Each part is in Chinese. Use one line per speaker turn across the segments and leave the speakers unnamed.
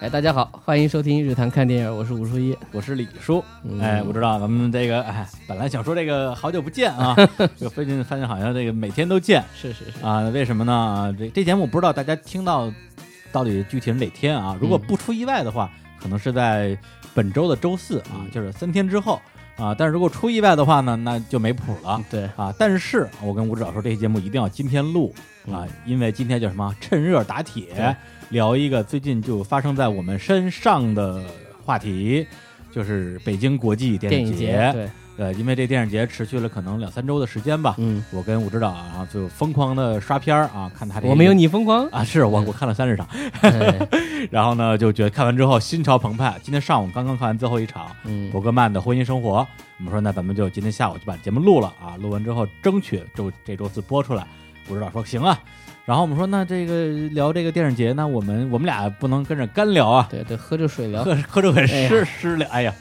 哎，大家好，欢迎收听《日坛看电影》，我是武叔一。
我是李叔，
嗯
哎，我知道咱们这个，哎，本来想说这个好久不见啊，这个最近发现好像这个每天都见
是是是，
啊，为什么呢？啊这这节目不知道大家听到到底具体是哪天啊？如果不出意外的话，可能是在本周的周四啊，就是三天之后啊。但是如果出意外的话呢，那就没谱了。
对，
啊，但是我跟吴指导说，这期节目一定要今天录啊，因为今天叫什么？趁热打
嗯对
铁，聊一个最近就发生在我们身上的话题，就是北京国际电
电
影
影
节。
节，对，
呃，因为这电影节持续了可能两三周的时间吧，
嗯，
我跟吴指导啊就疯狂的刷片儿啊，看他这
我没有
你。
你疯狂
啊，是我我看了三十场，
哎
然后呢就觉得看完之后心潮澎湃。今天上午刚刚看完最后一场，
嗯，
伯格曼的婚姻生活。我们说，那咱们就今天下午就把节目录了啊，录完之后争取就这周四播出来。不知道说行啊，然后我们说，那这个聊这个电影节，那我们我们俩不能跟着干聊啊，
对对，喝着水聊。
喝喝着很
哎呀
失失聊，哎呀，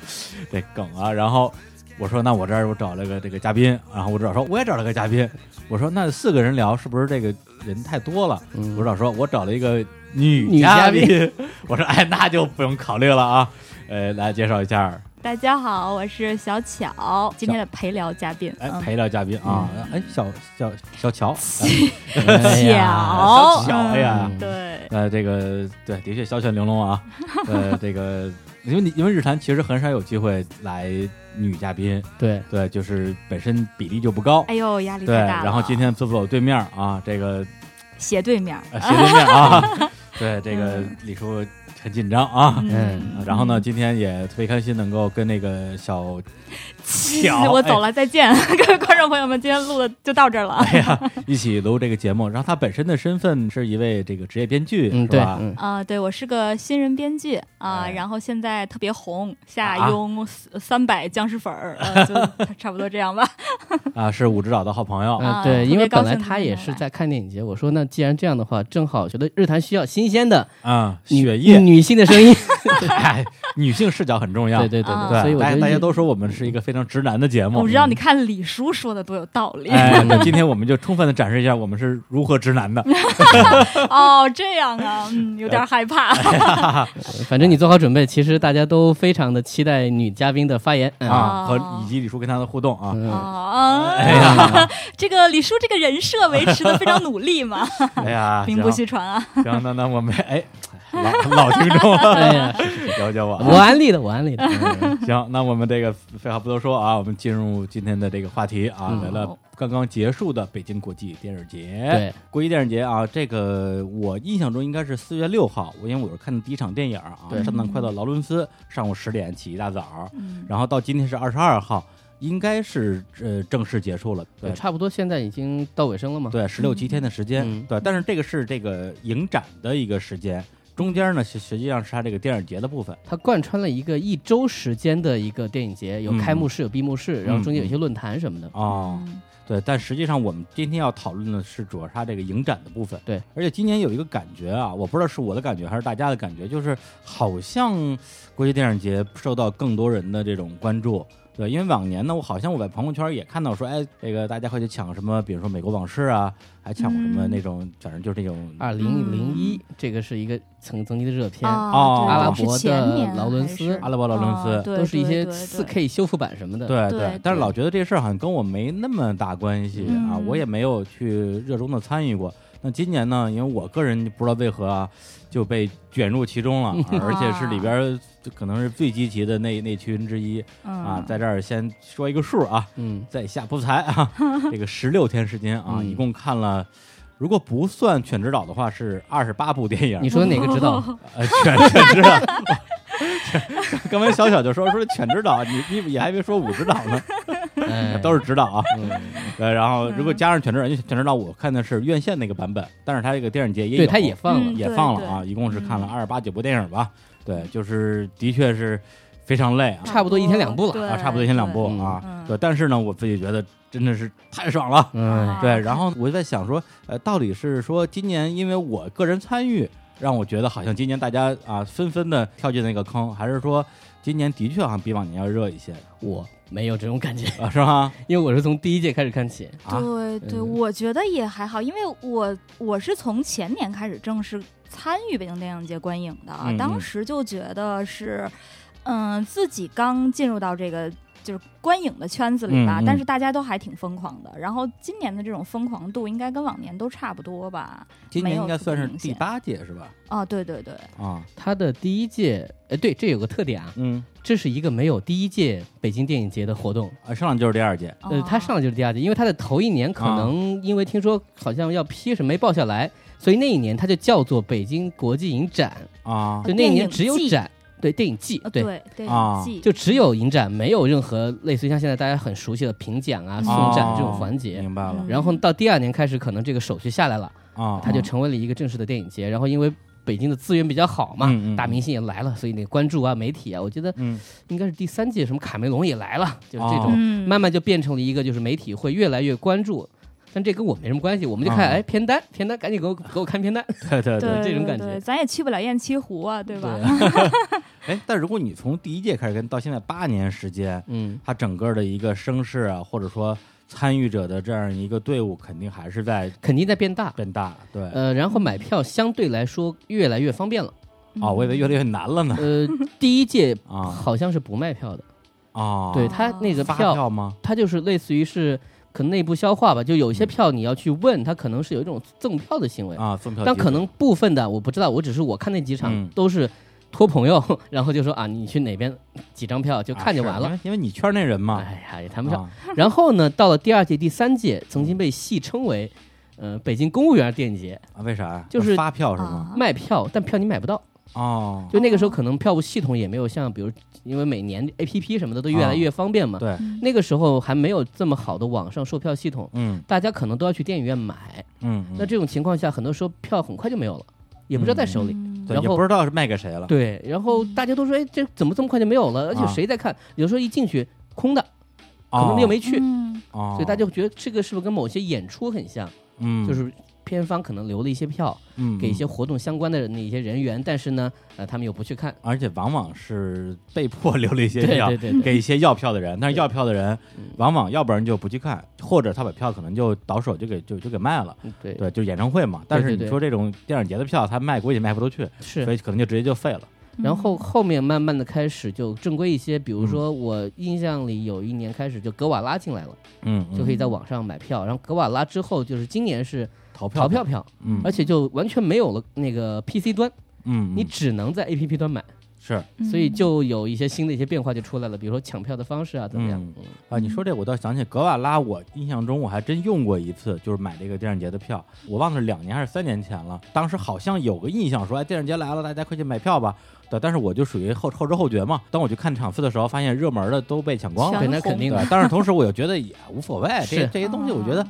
这梗啊。然后我说，那我这儿我找了个这个嘉宾，然后我指导说我也找了个嘉宾，我说那四个人聊是不是这个人太多了？
嗯
我指导说我找了一个女
女嘉
宾， 我说哎，那就不用考虑了啊。呃，来介绍一下
大家好，我是小巧，今天的陪聊嘉宾，
哎，
嗯
陪聊嘉宾啊，哎，小小小 乔，
哎呀，
巧，
小巧哎呀
嗯对，
呃，这个对，的确小巧玲珑 啊，呃，这个因为你因为日坛其实很少有机会来女嘉宾，
对，
对，就是本身比例就不高
哎，呦，压力
对，
太大了。
然后今天坐在我对面啊，这个
斜对面，
呃斜对面 啊，对，这个
嗯
李叔很紧张啊。
嗯
然后呢，今天也特别开心能够跟那个小巧
我走了，再见， 各位观众朋友们，今天录的就到这儿了。
哎呀一起录这个节目。然后他本身的身份是一位这个职业编剧，
嗯，
是
对，
吧？
嗯，
啊、对我是个新人编剧啊、
哎
然后现在特别红，
啊
下拥三百僵尸 粉儿、呃，就差不多这样吧。
啊，是武指导的好朋友。
嗯，
啊
对，
特
因为
别高
本来
兴
他
能
也
来
是在看电影节，我说那既然这样的话，正好觉得日坛需要新鲜的
啊，
女嗯
血 液，
女性的声 音，
哎，女性视角很重要。
对对对
啊
所以我
大
觉
家
得
大家都说我们是一个非常直男的节目。
我知道你看李叔说的多有道理、
哎，那今天我们就充分的展示一下我们是如何直 男的。
哦，这样啊， 嗯，有点害怕。
哎
反正你做好准备，其实大家都非常的期待女嘉宾的发言嗯
啊，
哦
和以及李叔跟他的互动啊。
嗯，
哦，
哎呀，
这个李叔这个人设维持的非常努力 嘛，
哎 呀，
名不
行
虚传啊。
行，那那我们 哎，老老听众
哎
了，
呀，
了解我
我
啊。
安利的，我安利的，嗯
行，那我们这个废话不多说啊，我们进入今天的这个话题啊，
嗯
聊聊刚刚结束的北京国际电影节。
对，
国际电影节啊，这个我印象中应该是四月六号，我因为我是看的第一场电影啊，
对
《圣诞快乐，劳伦斯》，上午十点起一大早，
嗯，
然后到今天是二十二号，应该是呃正式结束了，对
对，差不多现在已经到尾声了嘛，
对，十六七天的时间，
嗯
对，但是这个是这个影展的一个时间，中间呢是实际上是它这个电影节的部分，
它贯穿了一个一周时间的一个电影节，有
嗯
开幕式，有闭幕式，然后中间有一些论坛什么的。
哦，对，但实际上我们今天要讨论的是主要是它这个影展的部分。
对，
而且今年有一个感觉啊，我不知道是我的感觉还是大家的感觉，就是好像国际电影节受到更多人的这种关注。对，因为往年呢，我好像我在朋友圈也看到说，哎，这个大家会去抢什么，比如说《美国往事》啊，还抢过什么
嗯啊
那种，反正就是那种
二零零一，这个是一个曾曾经的热片，
哦
对
阿拉
是
伯的
前年
劳伦
还
斯
是
阿拉伯劳伦斯。
哦对
都是一
对
些
对对
四 K 修复版什么的。
对
对
但是
对
老觉得这事儿好像跟我没那么大关系啊，
嗯
我也没有去热衷的参与过。那今年呢，因为我个人不知道为何啊，就被卷入其中了，而且是里边儿就可能是最积极的那那群之一啊
嗯。
在这儿先说一个数啊，
嗯，
在下不才啊，这个十六天时间啊，
嗯
一共看了。如果不算犬指导的话，是二十八部电影。
你说哪个指 导？
呃，犬犬指导， 刚才小小就说说犬指导，你你也还别说武指导呢，
哎，
都是指导啊。
嗯
呃，然后如果加上犬之岛，因为犬之岛我看的是院线那个版本，但是它这个电影节也有
对，它也放了嗯
嗯。
也
对
放了啊，一共是看了二十八九部电影吧。对，就是的确是非常累啊，
差不多一天两部了
对
啊，差不多一天两部
对
啊。
嗯
对，但是呢，我自己觉得真的是太爽了。
嗯，
对，然后我就在想说，呃，到底是说今年因为我个人参与，让我觉得好像今年大家啊纷纷的跳进那个坑，还是说今年的确好像比往年要热一些？
我没有这种感觉，
啊，是吗？
因为我是从第一届开始看起。
啊
对对，
嗯
我觉得也还好，因为我我是从前年开始正式参与北京电影节观影的，啊
嗯嗯
当时就觉得是，嗯、自己刚进入到这个。就是观影的圈子里吧，
嗯嗯
但是大家都还挺疯狂的。然后今年的这种疯狂度应该跟往年都差不多吧？
今
没
年
有
应该算是
特别明
第
显
八届是吧？
哦，对对对，
啊，
它的第一届，哎，对，这有个特点啊，
嗯，
这是一个没有第一届北京电影节的活动。
啊，上来就是第二届，
哦
呃，他上来就是第二届，因为他的头一年可
啊
能因为听说好像要批是没报下来，所以那一年他就叫做北京国际影展，
啊
就那一
哦电
年
影
只有
季
展，对电影季
哦，，
对，
对对
啊
季
就只有影展，没有任何类似于像现在大家很熟悉的评奖啊、
嗯
送展这种环节。
哦明白了
嗯
然后到第二年开始，可能这个手续下来了，
啊，
嗯它就成为了一个正式的电影节。然后因为北京的资源比较好嘛
嗯嗯嗯，
大明星也来了，所以那个关注啊、媒体啊，我觉得
嗯
应该是第三届什么卡梅隆也来了，就是这
哦
种
嗯，
慢慢就变成了一个就是媒体会越来越关注，但这跟我没什么关系，我们就看
啊
哎片单，片单赶紧给我给我看片单，
对对
对
这种
对
感
对
觉
咱也去不了雁栖湖啊，对吧？
哎，但如果你从第一届开始跟到现在八年时间，
嗯，
它整个的一个声势啊，或者说参与者的这样一个队伍，肯定还是在
肯定在变大，
变大。对，
呃，然后买票相对来说越来越方 便了，
哦，我以为越来越难了呢。
呃，第一届
啊
好像是不卖票的，
啊，
对他那个
发
票，
票吗？
它就是类似于是可能内部消化吧，就有些票你要去问，它可能是有一种赠票的行为，
啊，送票机
但
制，
可能部分的我不知道，我只是我看那几
嗯
场都是。托朋友， 然后就说啊，你去哪边几张票就
啊
看就是完了
因。为因为你圈内人嘛，
哎呀，也谈不上。
啊
然后呢，到了第二届、第三届，曾经被戏称为，呃，北京公务员电影节，
啊为啥？
就是
发票是吗？
啊
卖票，但票你买不到。
哦，
就那个时候，可能票务系统也没有像，比如因为每年 A P P 什么的都越来越方便嘛，
啊对，
嗯
那个时候还没有这么好的网上售票系统，
嗯
大家可能都要去电影院买。
嗯，嗯
那这种情况下，很多时候票很快就没有了，也不知道在手里。
嗯
对
然
也
后
不知道是卖给谁了。
对，然后大家都说，哎，这怎么这么快就没有了？而且
啊
谁在看？有时候一进去空的，可
哦，
能你又没去，
嗯
哦，
所以大家就觉得这个是不是跟某些演出很像？
嗯，
就是片方可能留了一些票
嗯
给一些
嗯
活动相关的那些人员，但是呢，呃，他们又不去看。
而且往往是被迫留了一些
对
票
对对对，
给一些要票的人，但是
对
要票的人
嗯
往往要不然就不去看，或者他把票可能就倒手就给就就给卖了。
嗯对
对，就演唱会嘛。但是
对
你
对
说这种电影节的票，他卖估计卖不出去，所
是。
以可能就直接就废了。
然后后面慢慢的开始就正规一些，比
嗯
如说我印象里有一年开始就格瓦拉进来了，
嗯，
就可以在网上买票。然后格瓦拉之后就是今年是
逃票
淘票，票，
嗯
而且就完全没有了那个 PC 端，
嗯，
你
嗯
只能在 APP 端买，
是
所以就有一些新的一些变化就出来了，比如说抢票的方式啊怎么样
嗯？啊，你说这我倒想起格瓦拉，我印象中我还真用过一次，就是买这个电影节的票，我忘了是两年还是三年前了。当时好像有个印象说，哎，电影节来了，大家快去买票吧。对，但是我就属于后后知后觉嘛。当我去看场次的时候，发现热门的都被抢光了
对，
抢。
那肯定的。
对，但是同时我又觉得也无所谓，这
是
这些东西我觉得
啊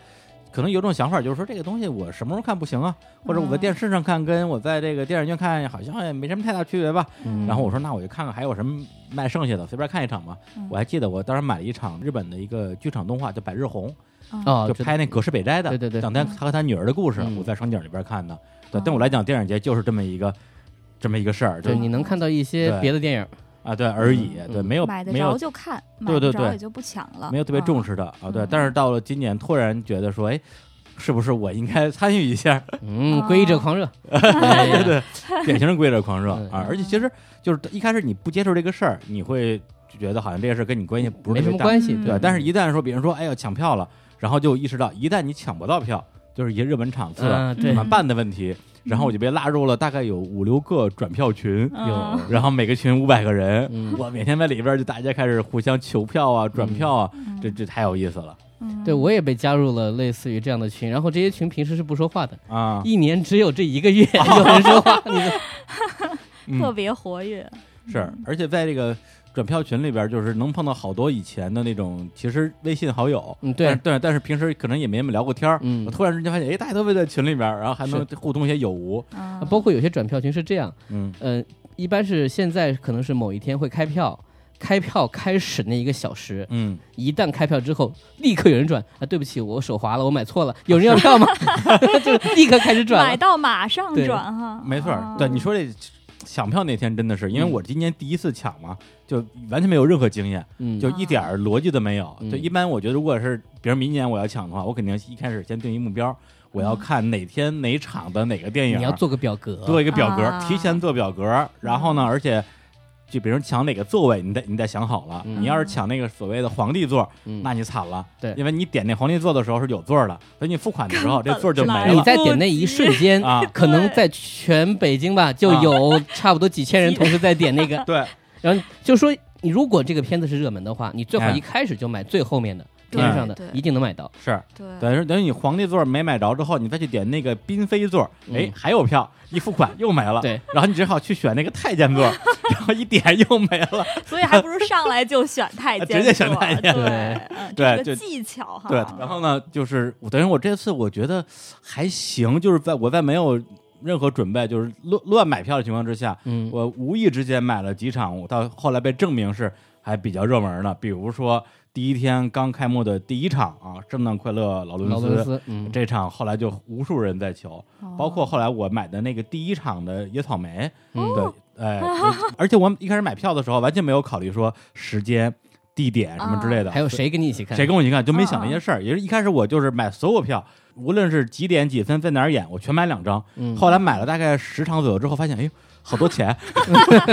可能有种想法，就是说这个东西我什么时候看不行啊？或者我在电视上看跟我在这个电影院看好像也没什么太大区别吧？
嗯
然后我说那我就看看还有什么卖剩下的，随便看一场吧
嗯。
我还记得我当时买了一场日本的一个剧场动画，叫《百日红》，
嗯
哦，
就
知道
拍那葛饰北斋的，
对对对
讲他他和他女儿的故事，
嗯
我在双井里边看的。
哦
对，对我来讲，电影节就是这么一个这么一个事儿，就
对，你能看到一些
对
别的电影。
啊对而已，
嗯
对，
嗯
没有
买得
没有
着就看，买
对对
不着
对
也就不抢了，
没有特别重
视。
视的啊，对
嗯。
但是到了今年，突然觉得说，哎，是不是我应该参与一 下？
嗯，
啊
归者狂热，
对
对
对，典型的跪着狂热
嗯
啊！而且其实就是一开始你不接受这个事儿，你会就觉得好像这个事儿跟你关系不
没
是特
什
别
么
大，
关系，
嗯
对。但是一旦说别人说，哎呀抢票了，然后就意识到，一旦你抢不到票，就是一些热门场次
嗯，对
怎么
嗯
办的问题，然后我就被拉入了大概有五六个转票群，
嗯
然后每个群五百个人，
嗯
我每天在里边儿就大家开始互相求票啊、转票啊，
嗯
这这太有意思了
嗯
对我也被加入了类似于这样的群，然后这些群平时是不说话的，
啊！
嗯
一年只有这一 个月有人说话，你怎么
嗯
特别活跃，
是，而且在这个转票群里边儿，就是能碰到好多以前的那种，其实微信好友，
嗯
但
对
是，但但是平时可能也没怎么聊过天儿。
嗯
我突然之间发现，哎，大家都会在群里边儿，然后还能互动一些有无。
啊
包括有些转票群是这样，
嗯
呃，一般是现在可能是某一天会开票。开票开始那一个小时，
嗯，
一旦开票之后，立刻有人转啊！对不起，我手滑了，我买错了，有 人要 票吗？就是立刻开始转
买
了。
到马上
对
转哈，
没错儿
啊。
对，你说这抢票那天真的是，因为我今年第一次抢嘛，就完全没有任何经验，
嗯，
就一点儿逻辑都没有。
嗯
就一般我觉得，如果是比如明年我要抢的话，我肯定一开始先定一目标，我要看哪天哪场的哪个电影，
嗯你要做个表格，
做一个表格，
啊嗯
提前做表格，然后呢，而且。就比如抢哪个座位，你得你得想好了。
嗯
你要是抢那个所谓的皇帝座，
嗯，
那你惨了。
对
因为你点那皇帝座的时候是有座的，所以你付款的时候
根本
这座就没
来
你
了
不及
在点那一瞬间，
啊。，
可能在全北京吧，就有差不多几千人同时在点那个
对，
然后就说你如果这个片子是热门的话，你最好
哎
一开始就买最后面的
对
边上的
对，
一定能买到。
是
对
等于等于你皇帝座没买着之后，你再去点那个嫔妃座，哎
嗯，
还有票，一付款又没了。
对，
然后你只好去选那个太监座，然后一点又没了。
所以还不如上来就选 太监座，
啊直接选太监
对，
对
嗯
对
这是
就
个技巧哈。
对，然后呢，就是我等于我这次我觉得还行，就是在我在没有任何准备，就是乱乱买票的情况之下，
嗯，
我无意之间买了几场，我到后来被证明是还比较热门的，比如说第一天刚开幕的第一场啊，《圣诞快乐，劳伦
劳
斯》
伦斯，嗯，
这场后来就无数人在求，包括后来我买的那个第一场的野草莓，
嗯
对，哎， 而且我一开始买票的时候完全没有考虑说时间、地点什么之类的，
啊还有谁跟你一起看？
谁跟我一起看，就没想
啊
那些事儿。也是一开始我就是买所有票，无论是几点几分在哪儿演，我全买两张。
嗯
后来买了大概十场左右之后，发现哎呦好 多钱，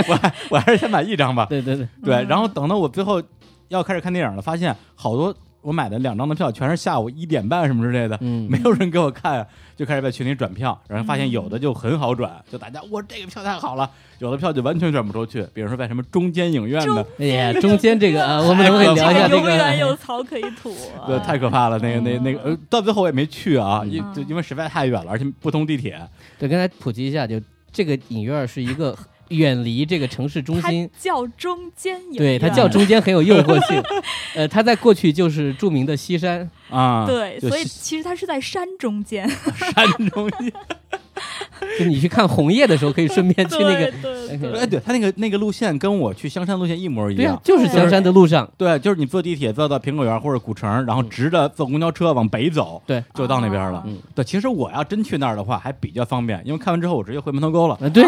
我还我还是先买一张吧。
对对对，
对，然后等到我最后要开始看电影了，发现好多我买的两张的票全是下午一点半什么之类的，
嗯
没有人给我看，就开始在群里转票，然后发现有的就很好转，就大家哇这个票太好了，有的票就完全转不出去，比如说在什么中间影院的，
哎呀，中间这个啊，我们
太
能不能
可
聊
怕
一下
了，
这
永远有
个？
草可以吐啊
对，太可怕了，那个那那个，呃到最后我也没去啊，
啊嗯
因就因为实在太远了，而且不通地铁，
对，刚才普及一下，就这个影院是一个远离这个城市中
它
心。
叫中间影
对，
院，
它叫中间很有诱惑性，呃，它在过去就是著名的西山，
啊，
对，
就
所以
西
其实它是在山中间，
山 中间，
就你去看红叶的时候，可以顺 便去
对
那个，那
对
个
对，
哎，对他那个那个路线跟我去香山路线一模一
对啊呀
样，。
就是香山的路上，
对，就是你坐地铁坐到苹果园或者古城，然后直着坐公交车往北走，
嗯对，
就到那边了。
啊
嗯
对，其实我要真去那儿的话，还比较方便，因为看完之后我直接回门头沟 了，
啊 对，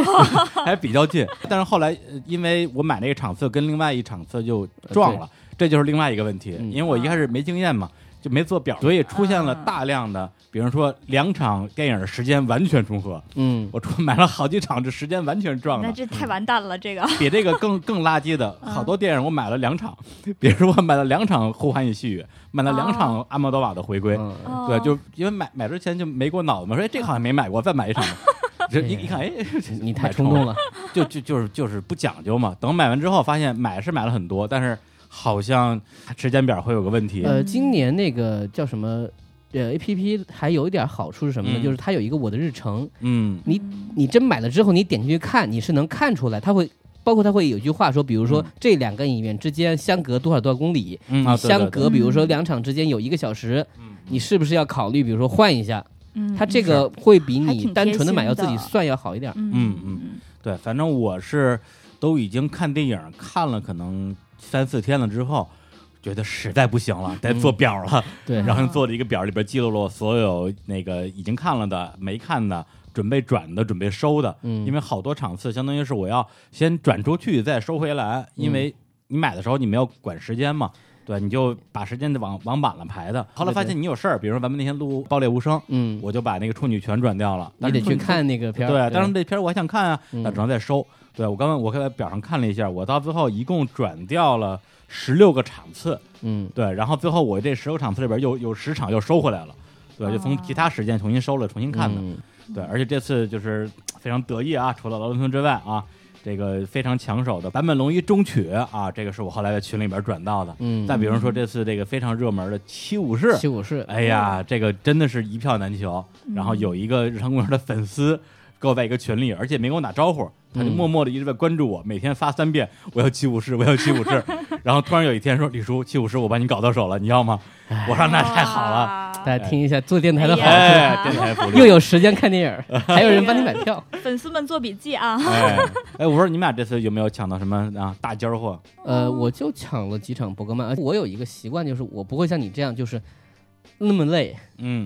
还比较近。但是后来，呃因为我买那个场次跟另外一场次就撞了，这就是另外一个问题。
呃嗯
因为我一开始没经验嘛，就没做表，所以出现了
啊
大量的，比如说两场电影的时间完全重合，
嗯，
我出买了好几场，这时间完全撞
那
的，
这太完蛋了，这个
比这个更更垃圾的，好多电影我买了两场， 比如说我买了两场《呼喊与细雨》，买了两场阿莫多瓦的《回归》
哦嗯
对，
哦
就因为买买之前就没过脑子嘛，说哎这个好像没买过，再买 一场吧。这一一看，哎，
你太冲动，了，
就就就是就是不讲究嘛。等买完之后，发现买是买了很多，但是好像时间表会有个问题。
呃，今年那个叫什么？呃，A P P 还有一点好处是什么呢？
嗯
就是它有一个我的日程，
嗯，
你你真买了之后，你点进去看，你是能看出来，它会包括它会有一句话说，比如说、
嗯
这两个影院之间相隔多少多少公里，
嗯
你
啊对对
相隔，
对
比如说两场之间有一个小时，
嗯
你是不是要考虑，比如说换一下？
嗯
它这
嗯
个会比
还
你
挺
单
贴
纯的买
心
要自己
的
算要好一点。
嗯嗯
嗯
对，反正我是都已经看电影看了可能三四天了之后，觉得实在不行了，得
嗯
做表了。
对，
然后做了一个表，里边记录了我所有那个已经看了的、没看的、准备转的、准备收的。
嗯
因为好多场次相当于是我要先转出去再收回
嗯
来，因为你买的时候你没有管时间嘛。对，你就把时间往往晚了排的。后来发
对
现你有事儿，比如说咱们那天录《爆裂无声》，
嗯，
我就把那个处女全转掉了。
你
但
得
是
去看那个片儿。
对，当时那片儿我还想看啊，
嗯
那只能再收。对我刚刚我刚才表上看了一下，我到最后一共转掉了十六个场次。
嗯，
对，然后最后我这十个场次里边又有十场又收回来了，对，就从
啊
其他时间重新收了，重新看的。
嗯
对，而且这次就是呃非常得意啊，除了劳伦斯之外啊，这个非常抢手的坂本龙一中曲啊，这个是我后来在群里边转到的。
嗯，
再比如说这次这个非常热门的七武士，
七武士，
哎呀，这个真的是一票难求。然后有一个日常公园的粉丝跟我在一个群里，而且没跟我打招呼，他就
嗯
默默的一直在关注我，每天发三遍我要七武士，我要七武士。然后突然有一天说：“李叔，七武士我把你搞到手了，你要吗？”我说：“那太好了。
了
大家听一下做电台的”好
哎呀
处，
哎，电台福利
又有时间看电影儿，还有人帮你买票。
粉丝们做笔记啊，
哎哎，我说你们俩这次有没有抢到什么啊大尖儿货？
呃呃，我就抢了几场博格曼，而我有一个习惯，就是我不会像你这样，就是那么累，
嗯，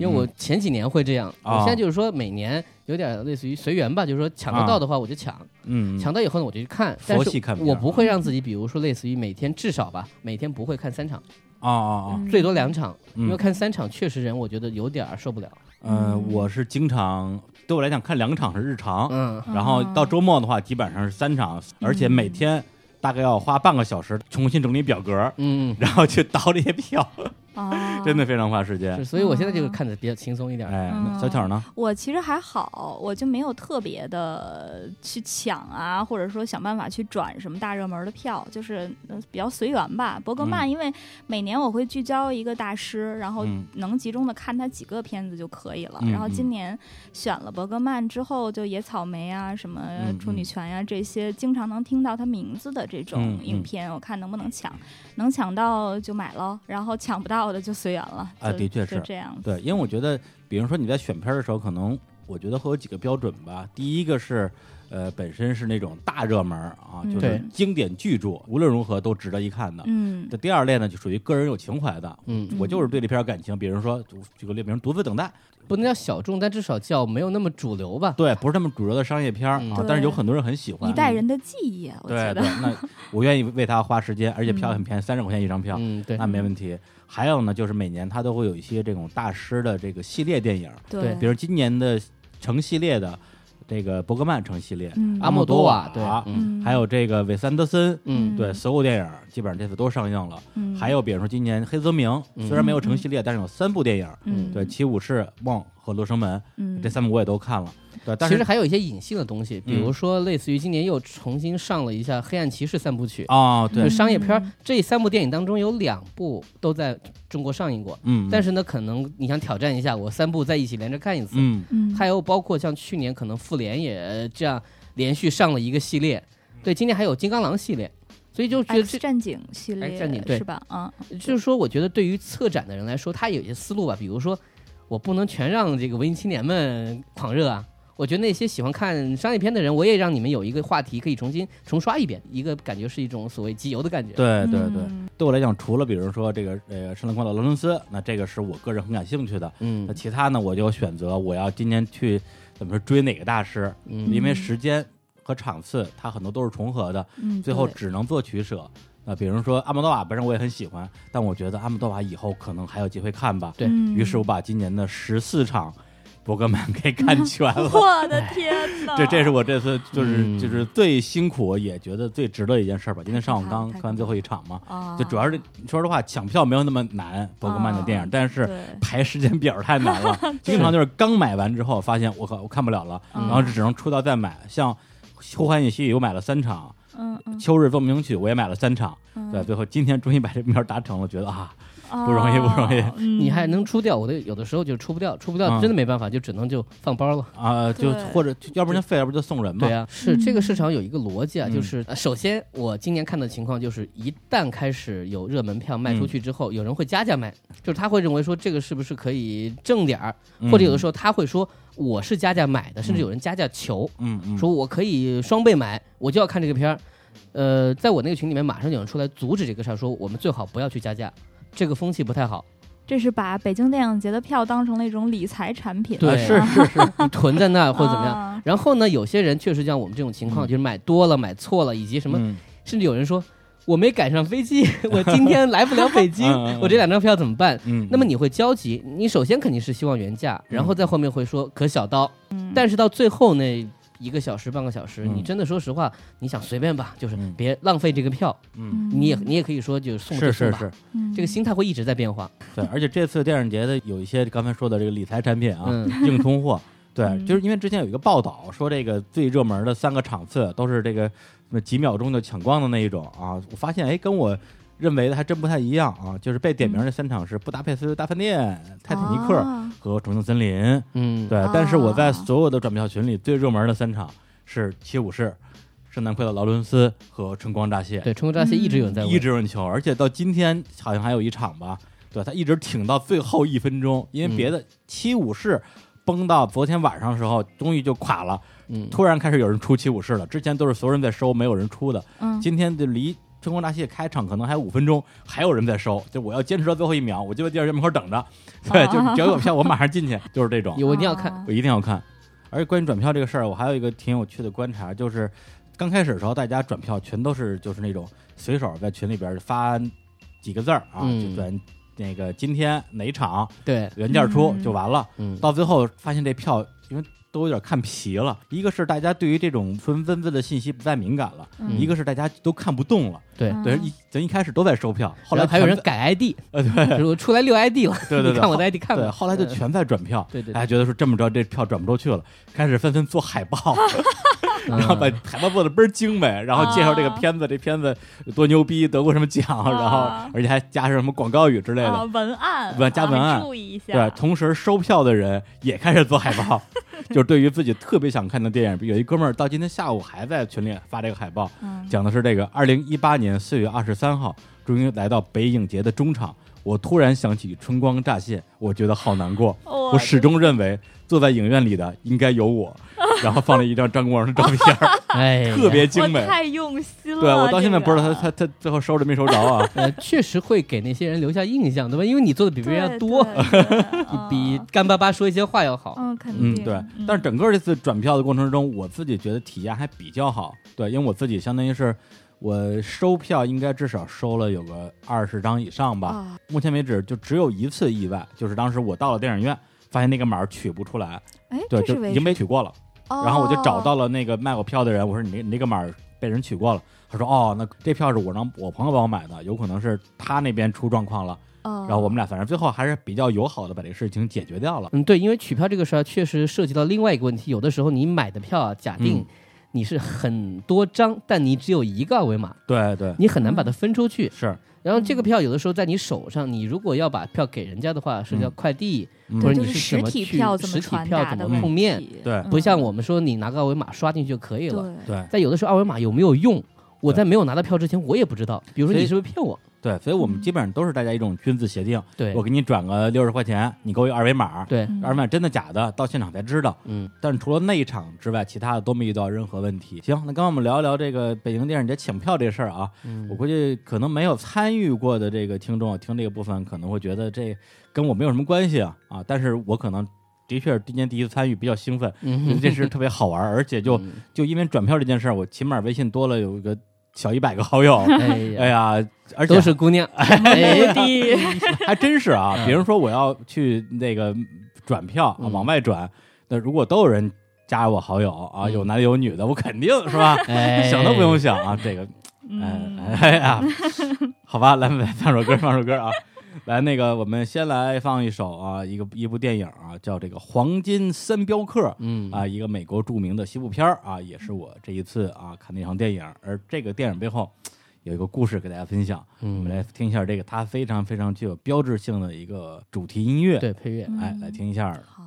因为我前几年会这样，
啊
我现在就是说每年有点类似于随缘吧，就是说抢得到的话我就抢，
哦嗯，嗯
抢到以后呢我就去看，但
佛系
是
看嗯片儿
我不会让自己，比如说类似于每天至少吧，每天不会看三场，
啊啊啊，
最多两场，
嗯
因为看三场确实人我觉得有点儿受不了，
呃，我是经常对我来讲看两场是日常，
嗯，
哦
然后到周末的话基本上是三场，而且
嗯
每天大概要花半个小时重新整理表格，
嗯，
然后去倒这些票，
啊，
真的非常花时间
是，。所以我现在就是看的比较轻松一点儿，
哎，
嗯
那小巧呢？
我其实还好，我就没有特别的去抢啊，或者说想办法去转什么大热门的票，就是呃比较随缘吧。伯格曼，因为每年我会聚焦一个大师，然后
嗯
能集中的看他几个片子就可以了。
嗯
然后今年选了伯格曼之后，就《野草莓》啊、什么
嗯
《处女泉、呀、啊这些经常能听到他名字的这
嗯
种
嗯
影片，我看能不能抢，能抢到就买喽，然后抢不到的就随缘了。
啊
就
的确
就是这样子。
对，因为我觉得，比如说你在选片儿的时候，可能我觉得会有几个标准吧。第一个是，呃，本身是那种大热门儿啊，就
嗯
是
对
经典巨著，无论如何都值得一看的。
嗯
这第二类呢，就属于个人有情怀的，
嗯，
我就是对这片儿感情。比如说，就举个例，比如《独自等待》，
不能叫小众，但至少叫没有那么主流吧，
对，不是那么主流的商业片儿
嗯
啊
对，
但是有很多人很喜欢
一。代人的记忆啊，我
对
觉
对
得，，
那我愿意为它花时间，而且票很便宜，三十块钱一张票，
嗯，对
啊那，没问题。还有呢，就是每年它都会有一些这种大师的这个系列电影，
对
比如今年的成系列的这个伯格曼成系列，
嗯
阿莫多瓦，对，
阿莫多
嗯
嗯
还有这个韦斯安德森，
嗯
对，所有电影基本上这次都上映了。
嗯
还有比如说今年《黑泽明》，
嗯
虽然没有成系列，但是有三部电影，
嗯
对，《七武士》、《梦》和《罗生门》
嗯
这三部我也都看了。对，但
其实
是嗯
还有一些隐性的东西，比如说类似于今年又重新上了一下《黑暗骑士》三部曲，
哦，
就
对，
商业片儿。这三部电影当中有两部都在中国上映过，
嗯，
但
是
是呢，可能你想挑战一下，我三部在一起连着看一次。
嗯，
嗯
还有包括像去年可能复联也这样连续上了一个系列，对，今年还有金刚狼系列，所以就觉得
X
这
战警系列
X 战警对
是吧？啊，
就是说，我觉得对于策展的人来说，他有一些思路吧，比如说，我不能全让这个文艺青年们狂热啊。我觉得那些喜欢看商业片的人，我也让你们有一个话题可以重新重刷一遍，一个感觉是一种所谓集邮的感觉。
对对对，
嗯
对我来讲，除了比如说这个呃《圣诞快乐，劳伦斯》，那这个是我个人很感兴趣的。
嗯
那其他呢，我就选择我要今年去怎么说追哪个大师，
嗯
因为时间和场次它很多都是重合的，
嗯，
最后
对
只能做取舍。那比如说阿莫多瓦，本身我也很喜欢，但我觉得阿莫多瓦以后可能还有机会看吧。
对
嗯
于是，我把今年的十四场伯格曼给 看全了。
我的天 哪，
这这是我这次就是、
嗯
就是最辛苦也觉得最值得一件事儿吧。今天上午
太
刚
太
看完最后一场嘛，
啊，
就主要是说实话，抢票没有那么难，伯格曼的电影，
啊
但是
对
排时间表太难 了，经常就是刚买完之后发现我靠我看不了了，
嗯
然后只能出道再买。像《呼唤夜袭》我买了三场，
嗯嗯
《秋日奏鸣曲》我也买了三场，
嗯
对，最后今天终于把这目标达成了，觉得啊，
啊
不容易不容易
嗯
你还能出掉，我的有的时候就出不掉，出不
嗯
掉真的没办法，就只能就放包了。
啊，就
对
或者要不然就废，要不然就送人嘛
对。啊，是
嗯
这个市场有一个逻辑啊，
嗯
就是呃首先我今年看到的情况就是，一旦开始有热门票
嗯
卖出去之后，有人会加价卖，就是他会认为说这个是不是可以挣点儿，
嗯
或者有的时候他会说我是加价买的，甚至有人加价求，
嗯嗯，
说我可以双倍买，我就要看这个片儿。呃，在我那个群里面，马上有人出来阻止这个事儿，说我们最好不要去加价，这个风气不太好，
这是把北京电影节的票当成了一种理财产品，啊
对
啊是是是，
哎 你囤在那儿或者怎么样。
样？
然后呢，有些人确实像我们这种情况，
嗯
就是买多了、买错了，以及什么，
嗯
甚至有人说我没赶上飞机， 我今天来不了北京
嗯嗯嗯，
我这两张票怎么办？
嗯，
那么你会焦急，你首先肯定是希望原价，然后在后面会说可小刀，
嗯
但是到最后那一个小时、半个小时，
嗯
你真的说实话，你想随便吧，就是
嗯
别浪费这个票，
嗯
你也你也可以说就是送
是
就是送吧
是，，
嗯
这个心态会一直在变化。
对，而且这次电影节的有一些刚才说的这个理财产品啊，
嗯
硬通货。对，
嗯
就是因为之前有一个报道说，这个最热门的三个场次都是这个那几秒钟就抢光的那一种啊。我发现，哎，跟我认为的还真不太一样啊。就是被点名的三场是布达佩斯大饭店、泰坦尼克
啊
和重庆森林。
嗯，
对
啊，
但是我在所有的转票群里最热门的三场是七武士、圣诞快乐劳伦斯和春光乍泄。
对，春光乍泄一直有人在问
嗯一直有人求，而且到今天好像还有一场吧，对他一直挺到最后一分钟，因为别
嗯
的七武士崩到昨天晚上的时候，终于就垮了，
嗯
突然开始有人出七武士了，之前都是所有人在收，没有人出的，
嗯
今天就离春光乍泄开场可能还有五分钟，还有人在收，就我要坚持到最后一秒，我就在电影院门口等着， 对，
哦
就是只要有票我马上进去，就是这种，
有我一定要看。
啊
我一定要看。而且关于转票这个事儿，我还有一个挺有趣的观察，就是刚开始的时候，大家转票全都是就是那种随手在群里边发几个字儿啊，
嗯
就转那个今天哪场
对，
原价出
嗯
就完了。
嗯，
到最后发现这票因为都有点看皮了，一个是大家对于这种纯文字的信息不再敏感了，
嗯
一个是大家都看不动了。
对。
嗯
对，一咱一开始都在收票，后
然
来
还有人
全在
改 ID，
呃对
我出来六 ID 了，
对对对
你看我的 ID 看
对，
吧。嗯
后来就全在转票。
对对
大
对
家，觉得说这么着这票转不出去了，开始纷纷做海 报，然后把
嗯啊
海报做的倍儿精美，然后介绍这个片子，这片子多牛逼，得过什么奖，然后
啊
而且还加上什么广告语之类
啊
的。
文案
文加文
啊
案
注意一下，
对，同时收票的人也开始做海 报，就是对于自己特别想看的电影，有一哥们儿到今天下午还在群里发这个海报，
嗯
讲的是这个二零一八年四月二十三号，终于来到北影节的中场，我突然想起春光乍泄，我觉得好难过。
我
我始终认为坐在影院里的应该有 我，然后放了一张张国荣的照片儿，
哎呀，？
特别精美
我。太用心了。
对我到现在不知道
这
他
个
他他最后收着没收着 啊
呃，确实会给那些人留下印象，对吧？因为你做的比别人要多，
对 对
比
嗯
干巴巴说一些话要好。
嗯肯
嗯
定，
对
嗯。
但是整个这次转票的过程中，我自己觉得体验还比较好。对，因为我自己相当于是我收票应该至少收了有个二十张以上吧。
啊
目前为止就只有一次意外，就是当时我到了电影院，发现那个码儿取不出来，
哎，
对，
这是
就
为
已
什
经
么
被取过了。
哦
然后我就找到了那个卖我票的人，我说你那你那个码儿被人取过了。他说哦，那这票是我让我朋友帮我买的，有可能是他那边出状况了。
哦
然后我们俩反正最后还是比较友好的把这个事情解决掉了。
嗯，对，因为取票这个事儿确实涉及到另外一个问题，有的时候你买的票啊，假定
嗯
你是很多张，但你只有一个二维码，
对
嗯
对，
你很难把它分出去。
是，
然后这个票有的时候在你手上，你如果要把票给人家的话，是叫
嗯
快递，
嗯
或者
对就
你是
是实
怎么
体
去
票怎
实
么
体
传
票
达
怎
的
么
问
碰面，
题
对
嗯
不像我们说你拿个二维码刷进去就可以了。
对
对
但有的时候二维码有没有用，我
对
在没有拿到票之前我也不知道。比如说
所以
你是不是骗我？
对，所以我们基本上都是大家一种君子协定，
嗯对
我给你转个六十块钱，你给我一二维码。
对，
嗯
二维码真的假的？到现场才知道。
嗯，
但是除了那一场之外，其他的都没遇到任何问题。行，那刚刚我们聊一聊这个北京电影节抢票这事儿啊，
嗯
我估计可能没有参与过的这个听众啊听这个部分，可能会觉得这跟我没有什么关系啊啊！但是我可能的确是今年第一次参与，比较兴奋，
嗯
觉得这事儿特别好玩儿，而且就
嗯，
就因为转票这件事儿，我起码微信多了有一个小一百个好友
哎呀
哎，呀，而且
都是姑 娘，哎，
地
还真是啊！
嗯
别人说我要去那个转票啊，
嗯
往外转，那如果都有人加我好友啊，
嗯
有男有女的，我肯定是吧？
哎，
想都不用想啊，这个，哎
嗯
哎呀，好吧，来来放首歌， 放首歌啊！来，那个我们先来放一首啊，一个一部电影啊，叫这个《黄金三镖客》。
嗯，
啊，一个美国著名的西部片儿啊，也是我这一次啊看的一场电影，而这个电影背后有一个故事给大家分享，
嗯
我们来听一下这个它非常非常具有标志性的一个主题音乐，，
对配乐，
哎，来听一下，
好，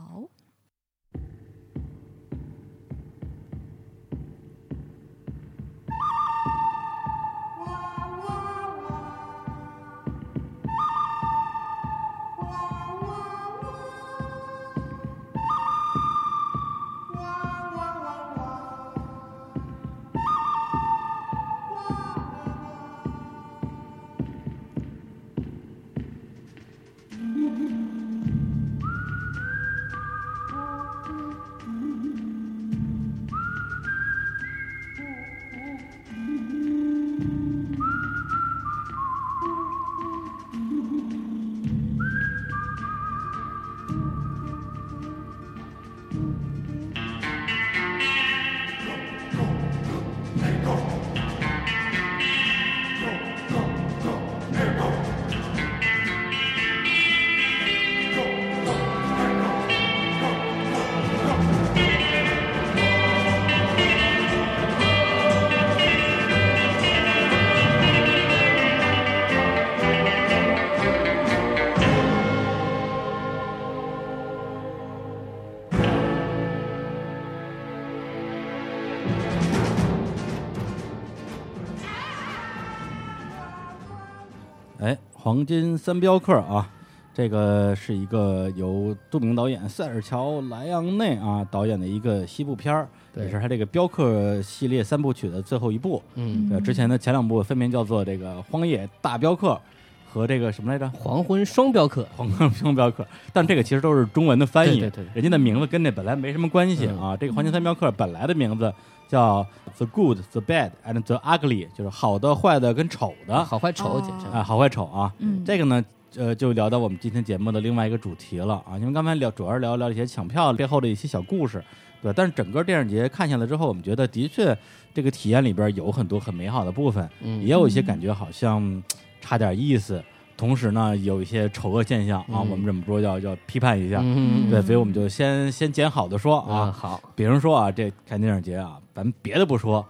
哎，《黄金三镖客》啊，这个是一个由著名导演塞尔乔·莱昂内啊导演的一个西部片儿，也是
对，
他这个镖客系列三部曲的最后一部。
嗯，
呃，之前的前两部分别叫做这个《荒野大镖客》和这个什么来着，《
黄昏双镖客，
黄冈双镖客》，但这个其实都是中文的翻译，
对对对嗯
人家的名字跟这本来没什么关系啊。这个《黄金三镖客》本来的名字叫 The Good, The Bad and the Ugly，就是好的、坏的跟丑的
好坏丑
哦
简称，
啊，好坏丑啊。
嗯，
这个呢，呃，就聊到我们今天节目的另外一个主题了啊，因为刚才聊主要是聊聊一些抢票背后的一些小故事，对吧。但是整个电影节看下来之后，我们觉得的确这个体验里边有很多很美好的部分，也
嗯，
有一些感觉好像嗯差点意思，同时呢有一些丑恶现象啊，
嗯
我们忍不住要要批判一下。
嗯
对，所以我们就先先捡好的说
啊，
啊，
好，
比如说啊，这看电影节啊，咱们别的不说，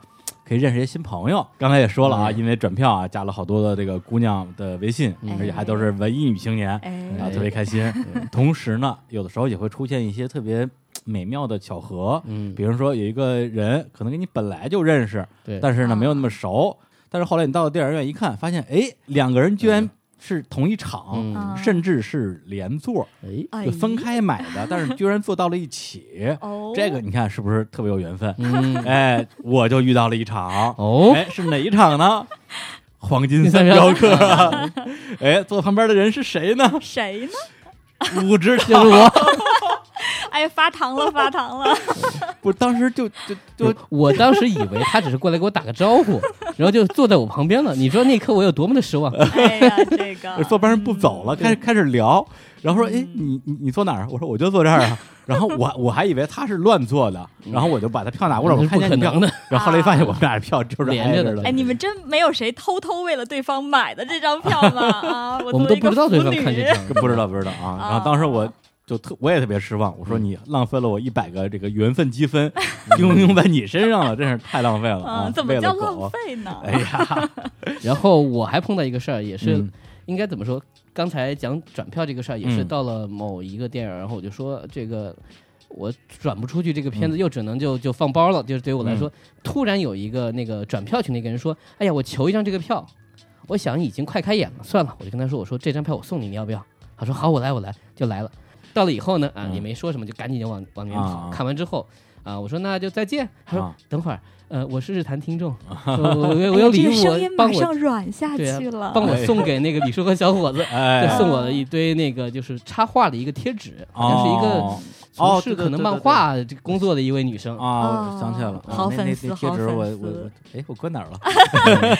可以认识一些新朋友。刚才也说了啊，
嗯
因为转票啊，加了好多的这个姑娘的微信，
嗯
而且还都是文艺女青年、啊，
哎
哎，
特别开心。同时呢，有的时候也会出现一些特别嘖美妙的巧合，
嗯，
比如说有一个人可能跟你本来就认识，
对，嗯
但是呢
啊
没有那么熟，但是后来你到了电影院一看，发现哎，两个人居然是同一场，
嗯，
啊
甚至是连座，
哎，
哎
就分开买的，但是居然坐到了一起。
哦，
这个你看是不是特别有缘分？
嗯，
哎，我就遇到了一场，
哦，
哎，是哪一场呢？黄金三镖客啊！ 哎，坐旁边的人是 谁呢？
谁呢？
不知
就
道，
是我，
哎，发糖了，发糖了，
不是当时就就就
我 我当时以为他只是过来给我打个招呼，然后就坐在我旁边了。你知道那一刻我有多么的失望？
哎呀，这个
坐边上不走
嗯
了，开始开始聊，然后说：“哎，你你你坐哪儿？”我说：“我就坐这儿 啊。”然后我我还以为他是乱坐的，
嗯
然后我就把他票拿过来，我
不
看见
可
你票
能，的，
然后后来发
啊
现我们俩的票就是
连着的
挨的，
哎，你们真没有谁偷偷为了对方买的这张票吗？啊，我
我们
作
都
为一
不
个
知道对方
腐
看
女
这场，
不知道不知道
哦
啊。然后当时我就特我也特别失望，我说你浪费了我一百个这个缘分积 分，用用在你身上了，真是太浪费了啊！
嗯，怎么
为了
叫
狗
浪？费呢？
哎 呀，
然后我还碰到一个事儿，也是
嗯
应该怎么说？刚才讲转票这个事儿，也是
嗯
到了某一个电影，然后我就说这个我转不出去，这个
嗯
片子又只能就就放包了。就是对于我来说，突然有一个那个转票群的一个人说：“哎呀，我求一张这个票。”我想已经快开演了，算了，我就跟他说：“我说这张票我送你，你要不要？”他说：“好，我来，我来。”就来了。到了以后呢，啊，
嗯
也没说什么，就赶紧就往往里面
啊
跑。看完之后，啊，我说那就再见。他说
啊，
等会儿，呃，我是日坛听众，我我我有礼
哎这
物
个声音，
帮
马
我
上软下
对啊
去了。
帮我送给那个李叔和小伙子
哎
就
呀，
送我了一堆那个就是插画的一个贴纸，好像是一个
哦
从
哦对
事
对
可能
对
漫
对
画这个工作的一位女生。
啊，我想起来了，啊
哦好
那那
粉丝
那贴
好
纸
粉
我我
丝
我，哎，我搁哪儿了？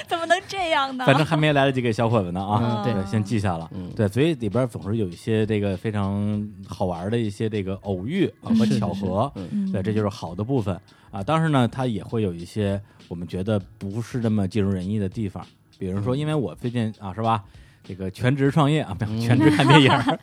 怎么能这样呢？
反正还没来得及给小伙子呢
嗯
啊，
对
先记下了。
嗯，
对，所以里边总是有一些这个非常好玩的一些这个偶遇啊和
是是
巧合，
是嗯
嗯
对，这就是好的部分啊。当然呢，它也会有一些我们觉得不是那么尽如人意的地方，比如说，因为我最近啊，是吧，这个全职创业啊，不
嗯
全职看电 影儿，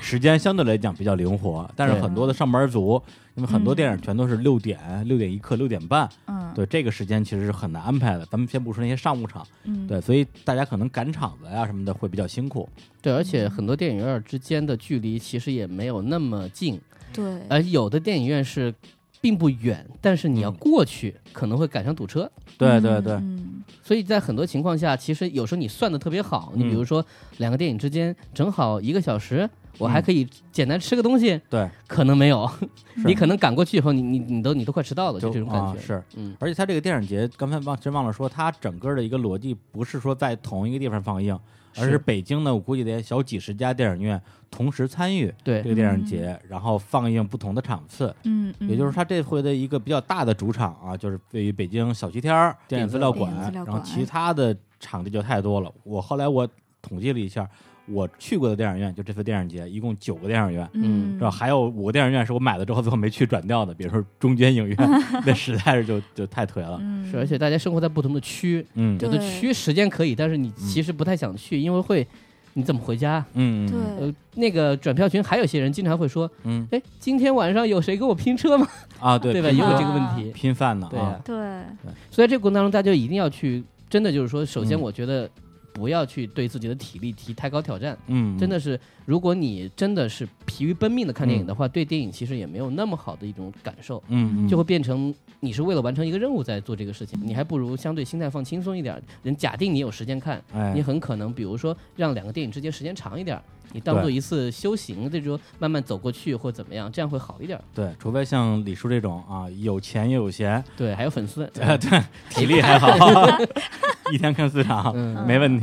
时间相对来讲比较灵活，但是
对
很多的上班族，因为很多
嗯
电影全都是六点、六点一刻、六点半，
嗯，
对这个时间其实是很难安排的。咱们先不说那些商务场，
嗯，
对，所以大家可能赶场子啊呀、什么的会比较辛苦。
对，而且很多电影院之间的距离其实也没有那么近，
对
而有的电影院是并不远，但是你要
嗯
过去可能会赶上堵车。
对对对，
嗯
所以在很多情况下，其实有时候你算的特别好，你
嗯
比如说两个电影之间正好一个小时，我还可以简单吃个东西，
对，
可能没有，
嗯 是
你可能赶过去以后，你你你都你都快迟到了，就这种感
啊
觉。
是，
嗯，
而且它这个电影节，刚才忘真忘了说，它整个的一个逻辑不是说在同一个地方放映，而是
是
北京呢，我估计得小几十家电影院同时参与
对，
这个电影节，然后放映不同的场次。
嗯，
也就是它这回的一个比较大的主场啊，就是位于北京小西天儿电影资料馆
电影资，料
然后
馆
其他的场地就太多了。我后来我统计了一下，我去过的电影院，就这次电影节一共九个电影院。
嗯
嗯，
是吧？还有五个电影院是我买了之后最后没去转掉的，比如说中间 影院，那实在是就就太颓了。
嗯，
是而且大家生活在不同的区，
嗯
有的
对
区时间可以，但是你其实不太想去，因为会你怎么回家？
嗯，
对
嗯
呃，那个转票群还有些人经常会说，
嗯
哎，今天晚上有谁给我拼车吗？
啊，对
对吧？
拼
也有
饭
这个问题，
拼饭呢
对
啊
啊，
对，
所以在这个过程当中，大家就一定要去，真的就是说，首先
嗯
我觉得不要去对自己的体力提太高挑战。
嗯，
真的是，如果你真的是疲于奔命的看
嗯
电影的话，对电影其实也没有那么好的一种感受，
嗯，嗯，
就会变成你是为了完成一个任务在做这个事情，你还不如相对心态放轻松一点。人假定你有时间看，
哎
你很可能比如说让两个电影之间时间长一点，你当
对
做一次修行，这种慢慢走过去或怎么样，这样会好一点。
对，除非像李叔这种啊，有钱又有闲，
对，还有粉丝，
呃， 对，体力 还好，一天看四场，
嗯，
没问题。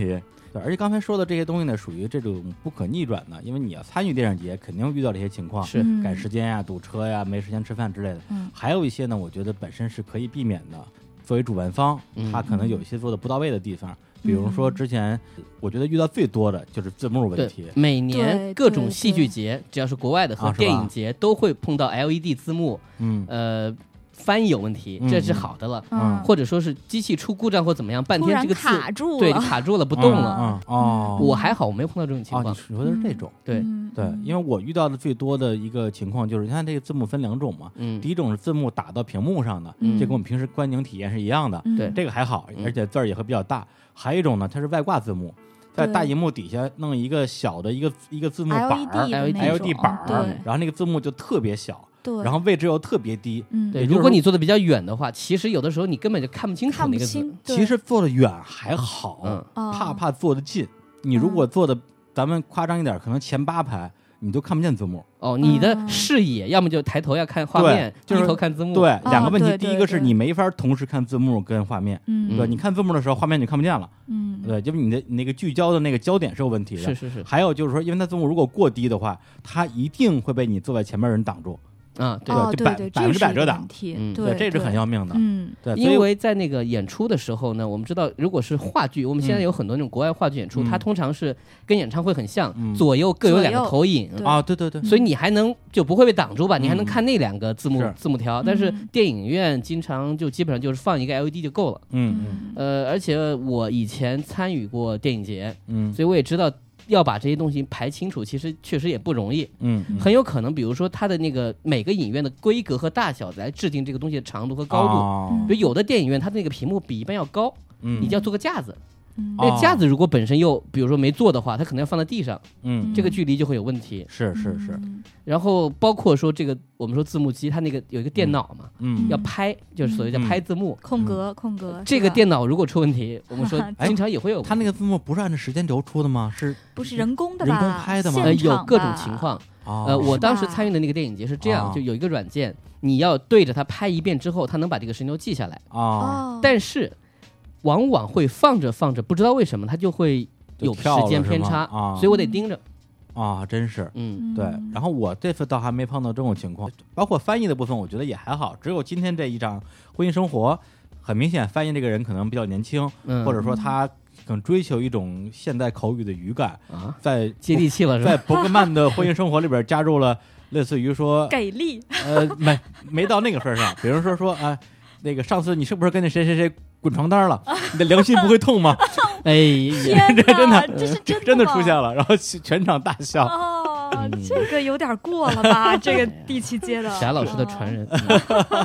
对，而且刚才说的这些东西呢，属于这种不可逆转的，因为你要参与电影节，肯定遇到这些情况，
是
嗯
赶时间呀、堵车呀、没时间吃饭之类的。
嗯
还有一些呢，我觉得本身是可以避免的。作为主办方，
嗯
他可能有一些做的不到位的地方，比如
嗯
说之前我觉得遇到最多的就是字幕 问
对
题，。
每年
对
各种
对
戏剧节，只要是国外的
啊
和
是吧
电影节，都会碰到 LED 字幕，
嗯，
呃，翻译有问题，这是好的了。
嗯
或者说是机器出故障或怎么样，半
突
天
然
这个字
嗯卡住
对
了，
卡住了不动了。
嗯嗯哦，
我还好，我没有碰到这种情
哦，你
况。
说的是这种。
对，
嗯
对，因为我遇到的最多的一个情况就是，你看这个字幕分两种嘛，
嗯
第一种是字幕打到屏幕上的，
嗯
这跟我们平时观影体验是一样的，
嗯
对
这个还好，
嗯
而且字儿也会比较大。还有一种呢，它是外挂字幕，在
对
大荧幕底下弄一个小的一个一个字幕板
LED
儿
E 的那
LED
种
，LED 板儿
对，
然后那个字幕就特别小，
对，
然后位置又特别低。
嗯
对，
也就是
如果你坐的比较远的话，其实有的时候你根本就看不清楚
看不
那个字
清。，对
其实坐得远还好，
嗯
哦
怕怕坐得近。你如
嗯
果坐的，咱们夸张一点，可能前八排你都看不见字幕。
哦，你的
嗯
视野要么就抬头要看画面，
对就是
低头看字幕。
对，两个问题，
啊对
第
对
一个是
对
你没法同时看字幕跟画面，
嗯
对，你看字幕的时候，画面就看不见了，
嗯
对，就是你的你那个聚焦的那个焦点是有问题的。
是是是
还有就是说，因为它字幕如果过低的话，它一定会被你坐在前面的人挡住，
啊，对。
哦
就
对
百
对，
百分之
这是
百
一
遮
个
挡
问题
嗯
对，
这是很要命的
对。嗯
对，所以
因为在那个演出的时候呢，我们知道，如果是话剧，我们现在有很多那种国外话剧演出，
嗯
它通常是跟演唱会很像，
嗯
左右各有两
左
个
右
投影，
对
啊，对对对，
所以你还能就不会被挡住吧？你还能
嗯
看那两个字幕
是
字幕条，但是
嗯
电影院经常就基本上就是放一个 LED 就够了。
嗯
呃，而且我以前参与过电影节，
嗯
所以我也知道要把这些东西排清楚，其实确实也不容易。
嗯嗯，
很有可能，比如说它的那个每个影院的规格和大小来制定这个东西的长度和高度。
度
比如有的电影院，它的那个屏幕比一般要高，你
啊哦嗯
就要做个架子。
嗯
那
哦
个架子如果本身又，比如说没做的话，它可能要放在地上，
嗯，
这个距离就会有问题。
嗯
是是是，
然后包括说这个，我们说字幕机，它那个有一个电脑嘛，
嗯
要拍，就是所谓叫
嗯
拍字幕。
空格空格，
这
是
个
吧
电脑如果出问题，我们 说
哎
经常也会有问题。
他那个字幕不是按照时间轴出的吗？是
不是人工的
人
吧？
工拍的吗
呃
现
有
场
各种
吧
情，况。
啊，
呃，我
是
当时
吧
参与的那个电影节是这样，
哦
就有一个软件，你要对着它拍一遍之后，它能把这个时间轴记下来。
啊，
哦，
但是往往会放着放着，不知道为什么它就会
就
有时
跳了
间
是
偏
吗
差，
啊
所以我得盯着。
啊，真是。
哦嗯，
嗯
对，然后我这次倒还没碰到这种情况，包括翻译的部分，我觉得也还好。只有今天这一章《婚姻生活》，很明显翻译这个人可能比较年轻，
嗯
或者说他可能追求一种现代口语的语感，
啊，
在
接地气了是
在
吧？
伯格曼的《婚姻生活》里边加入了类似 于说，
给力，
呃，没没到那个份儿上，比如说说啊、那个上次你是不是跟那谁谁谁滚床 单了？你的良心不会痛吗？
哎呀，
天
真
啊
哪，
的呃
这是真
真的
吗
出现了，然后全场大笑。
哦
嗯，
这个有点过了吧？这个地气 接的，
翟老师的传人，嗯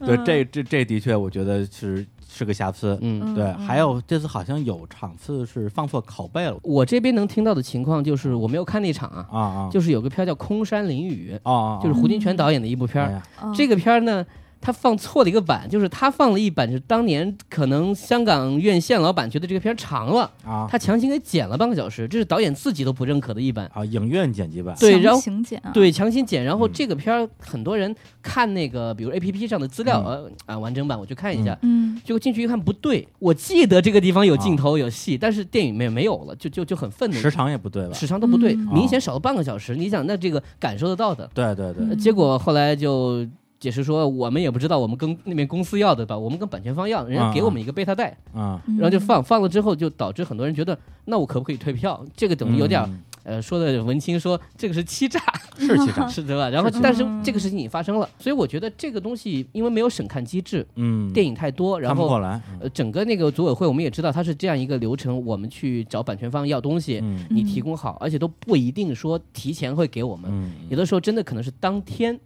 对，这这这的确，我觉得是是个瑕疵。
嗯。
嗯，
对，
嗯
还有这次好像有场次是放错拷贝了
我这边能听到的情况就是，我没有看那场啊，
啊啊，
就是有个片儿叫《空山淋雨
啊啊，》，
就是
啊
胡金铨导演的一部片
哎
儿。
呀
嗯
这个片儿呢，他放错了一个版，就是他放了一版，是当年可能香港院线老板觉得这个片儿长了，
啊
他强行给剪了半个小时，这是导演自己都不认可的一版。
啊，影院剪辑版
对然后
强行剪啊，
对，强行剪。然后
嗯
这个片儿，很多人看那个，比如 A P P 上的资料，
嗯
呃啊完整版，我去看一下。
嗯，
结果进去一看不对，我记得这个地方有镜头有戏，但是电影里面没有了，就就就很愤怒，
啊时长也不对吧？
时长都不对，
嗯
明显少了半个小时。你想，那这个感受得到的。
对对对，
呃结果后来就解释说，我们也不知道我们跟那边公司要的吧，我们跟版权方要，人家给我
啊
们一个贝塔带，
嗯，
嗯
然后就放，放了之后就导致很多人觉得，那我可不可以退票？这个等于有点儿、
嗯
呃说的文青说这个是欺诈，
是气 场，
是的吧？然后
是的
但是
嗯
这个事情已经发生了，所以我觉得这个东西因为没有审看机制，
嗯，
电影太多，然
看不
后
过。来，嗯
呃，整个那个组委会，我们也知道它是这样一个流程，我们去找版权方要东西，
嗯
你提供好，而且都不一定说提前会给我们，
嗯，
有的时候真的可能是当天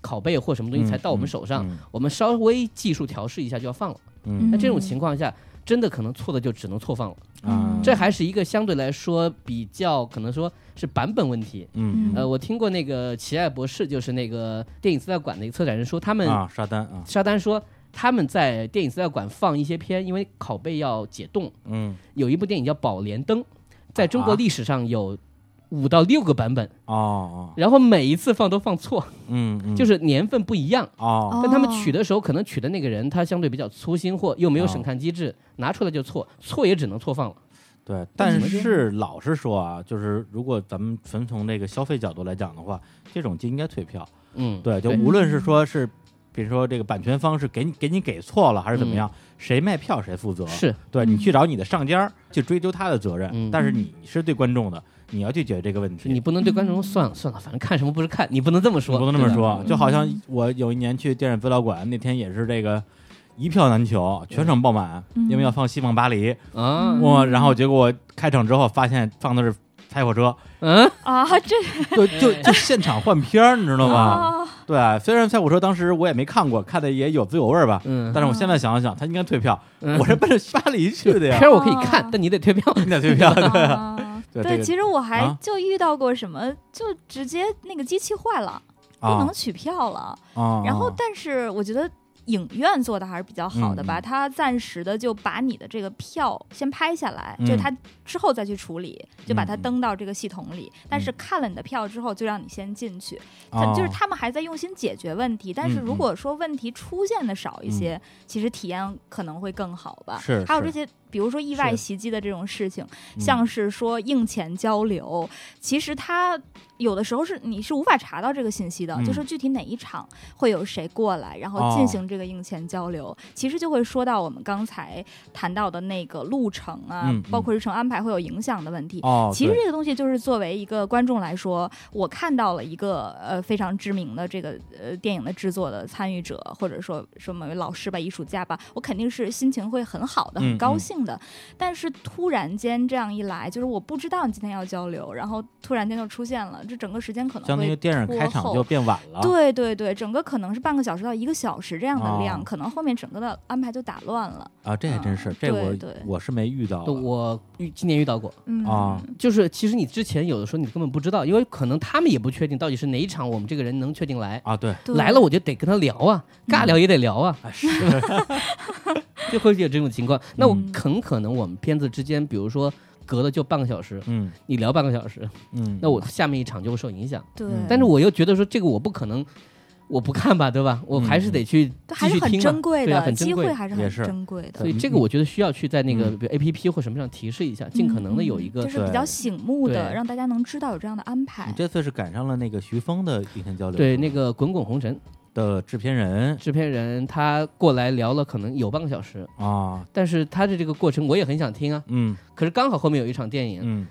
拷贝或什么东西才到我们手上，
嗯，
我们稍微技术调试一下就要放了。
嗯
那这种情况下，真的可能错的就只能错放了。
啊，
这还是一个相对来说比较可能说是版本问题。
嗯
呃，我听过那个奇爱博士，就是那个电影资料馆的一个策展人说，他们
啊沙丹啊，
沙丹说他们在电影资料馆放一些片，因为拷贝要解冻，
嗯
有一部电影叫《宝莲灯》，在中国
啊
历史上有五到六个版本，
哦哦
然后每一次放都放错，
嗯嗯，
就是年份不一样。
哦
但他们
哦
取的时候，可能取的那个人他相对比较粗心，或又没
哦
有审看机制，拿出来就错，错也只能错放了。
对，但
么
是老实说啊，就是如果咱们纯从这个消费角度来讲的话，这种就应该退票。
嗯，
对，就无论是说是，比如说这个版权方是给你给你给错了还是怎么样，谁卖票谁负责。
嗯是
对你去找你的上家儿去追究他的责任，
嗯
但是你是对观众的，你要去解决这个问题。
你不能对观众说算了算了，反正看什么不是看，你不能这么说，
不能这么
对吧
说，啊就好
嗯
像我有一年去电影资料馆，那天也是这个一票难求，全场爆满，
嗯
因为要放《希望巴黎》
啊，
我然后结果开场之后发现放 的是《拆火车
嗯，
啊， 这》，
就就就现场换片儿，你知道吗？
啊，
对，虽然《拆火车》当时我也没看过，看的也有滋有味儿吧，
嗯
但是我现在想想，他应该退票，
嗯
我是奔着巴黎去的呀
片， 儿我可以看
啊，
但你得退票。
你得退票，对啊
啊
对这
对，
个
其实我还
啊
就遇到过什么，就直接那个机器坏了，不能取票了。
啊，
然后，但是我觉得影院做的还是比较好的
嗯
吧，
嗯
它暂时的就把你的这个票先拍下来，
嗯
就它之后再去处理，就把它
嗯嗯嗯
登到这个系统里。但是看了你的票之后，就让你先进去。它
啊
就是他们还在用心解决问题，但是
嗯
如
嗯
果说问题出现的少一些，其实体验可能会更好吧。
是
还有
是
这些，比如说意外
是
袭击的这种事情，
嗯
像是说硬钱交流，其实它有的时候是你是无法查到这个信息的，
嗯哦
就是具体哪一场会有谁过来，然后进行这个硬钱交流，其实就会说到我们刚才谈到的那个路程啊，
嗯
包括日程安排会有影响的问题。
哦，
其实
对
这个东西就是作为一个观众来说，我看到了一个呃非常知名的这个呃电影的制作的参与者，或者说什么老师吧、艺术家吧，我肯定是心情会很好的、
嗯
很高兴的。但是突然间这样一来，就是我不知道你今天要交流，然后突然间就出现了，这整个时间可能
像那个
会。
电影开场
拖后
就变晚了，
对对对，整个可能是半个小时到一个小时这样的量，
哦
可能后面整个的安排就打乱了。
啊，这还真是，这
嗯对
我
对
我是没遇到啊的，
我遇今年遇到过，
嗯
啊
就是其实你之前有的时候你根本不知道，因为可能他们也不确定到底是哪一场我们这个人能确定来。
啊，对，
对嗯
来了我就得跟他聊啊，尬聊也得聊啊，
哎
就会有这种情况。那我
嗯
很可能我们片子之间，比如说隔了就半个小时，
嗯
你聊半个小时，
嗯，
那我下面一场就会受影响。
对，
嗯
但是我又觉得说这个我不可能，我不看吧，对吧？我还
嗯
是得去继
还
续
是很
听
珍
嘛，
贵
对
的、
啊很珍
机
贵
会，还是
也
很
是
珍贵的
所。以
嗯
这个我觉得需要去在那个比如 A P P 或什么上提示一下，尽可能的有一
嗯
个
就是比较醒目的，
对
让大家能知道有这样的安排
你。这次是赶上了那个徐峰的一天交流，
对那个《滚滚红尘》
的制片人
制片人他过来聊了，可能有半个小时，
啊，
但是他的这个过程我也很想听啊。
嗯
可是刚好后面有一场电影，
嗯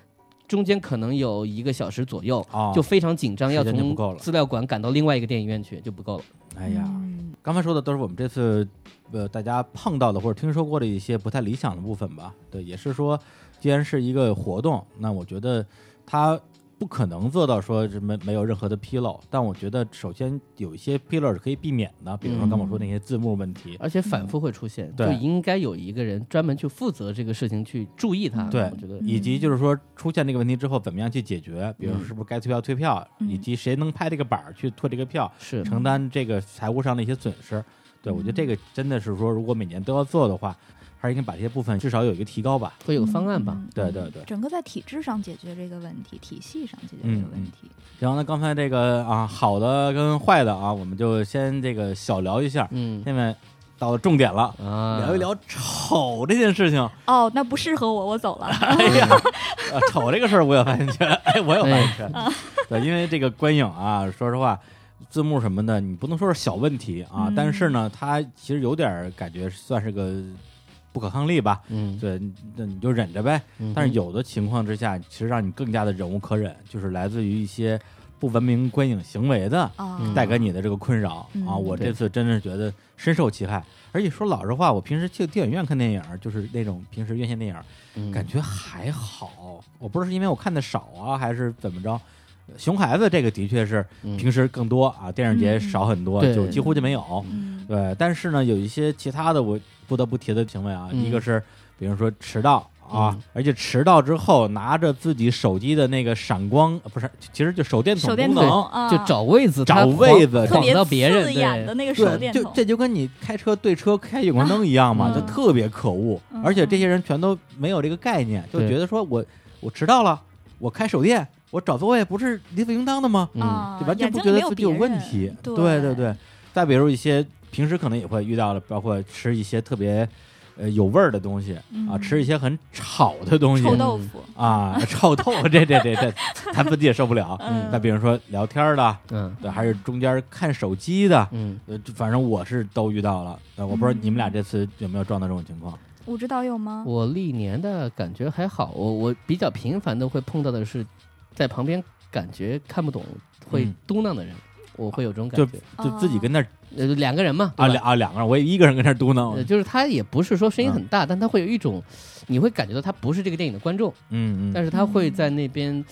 中间可能有一个小时左右，
啊，
就非常紧张，
时
要
间就不够
从
了
资料馆赶到另外一个电影院去就不够了。
哎呀，
嗯
刚才说的都是我们这次呃大家碰到的或者听说过的一些不太理想的部分吧，对，也是说，既然是一个活动，那我觉得它。不可能做到说这没没有任何的纰漏，但我觉得首先有一些纰漏是可以避免的，比如说
嗯
刚我说那些字幕问题，
而且
嗯
反复会出现，
对
就应该有一个人专门去负责这个事情，去注意它。
对
我觉得
嗯
以及就是说出现这个问题之后怎么样去解决，比如说
嗯
是不是该退票退票，
嗯
以及谁能拍这个板儿去退这个票，
是
承担这个财务上的一些损失。对，我觉得
嗯
这个真的是说，如果每年都要做的话，还是应该把这些部分至少有一个提高吧。
会有个方案吧。
嗯
对对对
整个在体制上解决这个问题，体系上解决这个
嗯
问题。
然后呢，刚才这个啊，好的跟坏的啊，我们就先这个小聊一下。
嗯
下面到了重点了，
嗯
啊，
聊一聊丑这件事情。
哦，那不适合我，我走了。
哎呀，啊丑这个事儿我有发言权，哎，我有发言权。对，因为这个观影啊，说实话，字幕什么的，你不能说是小问题啊，
嗯
但是呢，它其实有点儿感觉算是个不可抗力吧。
嗯，
对，那你就忍着呗。
嗯
但是有的情况之下，其实让你更加的忍无可忍，就是来自于一些不文明观影行为的
啊，
嗯
带给你的这个困扰、
嗯
啊。我
对
这次真的是觉得深受其害。而且说老实话，我平时去电影院看电影，就是那种平时院线电影，
嗯
感觉还好。我不知道是因为我看的少啊，还是怎么着。熊孩子这个的确是
嗯
平时更多啊，电影节少很多，
嗯对
就几乎就没有。
嗯
对，但是呢，有一些其他的我不得不提的行为啊，
嗯
一个是比如说迟到啊，
嗯
而且迟到之后拿着自己手机的那个闪光，呃不是，其实就手电筒
手电
功
筒
能，
啊，
就找位子，
找
他
位子
晃
特
晃
别
到别人，
刺眼
对，
的那个手
对，
电
就
筒，
这就跟你开车对车开远光灯一样嘛，
啊
就
嗯
特别可恶。
嗯
而且这些人全都没有这个概念，就
对
觉得说我我迟到了，我开手电，我找座位不是理所应当的吗？
嗯，
啊
就完全
眼
不
睛
觉
里
得
没有
自己有
别
问
人
题。
对
对对对，再比如一些平时可能也会遇到的，包括吃一些特别呃有味儿的东西、啊，
嗯
吃一些很炒的东西
臭豆腐，
啊，臭豆腐，这这这这，他自己也受不了。
嗯
再比如说聊天儿的，
嗯
对，还是中间看手机的，
嗯，
呃，这反正我是都遇到了，呃，我不知道你
嗯
们俩这次有没有撞到这种情况。
武指导有吗？
我历年的感觉还好，我我比较频繁的会碰到的是，在旁边感觉看不懂会
嗯
嘟囔的人，我会有这种感
就
觉，
就自己跟那儿
呃，两个人嘛，对
啊
吧
两嗯啊两个人，我也一个人跟那儿嘟囔
呃，，就是他也不是说声音很大，但他会有一种，你会感觉到他不是这个电影的观众，
嗯
但
嗯，
是他会在那边，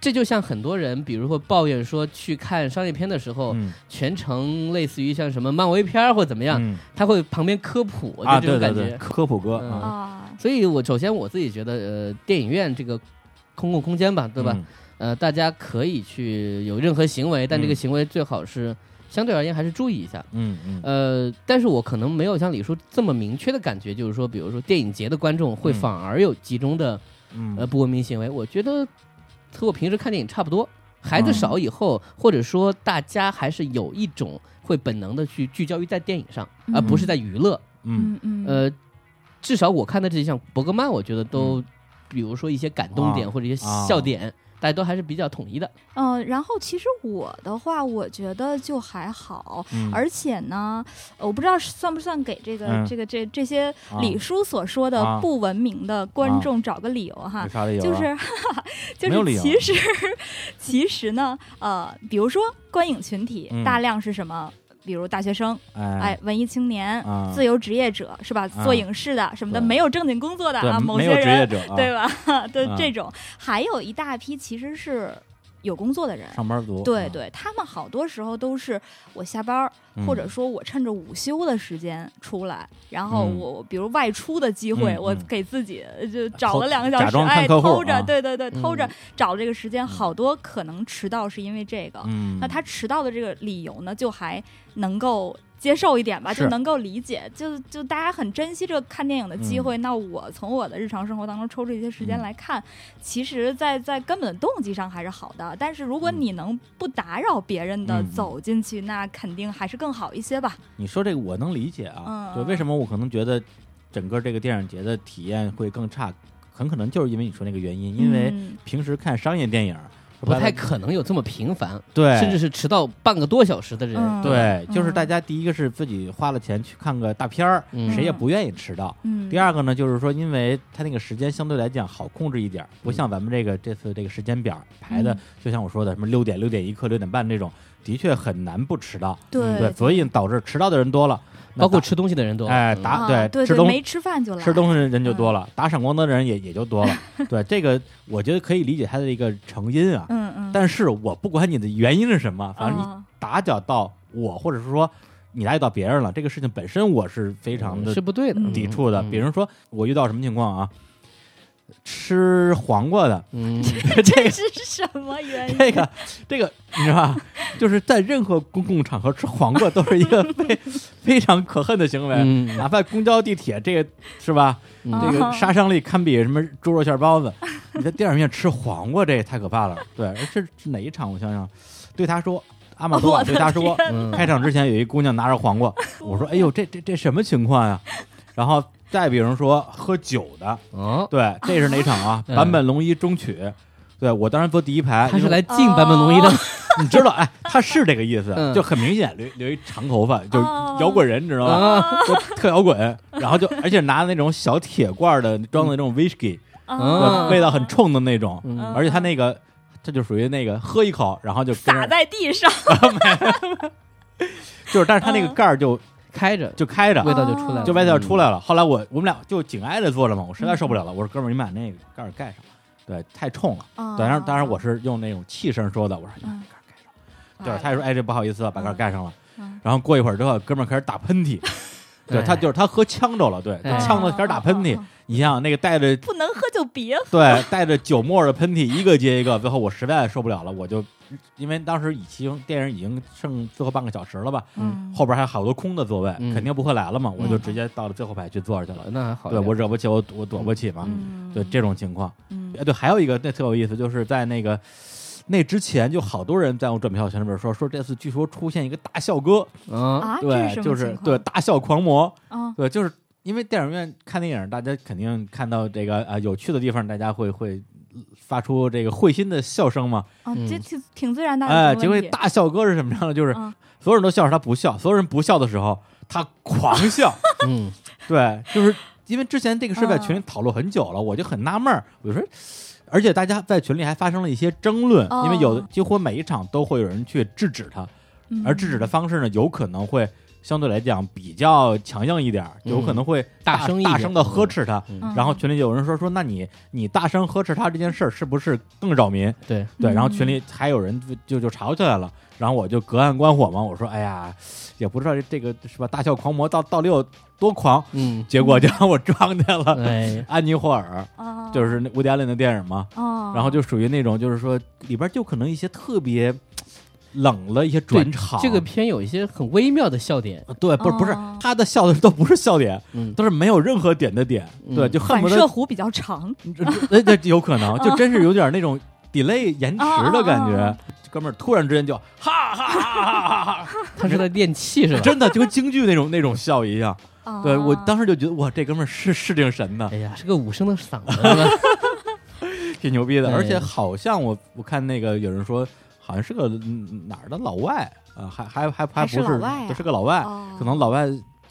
这就像很多人，比如说抱怨说去看商业片的时候，
嗯
全程类似于像什么漫威片儿或怎么样，
嗯
他会旁边科普，我
啊，
就这
对
种
对
感觉。
对，科普哥啊，
啊，
所以我首先我自己觉得，呃，电影院这个。公共空间吧，对吧？
嗯？
呃，大家可以去有任何行为，但这个
嗯
行为最好是相对而言还是注意一下。
嗯嗯，
呃，但是我可能没有像李叔这么明确的感觉，就是说，比如说电影节的观众会
嗯
反而有集中的、
嗯
呃不文明行为，我觉得和我平时看电影差不多。孩子
嗯
少以后，或者说大家还是有一种会本能的去聚焦于在电影上，而不是在娱乐。
嗯
嗯嗯，
呃，至少我看的这项伯格曼，我觉得都，比如说一些感动点
嗯啊
或者一些
啊
笑点，大家都还是比较统一的。
呃，然后其实我的话，我觉得就还好，
嗯，
而且呢，呃我不知道算不算给这个、
嗯
这个这这些
啊
李叔所说
啊
的不文明的观众找个理由哈。
有啥理由啊？
就是 就
没有理
是，
由
其实 其实呢，呃，比如说观影群体、
嗯
大量是什么？比如大学生，哎
哎，，
文艺青年，
啊
自由职业者是吧？
啊
做影视的什么的，
对
没有正经工作的
对
啊，，某
没
些
有职业
人
者啊，
对吧？ 对
啊
这种，还有一大批其实是有工作的人。
上班族，
对
啊，
对，他们好多时候都是我下班儿，
嗯
或者说我趁着午休的时间出来，然后
嗯
我比如外出的机会，
嗯
我
嗯
给自己呃就找
偷
了两个
假
小时，
装看
哎，
客户
偷着，
啊
对对对，偷着
嗯
找这个时间，好多可能迟到是因为这个。
嗯，
那他迟到的这个理由呢，就还能够接受一点吧，
是
就能够理解，就就大家很珍惜这个看电影的机会。那我从我的日常生活当中抽出一些时间
嗯
来看，其实在，在根本的动机上还是好的。但是如果你能不打扰别人的
嗯
走进去，那肯定还是更好一些吧。
你说这个我能理解啊，
嗯
就为什么我可能觉得整个这个电影节的体验会更差，很可能就是因为你说那个原因，因为
嗯
平时看商业电影
不太可能有这么频繁，
对，
甚至是迟到半个多小时的人。
嗯
对，
嗯
就是大家第一个是自己花了钱去看个大片儿，
嗯
谁也不愿意迟到。
嗯，
第二个呢，就是说，因为它那个时间相对来讲好控制一点儿，
嗯
不像咱们这个这次这个时间表排的
嗯，
就像我说的什么六点、六点一刻、六点半这种，的确很难不迟到。
对
嗯对，所以导致迟到的人多了，那
包括
打
吃东西的人多。
哎
嗯
打
啊
对
对
吃东
没吃饭就来
吃东西的人就多了，打闪光灯的人也也就 多了。对，这个我觉得可以理解它的一个成因啊。
嗯嗯，
但是我不管你的原因是什么，反正你
啊
打搅到我，或者是说你打搅到别人了，这个事情本身我是非常的
是不对的，
嗯
抵触的。
嗯
比如说我遇到什么情况啊，吃黄 瓜的
嗯，
这
这
个
是什么原因？
这个这个，你知道吧？就是在任何公共场合吃黄瓜都是一个非非常可恨的行为。
嗯
哪怕公交、地铁，这个是吧？
嗯
这
哦
个杀伤力堪比什么猪肉馅包 子。你在电影院吃黄瓜，这也太可怕了。对，这是哪一场？我想想，对他说，阿玛多
哦我
瓦
的
对他说，
嗯
开场之前有一姑娘拿着黄 瓜，我说：“哎呦，这这这什么情况呀、然后再比如说喝酒的，
哦，
对，这是哪场啊？
嗯
坂本龙一中曲，对我当然坐第一排，
他
因
是
为
来进版本龙一的，
你知道，哎，他是这个意思，
嗯
就很明显留留一长头发，就
哦
摇滚人，你知道吧？
啊，
就特摇滚，然 后就而且拿那种小铁罐的装的那种 whisky，
嗯
啊，
味道很冲的那种，
嗯
而且他那个。这就属于那个喝一口，然后就跟
撒
着，
在地上，
就是，但是他那个盖儿就
开着
就开着，
味道就出来了，
就外头出
来，
来了。后来我我们俩就紧挨着坐着嘛，我实在受不了了，我说哥们儿，你把那个盖儿盖上，对，太冲了。
啊
对，当然当然我是用那种气声说的，我说你把
嗯
盖儿盖上。对，他也说哎这不好意思，把盖儿盖上了
嗯嗯。
然后过一会儿之后，哥们儿开始打喷嚏，对他就是他喝呛着了，对，
哎
呛得开始打喷嚏。
哦
你想想那个带着
不能喝就别喝。
对，带着酒沫儿的喷嚏，一个接一个。最后我实在受不了了，我就因为当时已经电影已经剩最后半个小时了吧，
嗯，
后边还有好多空的座位，
嗯
肯定不会来了嘛，我就
嗯
直接到了最后排去坐着去了。
那还好一
对
点。
我惹不起，我我躲不起嘛。
嗯
对这种情况，
嗯
哎，对，还有一个那特有意思，就是在那个那之前，就好多人在我转票群里边说，说这次据说出现一个大笑哥，
嗯，
啊，这
对，
什么
就是
情况
对大笑狂魔，
啊，
对，就是因为电影院看电影，大家肯定看到这个啊、呃有趣的地方，大家会会发出这个会心的笑声嘛。
啊
嗯
这挺挺自然大
哎、
有
结
什么
果
问题
大笑哥是什么样的？就是
嗯
所有人都笑时他不笑，所有人不笑的时候他狂 笑。
嗯，
对， 就是因为之前这个事在群里讨论很久了，我就很纳闷儿，我就说。而且大家在群里还发生了一些争论，因为有的
哦
几乎每一场都会有人去制止他，
嗯
而制止的方式呢，有可能会相对来讲比较强硬一点儿，有可能会
嗯大
大
声一
大
点
声的呵斥他。
嗯
嗯
然后群里有人说说，那你你大声呵斥他这件事儿是不是更扰民？
对，
对，
嗯
然后群里还有人就就就吵起来了，然后我就隔岸观火嘛，我说哎呀，也不知道这这个是吧，大笑狂魔到到底有多狂，
嗯，
结果就让我撞见了
哎，
安妮霍尔，
嗯哦
就是那伍迪·艾伦的电影嘛，
哦，
然后就属于那种就是说里边就可能一些特别冷的一些转场，
这个片有一些很微妙的笑 点，
对，不是不是
哦，
他的笑的都不是笑点，
嗯
都是没有任何点的点，
嗯
对，就恨
反
不
射
得，
弧比较长，
那那有可能，就真是有点那种 delay 延迟的感
哦哦哦
觉
哦。
这哥们儿突然之间就哈哈哈哈哈哈哈，
他是在练气是吧？
真的就跟京剧那种那种笑一样。对我
哦
当时就觉得哇，这哥们儿是是挺神的
哎，呀，是个武生的嗓子是 吧，
挺牛逼的，
哎
而且好像我我看那个有人说，好像是个嗯哪儿的老外啊，还还还还
还
不
是老外啊
就是个老外，
哦
可能老外。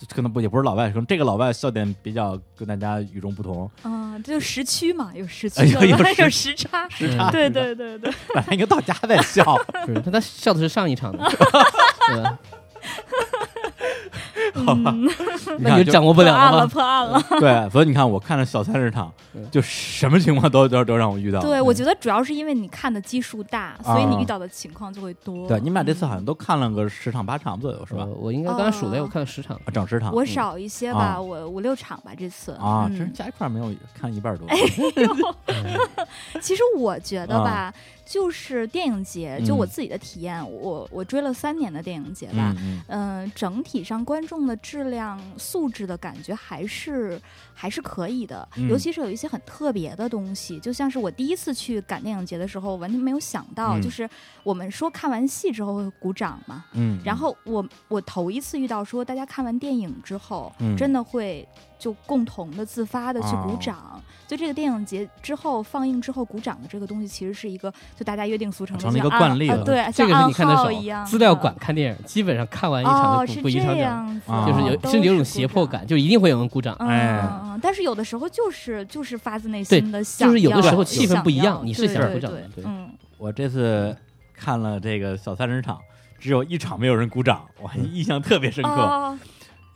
可能不也不是老外，可能这个老外笑点比较跟大家与众不同，
嗯，就时区嘛，有时
哎
区
呦
的，
有
还
时
有时差，嗯
时差
对对对 对，
本来应该到家再 笑，
是他他笑的是上一场的，对吧？
嗯，
你
那
看
你就掌握不了
破案
了吧？
破案了。
就对，所以你看，我看了小三十场
嗯，
就什么情况都都都让我遇到。
对，我觉得主要是因为你看的基数大，所以你遇到的情况就会多。
啊对，你们俩这次好像都看了个十场八场左右，是吧
呃？我应该刚才数了，
哦
我看了十场，
啊，整十场
我少一些吧，
啊
我五六场吧，这次
啊，
嗯哎
这加一块儿没有看一半多。
其实我觉得吧，就是电影节，
啊嗯
就我自己的体验，我我追了三年的电影节吧
嗯，嗯，
嗯、整体上观众的质量、素质的感觉还是还是可以的，
嗯
尤其是有一些很特别的东西，就像是我第一次去赶电影节的时候，完全没有想到，
嗯
就是我们说看完戏之后会鼓掌嘛，
嗯，
然后我我头一次遇到说大家看完电影之后，
嗯
真的会就共同的自发的去
哦
鼓掌。就这个电影节之后放映之后鼓掌的这个东西，其实是一个就大家约定俗成的
成了一个
像暗
惯例
啊
了
对，
这
像
个是你看的
暗
少
号一样，的
资料馆看电影基本上看完一
哦
场
是
就
这
鼓一场掌，
样子哦
啊，
就是有
都
甚至有种
鼓
胁
掌
迫。感，就一定会有人鼓掌。
嗯
哎
嗯，嗯但是有的时候就是就是发自内
对
心的想
就是
要，
有的时候气
想
氛不一
要
样，你是
对
想
对
鼓掌的对，
对，嗯，
我这次看了这个小三十场，只有一场没有人鼓掌，我印象特别深刻。
哦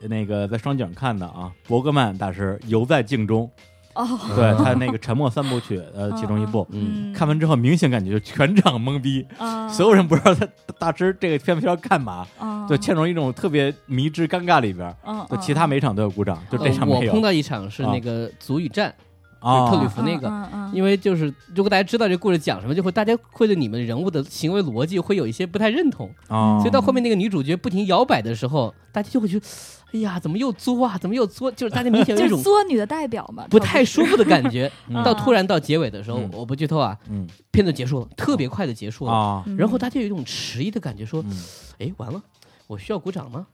那个在双井看的啊，伯格曼大师《游在镜中
哦，》，
对他那个《沉默三部曲》呃其中一部，
嗯
看完之后明显感觉就全场懵逼，
哦
完
所有人不知道他大师这个片片要干嘛，
有
就陷入一种特别迷之尴尬里边儿。
嗯，
就
嗯
其他每场都有鼓掌，就
呃
这场
哦我
没
碰
有哦
到一场是那个足语战，
啊
特吕
嗯
弗那个
嗯嗯嗯
因为就是如果大家知道这故事讲什么，就会大家会对你们人物的行为逻辑会有一些不太认同，
啊！
所以到后面那个女主角不停摇摆的时候，大家就会觉得，哎呀，怎么又作啊，怎么又作？就是大家明显有
就
一
是
种
作女的代表嘛，
不
她
太
是
舒服的感觉。
嗯
到突然到结尾的时候
嗯，
我不剧透啊，
嗯
片子结束了，特别快的结束了，
啊
嗯
然后大家有一种迟疑的感觉，说，
嗯
哎，完了。我需要鼓掌吗？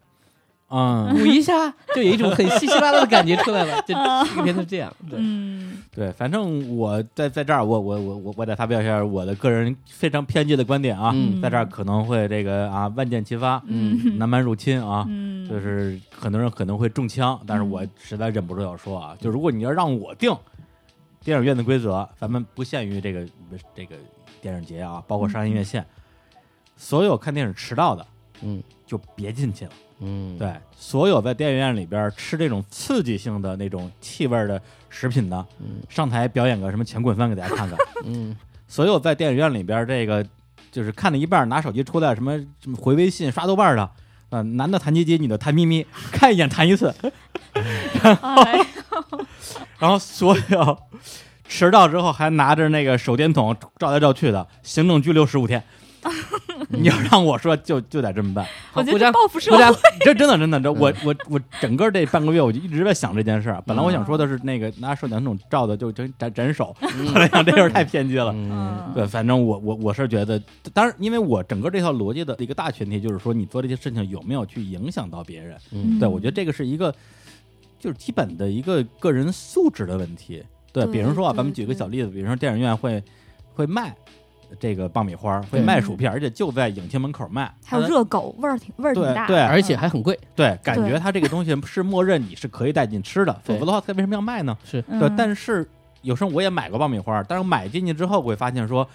嗯，
鼓一下，就有一种很稀稀拉拉的感觉出来了。就 这个片子是这样，对，
嗯
对，反正我在在这儿，我我我我我得发表一下我的个人非常偏激的观点啊，
嗯
在这儿可能会这个啊万箭齐发，
嗯
南蛮入侵啊。
嗯，
就是很多人可能会中枪，但是我实在忍不住要说啊，就如果你要让我定电影院的规则，咱们不限于这个这个电影节啊，包括商业院线，所有看电影迟到的，
嗯，
就别进去了。
嗯，
对，所有在电影院里边吃这种刺激性的那种气味儿的食品的，
嗯
上台表演个什么前滚翻给大家 看看。
嗯，
所有在电影院里边这个就是看了一半拿手机出来什么什么回微信刷豆瓣的，呃，男的弹鸡鸡，女的弹咪咪， 看一眼弹一次，
哎
然后所有迟到之后还拿着那个手电筒照来照去的，行政拘留十 五天。你要让我说，就就得这么办。
好，
我觉
鼓
得这
掌，
报复社
鼓
会
掌，
这真的真的，这我我我整个这半个月我就一直在想这件事儿。本来我想说的是那个拿手电筒照的就就斩斩首， 后来想这事儿太偏激了。
嗯，
嗯，
对，反正我我我是觉得，当然，因为我整个这套逻辑的一个大前提就是说，你做这些事情有没有去影响到别人？
嗯
对我觉得这个是一个，就是基本的一个个人素质的问题。对，
对
比如说啊，
对
咱们举个
对
小例子，比如说电影院会会卖这个爆米花，会
对
卖薯片，而且就在影厅门口卖，
还有热狗，味儿挺味儿挺
对
大，
对
而且还很贵，
对，感觉它这个东西是默认你是可以带进吃的，否
对
则的话，它为什么要卖呢？
嗯
对，但是有时候我也买过爆米花，但是买进去之后，我会发现说，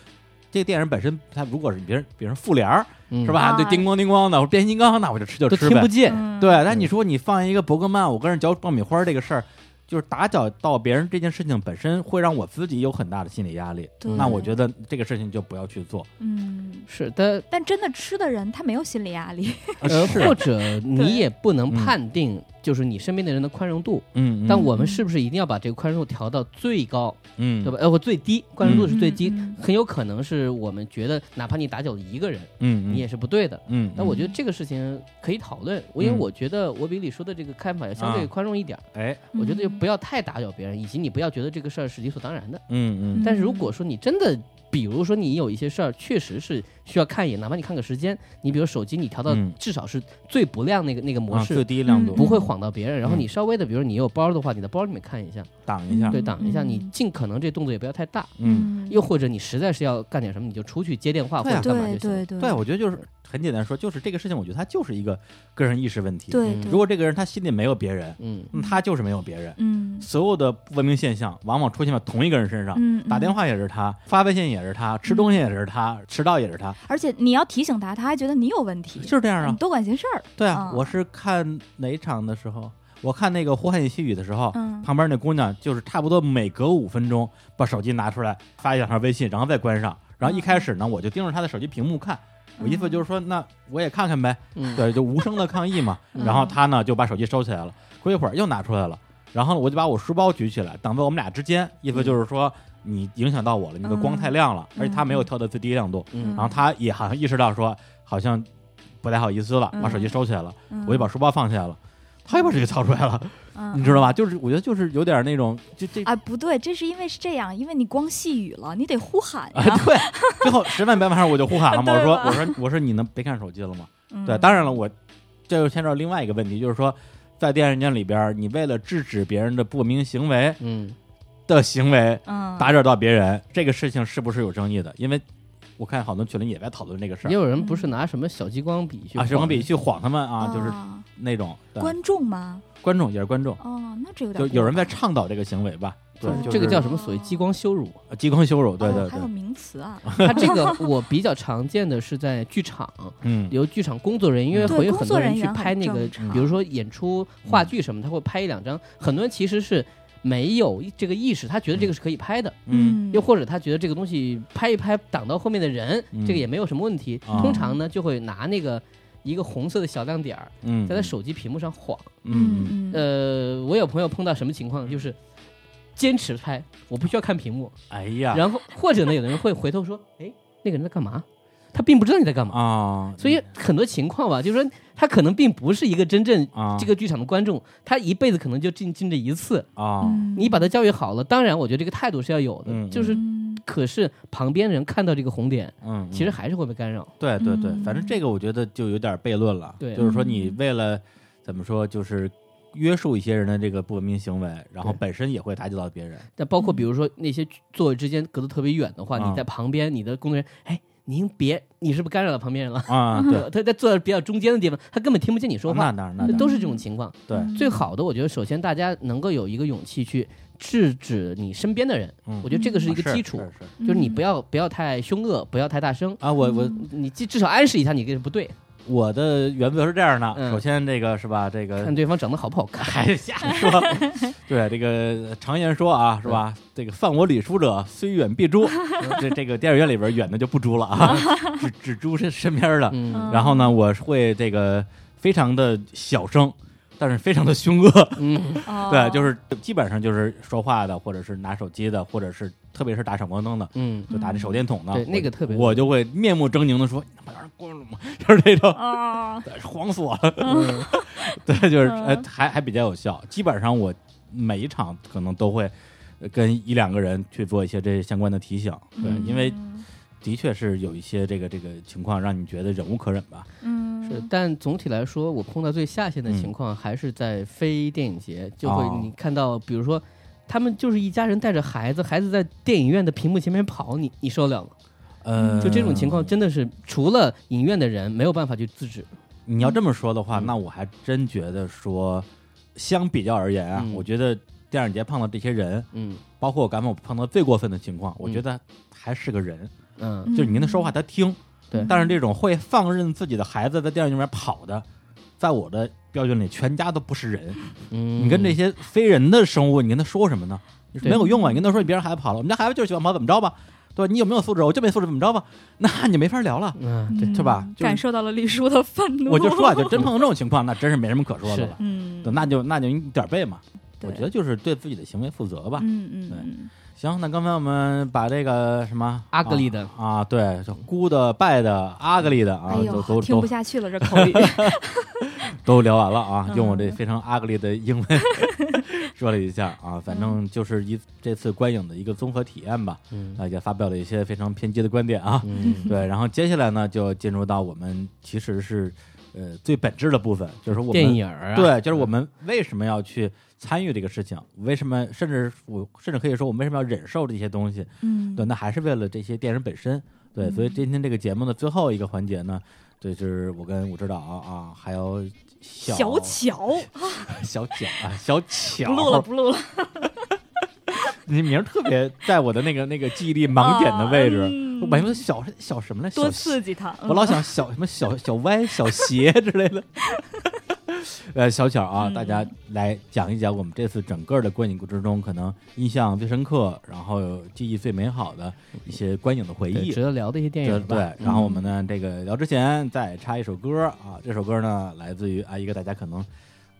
这个电影本身它如果是别人，比如说复联儿
是
是？吧，
啊
对，叮咣叮咣的，或者变形金刚，那我就吃就
嗯都
吃
听
呗
不。见，
嗯
对，但你说你放一个伯格曼，我跟人嚼爆米花这个事儿，就是打搅到别人这件事情本身，会让我自己有很大的心理压力。
嗯
对
那我觉得这个事情就不要去做。
嗯，
是的，
但真的吃的人他没有心理压力，
呃，
啊是啊
或者
对
你也不能判定，就是你身边的人的宽容度。
嗯，嗯
但我们是不是一定要把这个宽容度调到最高，
嗯
对吧？呃，我最低宽容度
嗯
是最低，
嗯
很有可能是我们觉得，哪怕你打搅了一个人，
嗯，
你也是不对的。
嗯，
但我觉得这个事情可以讨论，我因为我觉得我比你说的这个看法要相对
啊
宽容一点儿。
哎，
嗯
我觉得就不要太打扰别人，以及你不要觉得这个事儿是理所当然的。
嗯嗯
但是如果说你真的，比如说你有一些事儿确实是需要看一眼，哪怕你看个时间，你比如手机你调到
嗯
至少是最不亮那个那个模
啊，
式
最。低亮度
不
嗯
会晃到别人，然后你稍微的，比如你有包的话，你的包里面看一下，
挡一下，
对，
嗯
挡一下，
嗯
你尽可能这动作也不要太大，
嗯，
又或者你实在是要干点什么，你就出去接电话或
对啊
者干嘛
对
就行。
对对
对，我觉得就是很简单说，就是这个事情，我觉得它就是一个个人意识问题。，
对
嗯
对，
如果这个人他心里没有别人，
嗯，
那他就是没有别人。
嗯
所有的不文明现象往往出现在同一个人身
啊
上，
嗯
打电
话，
话也是他，发微信也是他，吃东西也是他，迟到也是他，
嗯而且你要提醒他，他还觉得你有问题，
就是这样
你
啊。
多管闲事儿，
对啊
啊，
我是看哪一场的时候，我看那个《呼喊与细雨》的时
哦
候，
嗯
旁边那姑娘就是差不多每隔五分钟把手机拿出来发一两条微信，然后再关上。然后一开始呢，我就盯着她的手机屏幕看，我意思就是说，那我也看看呗，
嗯
对，就无声的抗议嘛。
嗯
然后她呢就把手机收起来了，过一会儿又拿出来了，然后我就把我书包举起来挡在我们俩之间，意思就是说你影响到我了，你的光太亮了，而且她没有调到最低亮度，
嗯
然后她也好像意识到说好像不太好意思了，把手机收起来了，我就把书包放下了。她又把手机掏出来了，
嗯，嗯
你知道？吧？就是我觉得就是有点那种，就这
啊，不对，这是因为是这样，因为你光细雨了，你得呼喊
啊，
呀。
对，最后十万别万上我就呼喊 了嘛，我
对
说
吧
我说我说你能别看手机了吗？
嗯
对，当然了，我这又牵扯到另外一个问题，就是说在电影院里边儿，你为了制止别人的不明行为
嗯
的行为
嗯，
打扰到别人，这个事情是不是有争议的？因为我看好多群里也在讨论这个事
也
儿。
有人不是拿什么小激光笔去
啊，什么笔
晃
去晃他们啊，就是
啊
那种对
观众吗？
观众也是观众，
哦，那这有点
就
过
有人在
分
倡导这个行为吧？对
嗯，
就
这个
是呃
叫什么？所 谓激光羞辱。啊
激光羞辱，对
哦
对
还
对
有，名 词啊，
它这个我比较常见的是在剧场，
嗯，
由剧场工作人员，因为
对
会有
工
很
作
多
人
去
员
拍
很
那个
正，常
比如说演出、话剧什么，他会拍一两张。很多人其实是没有这个意识，他觉得这个是可以拍的，
嗯
又或者他觉得这个东西拍一拍挡到后面的人，
嗯
这个也没有什么问题。
啊
通常呢，就会拿那个一个红色的小亮点儿，
嗯，
在他手机屏幕上晃。
嗯，
嗯嗯嗯
呃，我有朋友碰到什么情况，就是坚持拍，我不需要看屏幕。
哎呀，
然后或者呢，有的人会回头说：“哎，那个人在干嘛？”他并不知道你在干嘛。
啊，
所以很多情况吧，就是说他可能并不是一个真正
啊，
这个剧场的观众，他一辈子可能就进进这一次。
啊，
嗯你把他教育好了，当然我觉得这个态度是要有的，
嗯
就是
嗯
可是旁边人看到这个红点，
嗯，
其实还是会被干扰。
对对对，
嗯
反正这个我觉得就有点悖论了。
对嗯
就是说你为了怎么说，就是约束一些人的这个不文明行为，然后
对
本身也会打击到别 人。
但包括比如说那些座位之间隔得特别远的话，
啊
你在旁边，你的工作人员，哎，您别，你是不是干扰到旁边人了？
啊，对， 啊
他在坐在比较中间的地方，他根本听不见你说
那
话，
当然，那
这
当然，
都是这种情况。
对，
嗯
最好的，我觉得首先大家能够有一个勇气去制止你身边的人，
嗯
我觉得这个是一个
啊
基础。
是是
就
是
是
嗯
你不要不要太凶恶，不要太大声，
啊，我我
你至至少暗示一下你这个不对，
我的原则是这样的，
嗯
首先这个是吧，这个
看对方长得好不好看。
呃还是瞎 说。对，这个常言说啊，是
嗯
吧？这个犯我礼书者，虽远必 诛。这这个电影院里边远的就不诛了啊，只只诛身身边的。
嗯
嗯
然后呢，我会这个。非常的小声，但是非常的凶恶。
嗯，
哦
对，就是基本上就是说话的，或者是拿手机的，或者是特别是打闪光灯的，
嗯，
就打那手电筒的，
对，那个
我
特别
我就会面目狰狞的说：“你他妈让人关了 吗？”就是这种，
啊，
慌死我了。
嗯
对，就是
嗯
呃，还还比较有效。基本上我每一场可能都会呃跟一两个人去做一些这相关的提醒，对，
嗯
因为的确是有一些这个这个情况让你觉得忍无可忍吧。
嗯
是，但总体来说，我碰到最下线的情况还是在非电影节，就
嗯哦
会你看到，比如说他们就是一家人带着孩子，孩子在电影院的屏幕前面跑，你你受得了吗？
呃，
嗯就这种情况，真的是除了影院的人没有办法去制止。
你要这么说的话，
嗯
那我还真觉得说，相比较而言啊，
嗯
我觉得电影节碰到这些人，
嗯
包括我刚才我碰到最过分的情况，我
嗯
觉得还是个人，
嗯，
就是你跟他说话，他听。
对
但是这种会放任自己的孩子在电影里面跑的，在我的标准里，全家都不是人。
你
嗯你跟这些非人的生物，你跟他说什么呢？你
嗯
说
对
没有用啊！你跟他说你别让孩子跑了，我们家孩子就是喜欢跑，怎么着吧？对吧？你有没有素质？我就没素质，怎么着吧？那你没法聊了。
嗯，
对是吧
嗯
就是
感受到了李叔的愤怒，
我就说啊，就真碰到这种情况，那真是没什么可说的了。
嗯，
对那就那就一点背嘛。
对
我觉得就是对自己的行为负责吧。
嗯嗯嗯，
行，那刚才我们把这个什么
阿格丽的
啊啊，对，就 good 败的阿格丽的啊，都
哎呦，
都
听
都
不下 去了，这口语，
都聊完了啊，
嗯
用我这非常阿格丽的英 文 说了一下啊，反
嗯
正就是一这次观影的一个综合体验吧。
嗯
啊，也发表了一些非常偏激的观点啊。
嗯
对，然后接下来呢，就进入到我们其实是呃最本质的部分，就是我们
电影儿啊，
对，就是我们为什么要去参与这个事情？为什么甚至我甚至可以说，我们为什么要忍受这些东西？
嗯，
对，那还是为了这些电影本身。对，所以
嗯
今天这个节目的最后一个环节呢，对，就是我跟武指导啊，还有小
小巧，
小巧啊，小巧，
不录了，不录了，
你名儿特别在我的那个那个记忆力盲点的位置，
啊嗯
我感觉小小什么来，
多
小
刺激他，嗯
我老想小什么小小歪、小斜之类的。呃，小巧啊，
嗯
大家来讲一讲我们这次整个的观影之中，可能印象最深刻，然后有记忆最美好的一些观影的回
对
忆。
值得聊的一些电
对
影吧嗯
对，然后我们呢，这个聊之前再插一首歌啊，这首歌呢来自于啊一个大家可能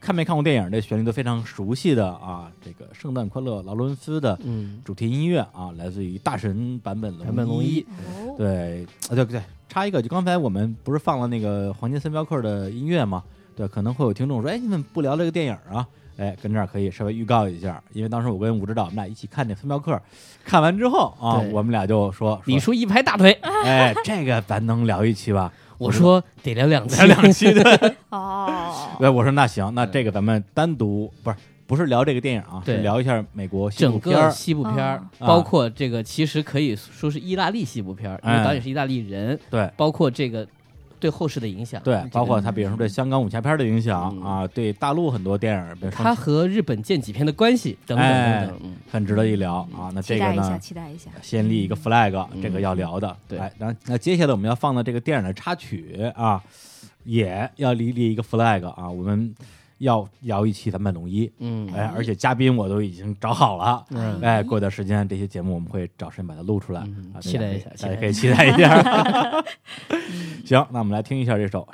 看没看过电影，这旋律都非常熟悉的啊，这个《圣诞快乐》劳伦斯的
嗯，
主题音乐啊，来自于大神版本
版本龙
一
一，
哦，
对，啊对对，插一个，就刚才我们不是放了那个黄金三镖客的音乐吗？对，可能会有听众说，哎，你们不聊这个电影啊？哎，跟这儿可以稍微预告一下，因为当时我跟武指导我们俩一起看这三镖客，看完之后啊，
对
我们俩就说，
李叔
说，
一拍大腿，
哎，这个咱能聊一期吧？
我说得聊 两期
聊，两期的。
哦，
对，我说那行，那这个咱们单独不是不是聊这个电影啊，是
对
聊一下美国西部
整
片
个
儿。
西部片儿
啊，
包括这个其实可以说是意大利西部片儿，因
哎
为导演是意大利人，
对，
包括这个对后世的影响，
对
嗯这，个
包括他比如说对香港武侠片儿的影响、
嗯
啊，对大陆很多电影，比如说
他和日本剑戟片的关系等等
哎
等等，嗯
很值得一聊啊。那这个
期待一下，
呢，
期待一下，
先立一个 flag，、
嗯
这个要聊的。
对
哎，然后那接下来我们要放的这个电影的插曲啊，也要立立一个 flag 啊，我们要聊一期《咱们龙一》。
嗯
哎，而且嘉宾我都已经找好了。
嗯
哎，过段时间这些节目我们会找时间把它录出来，
嗯
啊，
期待一下
大家可以期待一下。
嗯
行，那我们来听一下这首。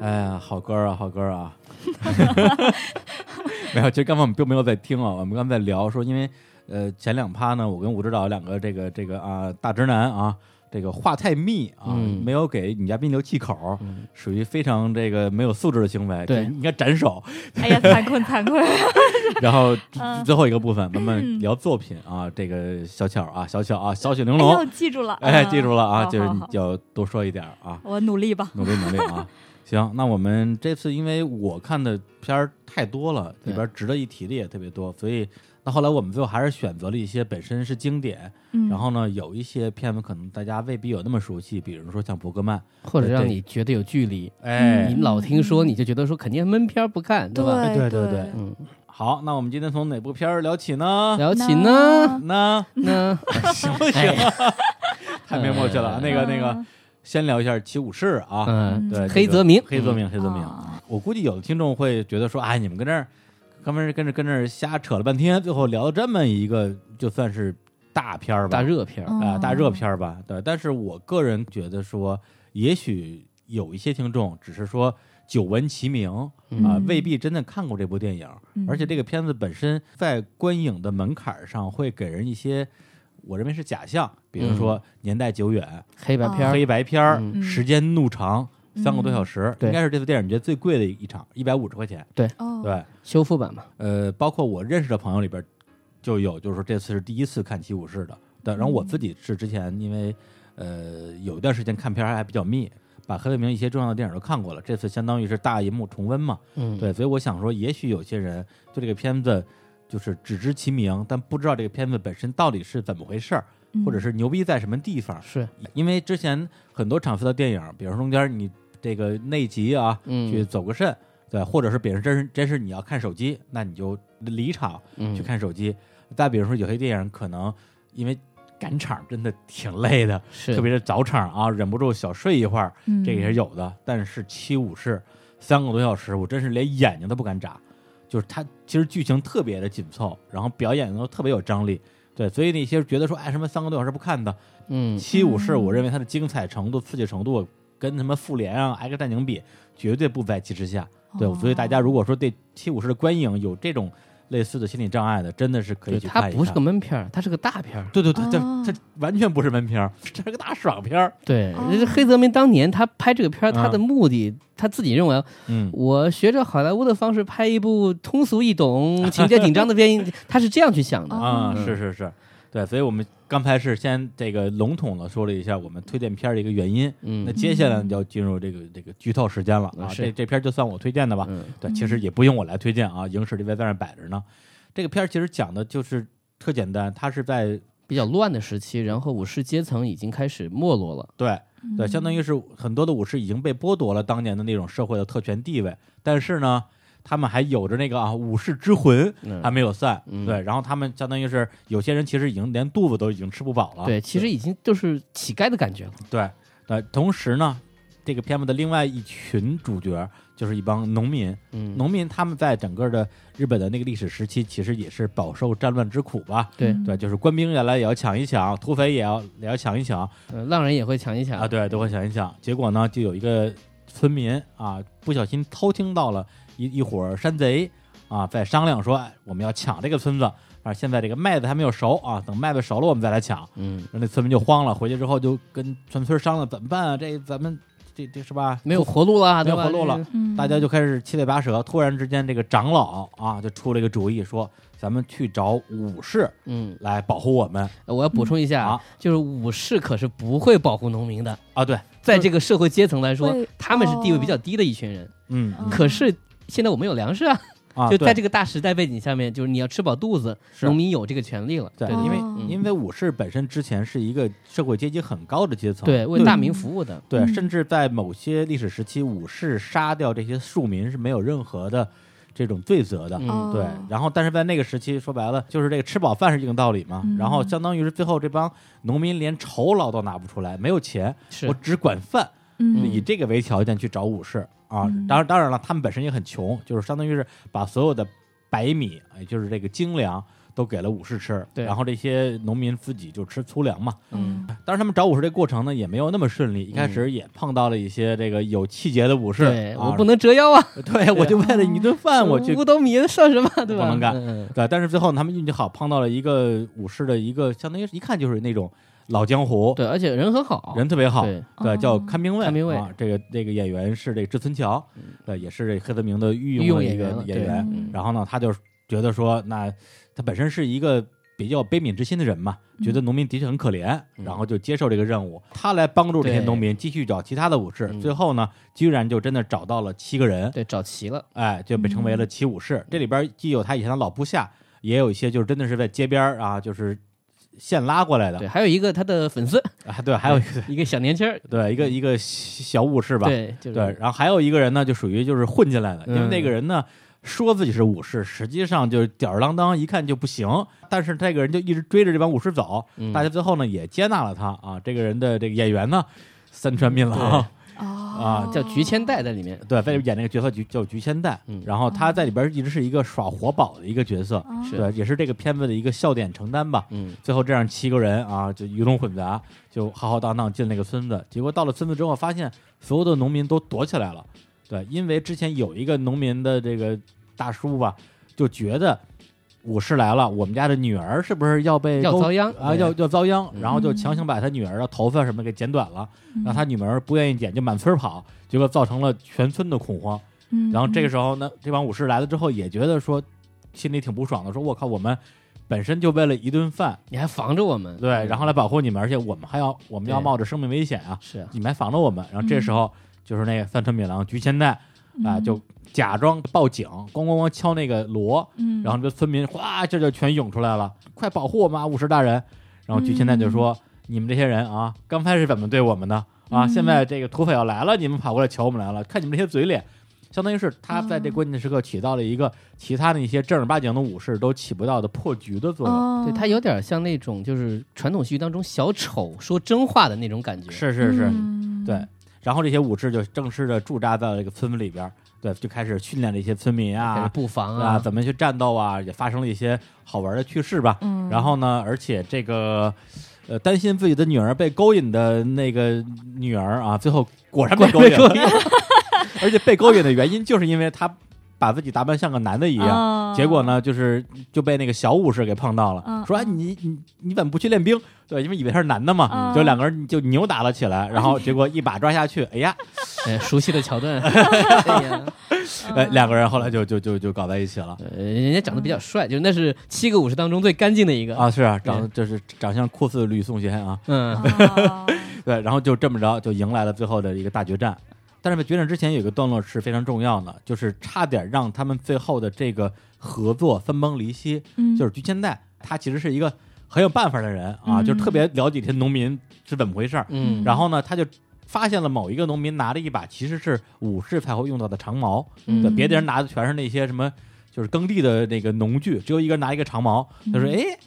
哎呀，好歌啊，好歌啊！ 没有，其实刚才我们并没有在听啊，我们刚才在聊说，因为呃前两趴呢，我跟武指导两个这个这个啊大直男啊，这个话太密啊，
嗯
没有给女嘉宾留气口，
嗯
属于非常这个没有素质的行为，
对
这应该斩首。
哎 呀，惭愧惭愧。
然后
嗯
最后一个部分，咱们聊作品啊，这个小巧啊，小巧啊，小雪玲
哎
珑
呦，，记住了，
哎，
嗯
记住了啊，
好
就是
好
你
好
要多说一点儿啊。
我努力吧。
努力努力 啊！行，那我们这次因为我看的片儿太多了，里
对
边值得一提的也特别多，所以那后来我们最后还是选择了一些本身是经典，
嗯，
然后呢有一些片子可能大家未必有那么熟悉，比如说像伯格曼，
或者让
对
你觉得有距离，
哎
你老听说你就觉得说肯定闷片儿不看，对吧？
对
对
对对
对
嗯，
好，那我们今天从哪部片儿聊起呢？
聊起呢，
啊
嗯
那
那
行不行？太没默契了。
嗯
那个那个，先聊一下《七武士》啊，
嗯，
对，
黑
这个
泽明嗯
黑泽明，黑泽明。
啊
我估计有的听众会觉得说，哎，你们跟这儿，跟这儿跟这儿跟这儿瞎扯了半天，最后聊这么一个就算是大片儿吧，
大热片儿，
啊、
嗯
大热片儿吧，对。但是我个人觉得说，也许有一些听众只是说久闻其名啊、
嗯
未必真的看过这部电影，
嗯
而且这个片子本身在观影的门槛上会给人一些。我认为是假象，比如说年代久远、
黑白嗯片
嗯
儿，
黑白片儿、
嗯
时间怒长，三个多小时，
对
应该是这次电影节最贵的一场，一百五十块钱。
哦，
对，
修复版嘛，
呃，包括我认识的朋友里边，就有就是说这次是第一次看《七武士》的，
嗯
对。然后我自己是之前因为呃有一段时间看片儿还比较密，把黑泽明一些重要的电影都看过了，这次相当于是大银幕重温嘛，
嗯，
对。所以我想说，也许有些人对这个片子就是只知其名，但不知道这个片子本身到底是怎么回事儿，
嗯
或者是牛逼在什么地方。
是，
因为之前很多场次的电影，比如说中间你这个内急啊，
嗯，
去走个肾，对，或者是别人真是真是你要看手机，那你就离场
嗯
去看手机。再比如说有些电影可能因为赶场真的挺累的，
是
特别是早场啊，忍不住小睡一会儿，
嗯
这个
嗯
也是有的。但是七武士三个多小时，我真是连眼睛都不敢眨，就是它其实剧情特别的紧凑，然后表演都特别有张力。对，所以那些觉得说，哎，什么三个多小时不看的，
嗯
七武士，我认为它的精彩程度、刺激程度跟他们复联啊、X 战警比，绝对不在其之下。对，
哦
所以大家如果说对七武士的观影有这种类似的心理障碍的，真的是可以
对，
去
它
看一看。
不是个闷片儿，它是个大片儿。
对对对，
哦
这这完全不是闷片儿， 这是个大爽片儿。
对，嗯
哦
这是黑泽明当年他拍这个片儿，他的目的他自己认为，
嗯，
我学着好莱坞的方式拍一部通俗易 懂、情节紧张的电影， 他是这样去想
哦
的。
啊、
嗯
是是是，对，所以我们刚才是先这个笼统的说了一下我们推荐片儿的一个原因。那
嗯，
接下来就要进入这个这个剧透时间了啊！
是
这这片儿就算我推荐的吧。
嗯
对，其实也不用我来推荐啊，影史这边在那儿摆着呢。这个片儿其实讲的就是特简单，它是在
比较乱的时期，然后武士阶层已经开始没落了。
对对，
嗯
相当于是很多的武士已经被剥夺了当年的那种社会的特权地位，但是呢，他们还有着那个啊武士之魂
嗯
还没有散，
嗯
对，然后他们相当于是有些人其实已经连肚子都已经吃不饱了，
对，其实已经就是乞丐的感觉了。
对对，同时呢，这个片子的另外一群主角就是一帮农民，
嗯，
农民他们在整个的日本的那个历史时期，其实也是饱受战乱之苦吧。
嗯
对，
对，就是官兵原来也要抢一抢，土匪也要也要抢一抢
呃浪人也会抢一抢
啊，。对，都会抢一抢。结果呢，就有一个村民啊，不小心偷听到了一一伙山贼啊在商量说，哎我们要抢这个村子，啊，现在这个麦子还没有熟啊，等麦子熟了我们再来抢。
嗯，
那村民就慌了，回去之后就跟全村商量怎么办啊？这咱们这这是吧？
没有活路了，啊
没有
对吧
活路了。
嗯
大家就开始七嘴八舌。突然之间，这个长老啊就出了一个主意，说咱们去找武士
嗯，呃
来保护我们
我要补充一下
啊，
就是武士可是不会保护农民的，
啊！对，
在这个社会阶层来说
会，
他们是地位比较低的一群人。
嗯
嗯
可是现在我们有粮食啊，
啊，
就在
对
这个大时代背景下面，就是你要吃饱肚子，
是
农民有这个权利了。
对，
对
因为
哦
因为武士本身之前是一个社会阶级很高的阶层，
对，为大明服务的。
对，
嗯
甚至在某些历史时期，武士杀掉这些庶民是没有任何的这种罪责的。
哦
嗯，
对，然后但是在那个时期，说白了就是这个吃饱饭是硬道理嘛。
嗯
然后相当于是最后这帮农民连酬劳都拿不出来，没有钱，
是
我只管饭，
嗯
以这个为条件去找武士啊
嗯。
当然，当然了，他们本身也很穷，就是相当于是把所有的白米，也就是这个精粮，都给了武士吃，
对
然后这些农民自己就吃粗粮嘛。
嗯，
当然，他们找武士这过程呢也没有那么顺利，一开始也碰到了一些这个有气节的武士，
对
啊
我不能折腰啊，
对我就为了你一顿饭我去
五斗米算什么，对吧？
不能干
嗯
对，但是最后他们运气好，碰到了一个武士的一个，相当于一看就是那种老江湖，
对，而且人很好，
人特别好。
对，
对，
哦
叫看兵卫，
看兵卫
啊，这个这个演员是这个志村桥，对，也是这黑泽明的御
御
用
用
的一
员
个
了
演
对
员。
嗯
然后呢，他就觉得说，那他本身是一个比较悲悯之心的人嘛，觉得农民的确很可怜，
嗯
然后就接受这个任务，他来帮助这些
对
农民继续找其他的武士。
嗯
最后呢，居然就真的找到了七个人，
对，找嗯齐了，
哎，就被称为了骑武士。这里边既有他以前的老部下，也有一些就是真的是在街边儿啊，就是现拉过来的
对，还有一个他的粉 丝，
啊。对，还有一个
一个小年轻儿，
对一个一个小武士
嗯
吧，
对，就是
对，然后还有一个人呢，就属于就是混进来的，因为
嗯
那个人呢。说自己是武士，实际上就是吊儿郎当，一看就不行。但是这个人就一直追着这帮武士走，
嗯
大家最后呢也接纳了他啊。这个人的这个演员呢，三川敏郎，
哦
叫菊千代在里面，
啊 对，在里边演那个角色叫叫菊千代，
嗯
然后他在里边一直是一个耍活宝的一个角色，
哦
是
对，也是这个片子的一个笑点承担吧。
嗯，
最后这样七个人啊，就鱼龙混杂，就浩浩荡荡进那个村子。结果到了村子之后，发现所有的农民都躲起来了。对，因为之前有一个农民的这个大叔吧，就觉得武士来了，我们家的女儿是不是要被
要
勾
遭殃
啊？
对
要要遭殃，
嗯
然后就强行把他女儿的头发什么给剪短了，
嗯
让他女儿不愿意剪，就满村跑，结果造成了全村的恐慌。
嗯
然后这个时候呢，这帮武士来了之后，也觉得说心里挺不爽的，说我靠，我们本身就为了一顿饭，
你还防着我们，嗯
对，
嗯
然后来保护你们，而且我们还要我们要
对
冒着生命危险啊，
是啊，
你们还防着我们。然后这时候就是那个三川敏郎菊千代啊，
嗯
就假装报警，咣咣咣敲那个锣，
嗯
然后这村民哗这就全涌出来了，快保护我们啊，武士大人。然后菊千代就说：“你们这些人啊，刚开始怎么对我们的啊？
嗯
现在这个土匪要来了，你们跑过来瞧我们来了，看你们这些嘴脸。”相当于是他在这
哦
关键时刻起到了一个其他的一些正儿八经的武士都起不到的破局的作用。
哦
对他有点像那种就是传统戏剧当中小丑说真话的那种感觉，
是是是，
嗯
对，然后这些武士就正式的驻扎到这个村子里边儿，对，就开始训练这些村民
开始嗯
啊
布防
啊，怎么去战斗啊，也发生了一些好玩的趣事吧。
嗯
然后呢，而且这个呃，担心自己的女儿被勾引的那个女儿啊，最后果然被勾引了， 而且被勾引的原因就是因为她把自己打扮像个男的一样。
哦
结果呢，就是就被那个小武士给碰到了，
嗯
说、哎、
嗯
你你你怎么不去练兵？对，因为以为他是男的嘛，
嗯
就两个人就扭打了起来，然后结果一把抓下去，哎呀，
哎熟悉的桥 段， 哎呀
嗯
哎，两个人后来就就就就搞在一起了。
呃人家长得比较帅，就是那是七个武士当中最干净的一个，
嗯啊，是啊，长就是长相酷似吕颂贤啊，
嗯，
哦
对，然后就这么着就迎来了最后的一个大决战。但是在决战之前有一个段落是非常重要的，就是差点让他们最后的这个合作分崩离析。
嗯
就是菊千代，他其实是一个很有办法的人啊，
嗯
就是特别了解这些农民是怎么回事儿。
嗯
然后呢，他就发现了某一个农民拿着一把其实是武士才会用到的长矛，
嗯
对，别的人拿的全是那些什么就是耕地的那个农具，只有一个人拿一个长矛。他说：“
嗯
哎，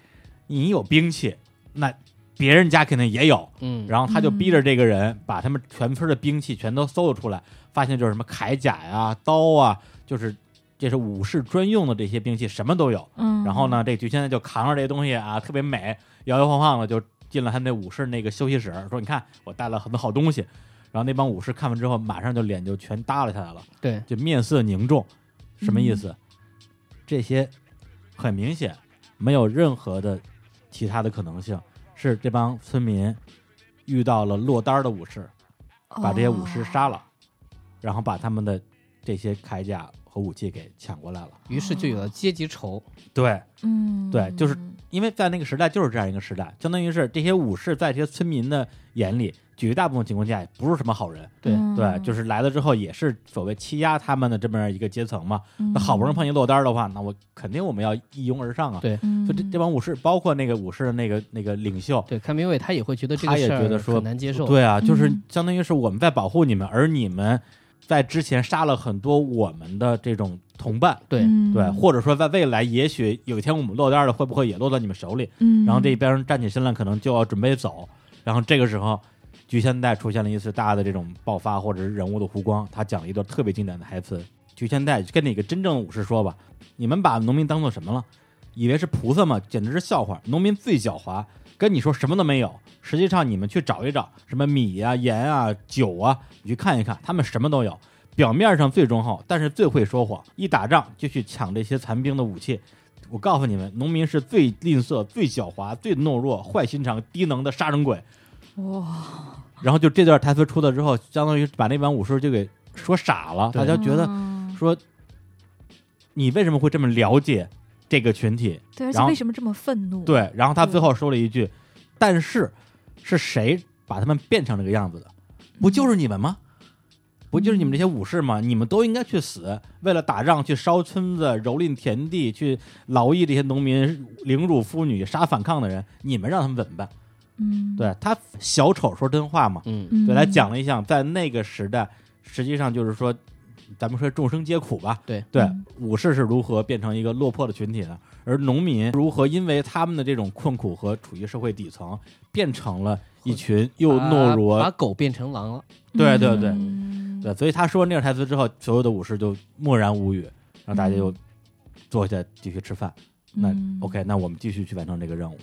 你有兵器，那别人家肯定也有。”
嗯，
然后他就逼着这个人把他们全村的兵器全都搜了出来，发现就是什么铠甲呀、刀啊，就是这是武士专用的这些兵器，什么都有。
嗯
然后呢，这菊现在就扛着这东西啊，特别美，摇摇晃晃的就进了他们那武士那个休息室，说：“你看，我带了很多好东西。”然后那帮武士看完之后，马上就脸就全耷拉下来了，
对，
就面色凝重，什么意思？这些很明显没有任何的其他的可能性，是这帮村民遇到了落单儿的武士，把这些武
哦
士杀了，然后把他们的这些铠甲和武器给抢过来了。
于是就有了阶级仇，
对，
嗯
对就是因为在那个时代就是这样一个时代，相当于是这些武士在这些村民的眼里，绝大部分情况下也不是什么好人。
对
嗯
对，就是来了之后也是所谓欺压他们的这么样一个阶层嘛。
嗯
那好不容易
易
碰见落单儿的话，那我肯定我们要一拥而上啊。
对
嗯
就这这帮武士，包括那个武士的那个那个领袖，
对，看明伟他也会觉得这
他
个
也
事儿
觉得说
很难接受，
对啊，就是
嗯
相当于是我们在保护你们，而你们在之前杀了很多我们的这种同伴，
对
嗯
对，或者说在未来，也许有一天我们落单儿了，会不会也落到你们手里？
嗯
然后这边站起身来，可能就要准备走，然后这个时候，菊千代出现了一次大的这种爆发，或者是人物的弧光。他讲了一段特别经典的台词：菊千代跟那个真正的武士说吧，你们把农民当做什么了？以为是菩萨嘛，简直是笑话。农民最狡猾，跟你说什么都没有，实际上你们去找一找，什么米呀、盐啊、酒啊，你去看一看，他们什么都有。表面上最忠厚，但是最会说谎。一打仗就去抢这些残兵的武器。我告诉你们，农民是最吝啬、最狡猾、最懦弱、坏心肠、低能的杀人鬼。
哇，
然后就这段台词出了之后，相当于把那帮武士就给说傻了，
对
大家觉得
嗯
说你为什么会这么了解这个群体？
对，而
然
且
后
为什么这么愤怒？，
对，然后他最后说了一句：“但是是谁把他们变成这个样子的？不就是你们吗？不就是你们这些武士吗？你们都应该去死，为了打仗去烧村子、蹂躏田地、去劳役这些农民、凌辱妇女、杀反抗的人，你们让他们怎么办？”
嗯，
对他小丑说真话嘛，
嗯，
嗯，
对他讲了一项，在那个时代，实际上就是说，咱们说众生皆苦吧。
对
对
嗯，
武士是如何变成一个落魄的群体的，而农民如何因为他们的这种困苦和处于社会底层，变成了一群又懦
把
弱
把。狗变成狼了，
对对对
啊嗯
对，所以他说完这个台词之后，所有的武士就默然无语，然后大家就坐下继续吃饭。那
嗯
OK，那我们继续去完成这个任务。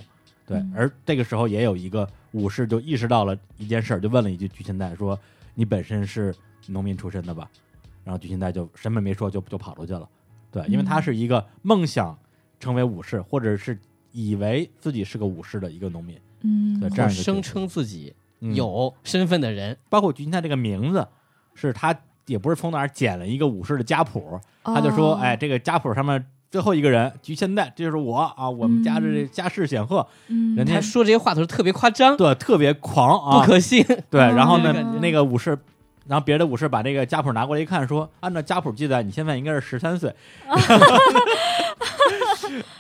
对
嗯，
而这个时候也有一个武士就意识到了一件事儿，就问了一句巨现代说：“你本身是农民出身的吧？”然后巨现代就什么也没说，就就跑出去了。对，因为他
嗯
是一个梦想成为武士，或者是以为自己是个武士的一个农民。
嗯，
对这样一个
声
角色
称自己
嗯
有身份的人，
包括巨现代这个名字，是他也不是从哪儿捡了一个武士的家谱，他就说：“
哦
哎，，这个家谱上面最后一个人巨现代，这就是我啊！我们家这家世显赫，
嗯
人家
他说这些话的时候特别夸 张，
对，特别狂啊，
不可信。
对，
哦
然后呢
这个感，觉
那个武士，然后别的武士把这个家谱拿过来一看，说按照家谱记载，你现在应该是十 三岁。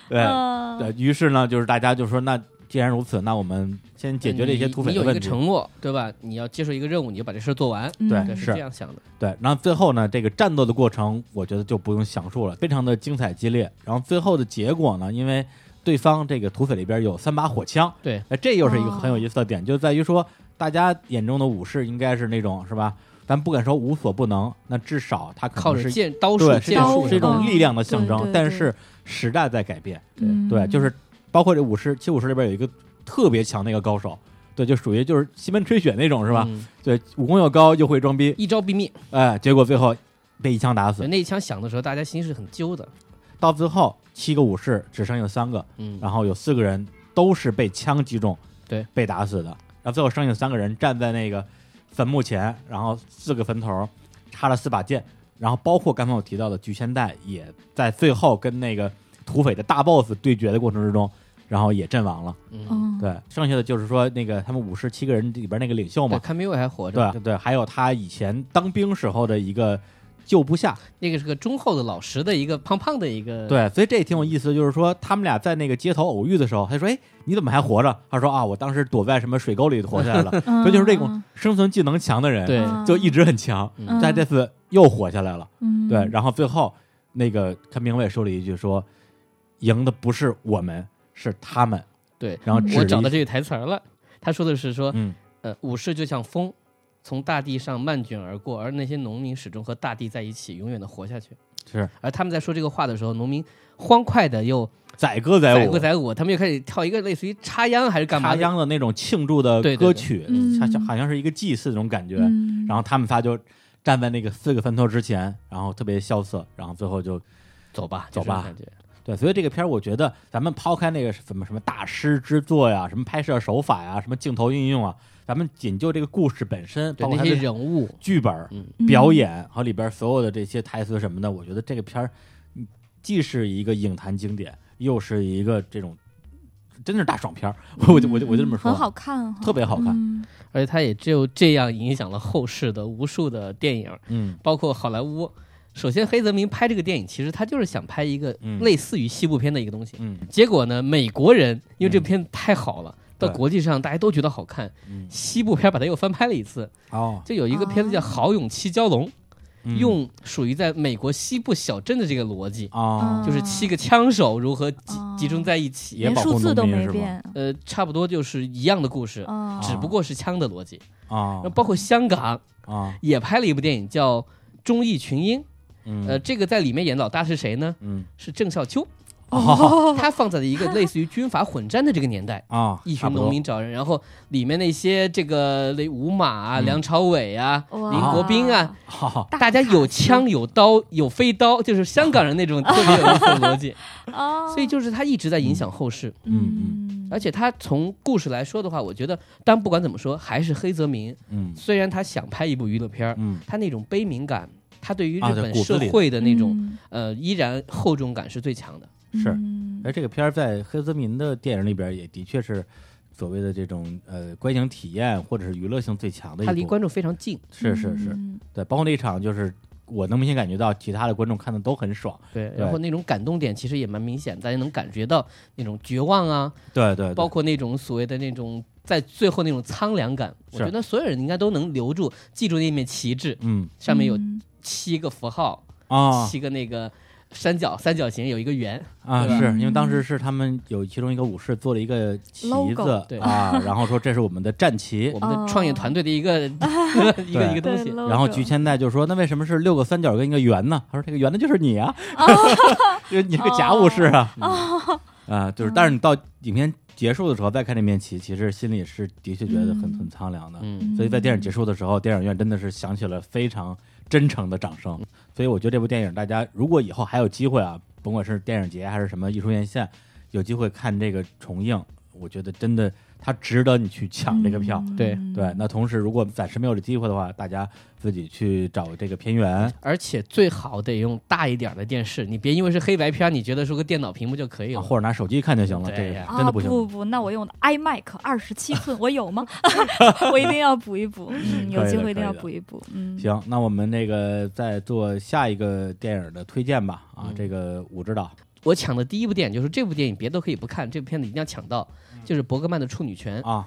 对
嗯
对，于是呢，就是大家就说，那既然如此，那我们先解决这些土
嗯
匪
你
的
有一
问
个
题。
承诺，对吧？你要接受一个任务，你就把这事儿做完。
嗯
对
对，
是
这样想的。
对，然后最后呢，这个战斗的过程，我觉得就不用详述了，非常的精彩激烈。然后最后的结果呢，因为对方这个土匪里边有三把火枪，
对，
哎，这又是一个
哦
很有意思的点，就在于说，大家眼中的武士应该是那种是吧？咱不敢说无所不能，那至少他可
靠
能
着
是
剑、刀术、
对，是一
剑
刀
术
种
术
是一种
嗯
力量的象
对
征。
对
但
对
是时代在改变，
对
嗯
对，就是包括这武士七武士里边有一个特别强的一个高手，对，就属于就是西门吹雪那种是吧？？
嗯
对，武功又高又会装逼，
一招毙命。
哎，结果最后被一枪打
所
死
以。那一枪响的时候，大家心是很揪的。
到最后七个武士只剩下三个，
嗯，
然后有四个人都是被枪击中，
对，
被打死的。然后最后剩下三个人站在那个坟墓前，然后四个坟头插了四把剑，然后包括刚才我提到的菊千代也在最后跟那个土匪的大 boss 对决的过程之中，然后也阵亡了。
嗯，
嗯，
对，剩下的就是说那个他们武士七个人里边那个领袖
对，
嘛，
看没有还活着。
对对对，还有他以前当兵时候的一个旧部下，
那个是个忠厚的、老实的一个胖胖的一个，，呃
对，所以这也挺有意思的，就是说他们俩在那个街头偶遇的时候，他说：“哎，你怎么还活着？”他说：“啊，我当时躲在什么水沟里活下来 了。
嗯”
所以就是这种生存技能强的人，
对
嗯
就一直很强
嗯。
但这次又活下来了，
嗯
对。然后最后那个看明伟说了一句说：“赢的不是我们，是他们。”
对嗯
然后指
我
了
找
一
到这句台词儿了。他说的是说，
嗯，
呃，武士就像风，从大地上漫卷而过，而那些农民始终和大地在一起，永远的活下去。
是
而他们在说这个话的时候，农民欢快的又
载歌载
载
舞
歌，载舞，他们又开始跳一个类似于插秧还是干嘛
插
的？
秧的那种庆祝的
对对
歌
对
曲，
嗯
像像好像是一个祭祀那种感觉。
嗯
然后他们仨就站在那个四个坟头之前，然后特别萧瑟，然后最后就。
走吧，
走
就这种
吧
感觉
对，所以这个片儿，我觉得咱们抛开那个什么什么大师之作呀，什么拍摄手法呀，什么镜头运用啊，咱们仅就这个故事本身，
对
包括
那
它
些
的
人物，
剧本、
嗯
表演和里边所有的这些台词什么的，我觉得这个片儿嗯既是一个影坛经典，又是一个这种真是大爽片儿。我就我就我就这么说，
嗯很好看哈，
特别好看
嗯
而且他也只有这样影响了后世的无数的电影，
嗯，
包括好莱坞。首先，黑泽明拍这个电影，其实他就是想拍一个
嗯
类似于西部片的一个东西。
嗯
结果呢，美国人因为这
嗯
片太好了，
对
到国际上大家都觉得好看，
嗯，
西部片把它又翻拍了一次。
哦，
就有一个片子叫《
哦
豪勇七蛟龙》，
嗯
用属于在美国西部小镇的这个逻辑，
哦，
就是七个枪手如何集
哦
集中在一起。
也
连
保护
数字
农
都
民
没
是吗
变，
呃，差不多就是一样的故事，
嗯
只不过是枪的逻辑。
啊
那包括香港
啊，
也拍了一部电影叫《忠义群英》，
嗯
呃呃，这个在里面演老大是谁呢？
嗯
是郑少秋。
哦
它放在了一个类似于军阀混战的这个年代，
啊，
一
差
群
不多
农民找人，然后里面那些这个那五马啊、
嗯
梁朝伟啊、
哇
林国斌啊，
好好
大家有枪有刀有飞刀，就是香港人那种特别有意思的逻辑，
哦，
所以就是他一直在影响后世。
嗯
而且他从故事来说的话，我觉得，但不管怎么说，还是黑泽明，
嗯
虽然他想拍一部娱乐片儿，
嗯
他那种悲悯感，他对于日
啊对
本
骨子
社
里
会的那种、
嗯
呃依然厚重感是最强的。
是
嗯
而这个片儿在黑泽明的电影里边也的确是所谓的这种呃观影体验或者是娱乐性最强的
他离
一部，
观众非常近，
是是是，
嗯
对，包括那一场就是我能明显感觉到其他的观众看的都很爽，
对，
对
然后那种感动点其实也蛮明显，大家能感觉到那种绝望啊，
对哎对，对
包括那种所谓的那种在最后那种苍凉感，我
是
觉得所有人应该都能留住、记住那面旗帜，
嗯
上面有
嗯
七个符号，
啊
七个那个三角三角形有一个圆，
啊，
对吧嗯
是因为当时是他们有其中一个武士做了一个旗
Logo
子
对
啊，然后说这是我们的战旗
我，们的创业团队的一个 一个一个东
对
西。
logo
然后菊千代就说：“那为什么是六个三角跟一个圆呢？”他说：“这个圆的就是你啊， 就是你这个假武士啊。啊，就是，但是你到影片结束的时候再看这面旗，其实心里是的确觉得很
嗯
很苍凉的。
嗯，
所以在电影结束的时候，电影院真的是响起了非常真诚的掌声。所以我觉得这部电影，大家如果以后还有机会啊，甭管是电影节还是什么艺术院线，有机会看这个重映，我觉得真的它值得你去抢这个票。
嗯
对
对，那同时如果暂时没有这机会的话，大家自己去找这个片源。
而且最好得用大一点儿的电视，你别因为是黑白片儿，你觉得是个电脑屏幕就可以
啊
了。
或者拿手机看就行了，
哎对
这个
呀
真
啊
的
不
行。
不不，那我用的 iMac 二十七寸，我有 吗？ 我一定要补一补，嗯，有
可以
机
的
会一定
可以
要
的
补一补，嗯，
行，那我们那个再做下一个电影的推荐吧。啊，
嗯
这个武指导
我抢的第一部电影就是这部电影，别的可以不看，这部片子一定要抢到，就是伯格曼的《处女泉》。
啊，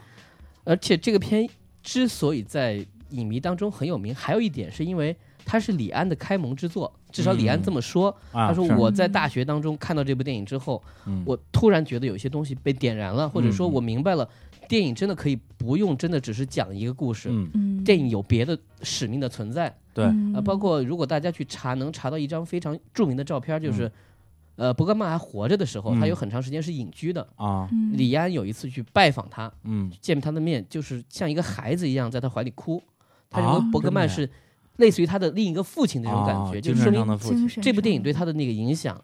而且这个片之所以在影迷当中很有名，还有一点是因为它是李安的开蒙之作，至少李安这么说。
啊
他说
是
我在大学当中看到这部电影之后，
嗯
我突然觉得有一些东西被点燃了，或者说
嗯
我明白了，电影真的可以不用真的只是讲一个故事，
嗯
嗯，
电影有别的使命的存在。
对
嗯
呃，包括如果大家去查，能查到一张非常著名的照片，就是。呃，伯格曼还活着的时候，
嗯
他有很长时间是隐居的。
啊，
嗯
李安有一次去拜访他，
嗯
见他的面，就是像一个孩子一样在他怀里哭。他认
啊
为伯格曼
真
是类似于他的另一个父亲的那种感觉，
啊
就
精
是说
神上
明
的父亲
精神
这部
上
电影对他的那个影响。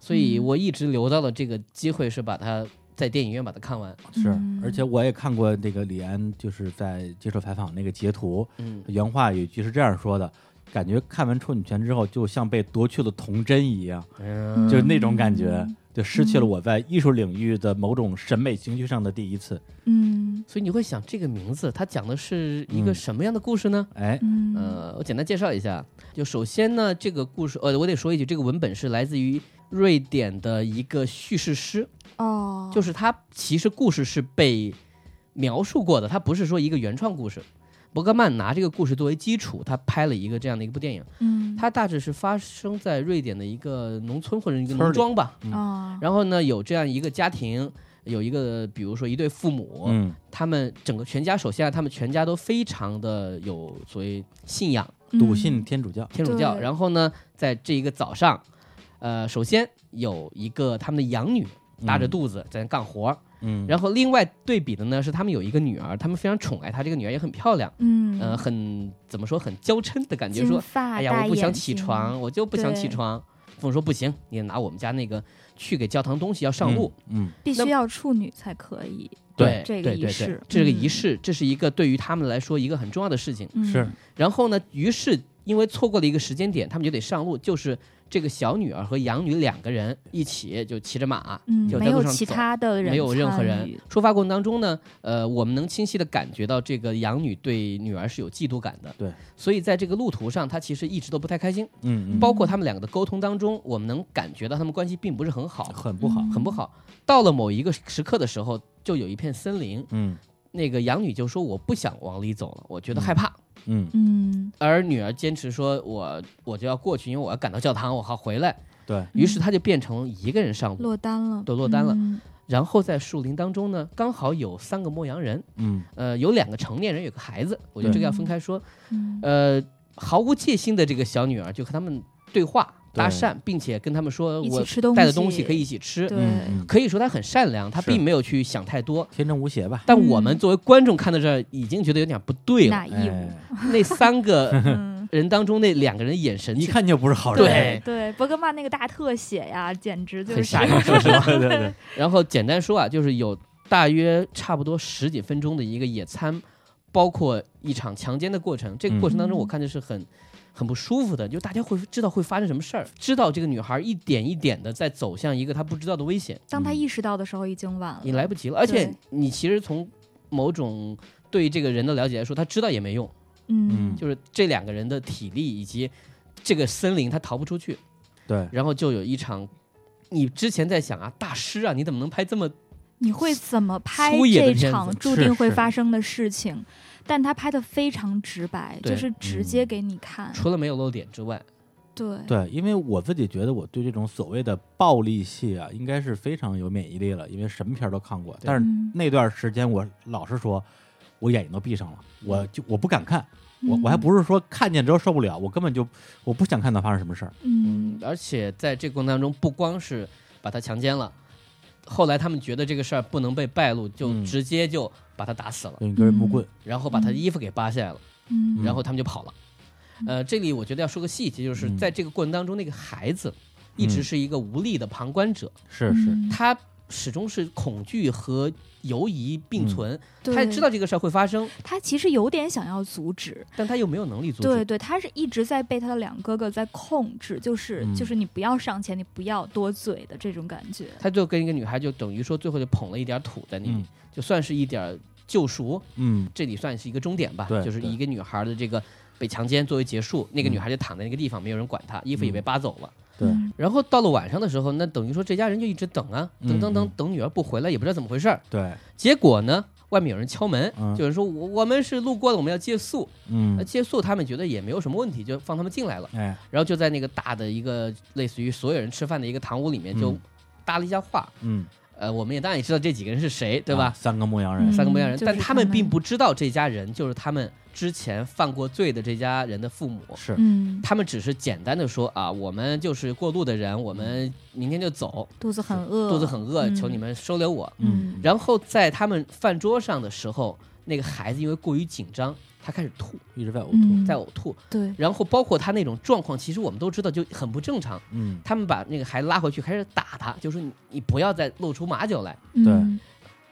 所以
嗯
我一直留到了这个机会，是把它在电影院把它看完。
是
嗯，
而且我也看过这个李安就是在接受采访那个截图，
嗯，
原话有一句是这样说的。感觉看完《处女泉》之后，就像被夺去了童真一样，
嗯
就是那种感觉
嗯，
就失去了我在艺术领域的某种审美情绪上的第一次。
嗯
所以你会想，这个名字它讲的是一个
嗯
什么样的故事呢？
哎，
嗯
呃，我简单介绍一下，就首先呢，这个故事，呃，我得说一句，这个文本是来自于瑞典的一个叙事诗，
哦，
就是它其实故事是被描述过的，它不是说一个原创故事。伯格曼拿这个故事作为基础，他拍了一个这样的一部电影，
嗯
它大致是发生在瑞典的一个农村或者一个
村
农
里
庄吧。
啊，
然后呢，有这样一个家庭，有一个比如说一对父母，
嗯
他们整个全家首先啊他们全家都非常的有所谓信仰
笃
嗯
信天主教，
天主教。
对
然后呢，在这一个早上，呃，首先有一个他们的养女大着
嗯，
肚子在那干活儿，
嗯，
然后另外对比的呢是他们有一个女儿，他们非常宠爱她，这个女儿也很漂亮，
嗯
呃，很怎么说很娇嗔的感觉，说
金发
哎呀
大
我不想
眼
起
睛
床，我就不想起
对
床。父母说不行，你拿我们家那个去给教堂东西要上路，
嗯，嗯，
必
那
须要处女才可以，
对
这个
对
仪
对对
式，
这个仪
嗯
式，这是一个对于他们来说一个很重要的事情。
嗯
是，
然后呢，于是因为错过了一个时间点，他们就得上路，就是这个小女儿和养女两个人一起就骑着马，
嗯
就，在
没
路
有
上
其
走
他的人，
没有任何人。出发过程当中呢，呃，我们能清晰的感觉到这个养女对女儿是有嫉妒感的。
对，
所以在这个路途上，她其实一直都不太开心。
嗯嗯，
包括他们两个的沟通当中，我们能感觉到他们关系并不是很好，
很不好，
很不好。到了某一个时刻的时候，就有一片森林，
嗯
那个养女就说我不想往里走了，我觉得
嗯
害怕。
嗯，
嗯，
而女儿坚持说我我就要过去，因为我要赶到教堂，我好回来。
对，嗯
于是她就变成一个人上路，
落单了，
都落单了
嗯
然后在树林当中呢，刚好有三个牧羊人，
嗯
呃，有两个成年人，有个孩子。我觉得
对
这个要分开说。
嗯
呃，毫无戒心的这个小女儿就和他们对话，搭讪，并且跟他们说
一起
呃我
吃东西，
带的东西可以一起吃。
对
嗯，嗯
可以说他很善良，他
是
并没有去想太多。
天真无邪吧。
但我们
嗯
作为观众看到这儿，已经觉得有点不对了。
那义务，
哎，
那三个
嗯，
人当中，那两个人眼神
一看就不是好 人，
对
对对，伯格曼那个大特写呀，简直就
很
是
吓人，是不是？
对对对，
然后简单说啊，就是有大约差不多十几分钟的一个野餐，包括一场强奸的过程。这个过程当中，
嗯
我看着是很。很不舒服的，就大家会知道会发生什么事儿，知道这个女孩一点一点的在走向一个她不知道的危险，
当他意识到的时候已经晚了，
你来不及了。而且
对
你其实从某种对这个人的了解来说，她知道也没用，
嗯
嗯，
就是这两个人的体力以及这个森林，她逃不出去。
对，
然后就有一场，你之前在想啊，大师啊，你怎么能拍这么
你会怎么拍
粗野的
这
片子
场注
是
定会
是
发生的事情？但他拍的非常直白，
对嗯
就是直接给你看，
除了没有露点之外，
对
对，因为我自己觉得我对这种所谓的暴力戏啊，应该是非常有免疫力了，因为什么片儿都看过。但是
嗯
那段时间，我老实说，我眼睛都闭上了，我就我不敢看，我我还
嗯
不是说看见之后受不了，我根本就我不想看到发生什么事儿。
嗯，
嗯，
而且在这个过程当中，不光是把他强奸了，后来他们觉得这个事儿不能被败露，就
嗯
直接就把他打死了，
用一根木棍，
然后把他的衣服给扒下来了，
嗯
然后他们就跑了。呃，这里我觉得要说个细节，就是
嗯
在这个过程当中，那个孩子一直是一个无力的旁观者，
是是，
嗯
他始终是恐惧和犹疑并存，
对
他也知道这个事儿会发生，
他其实有点想要阻止，
但他又没有能力阻止。
对对，他是一直在被他的两哥哥在控制，就是、
嗯
就是你不要上前，你不要多嘴的这种感觉，
他就跟一个女孩就等于说最后就捧了一点土在那里，
嗯
就算是一点救赎，
嗯
这里算是一个终点吧，
对
就是
对嗯
一个女孩的这个被强奸作为结束，那个女孩就躺在那个地方，没有人管她，衣服也被扒走了。
对
嗯
然后到了晚上的时候，那等于说这家人就一直等啊，等等等
嗯嗯
等女儿不回来，也不知道怎么回事儿。
对，
结果呢，外面有人敲门，
嗯
有人说我我们是路过的，我们要借宿。那
嗯，
借宿他们觉得也没有什么问题，就放他们进来了。
哎，
然后就在那个大的一个类似于所有人吃饭的一个堂屋里面就
嗯
搭了一下话，
嗯，
呃，我们也当然也知道这几个人是谁，对
啊
吧？
三个牧羊
嗯
人，
三个牧羊人，
就是
但他们
他们
并不知道这家人就是他们之前犯过罪的这家人的父母，
是，
嗯，
他们只是简单的说啊，我们就是过路的人，我们明天就走，
肚子很饿，
肚子很饿，
嗯
求你们收留我。
嗯，
然后在他们饭桌上的时候，那个孩子因为过于紧张，他开始吐，
一直在呕吐，
嗯，
在呕吐，
对，
然后包括他那种状况，其实我们都知道就很不正常。
嗯，
他们把那个孩子拉回去，开始打他，就说你你不要再露出马脚来。
对
嗯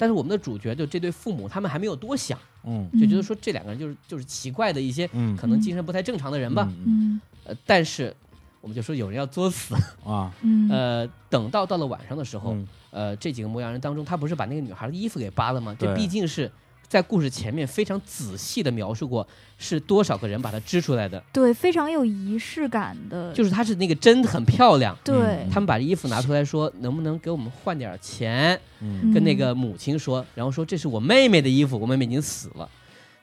但是我们的主角就这对父母，他们还没有多想，
嗯，
就觉得说这两个人就是就是奇怪的一些
嗯，
可能精神不太正常的人吧。
嗯，
嗯
呃，但是我们就说有人要作死。
嗯啊，
嗯，
呃，等到到了晚上的时候，
嗯
呃，这几个牧羊人当中，他不是把那个女孩的衣服给扒了吗？
对
这毕竟是在故事前面非常仔细的描述过，是多少个人把她支出来的，
对，非常有仪式感的，
就是她是那个真的很漂亮。
对
嗯，
他们把衣服拿出来说，能不能给我们换点钱？
嗯，
跟那个母亲说，然后说这是我妹妹的衣服，我妹妹已经死了。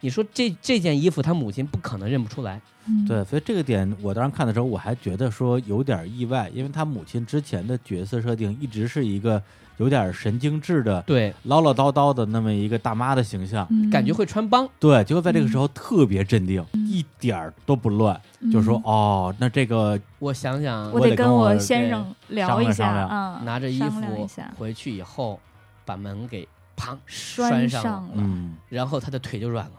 你说这这件衣服，她母亲不可能认不出来。
嗯，
对，所以这个点我当时看的时候，我还觉得说有点意外，因为他母亲之前的角色设定一直是一个有点神经质的、
对，
唠唠叨叨的那么一个大妈的形象。
嗯
感觉会穿帮。
对，结果在这个时候特别镇定，一点儿都不乱，就说
嗯
哦，那这个
我想想，
我
我得
得跟
跟
我
对
先生
商
聊
量
一
商
下
量
啊，
拿着衣
商量一
服
下
回去以后，把门给砰，
拴
上
上了，
嗯，
然后他的腿就软了，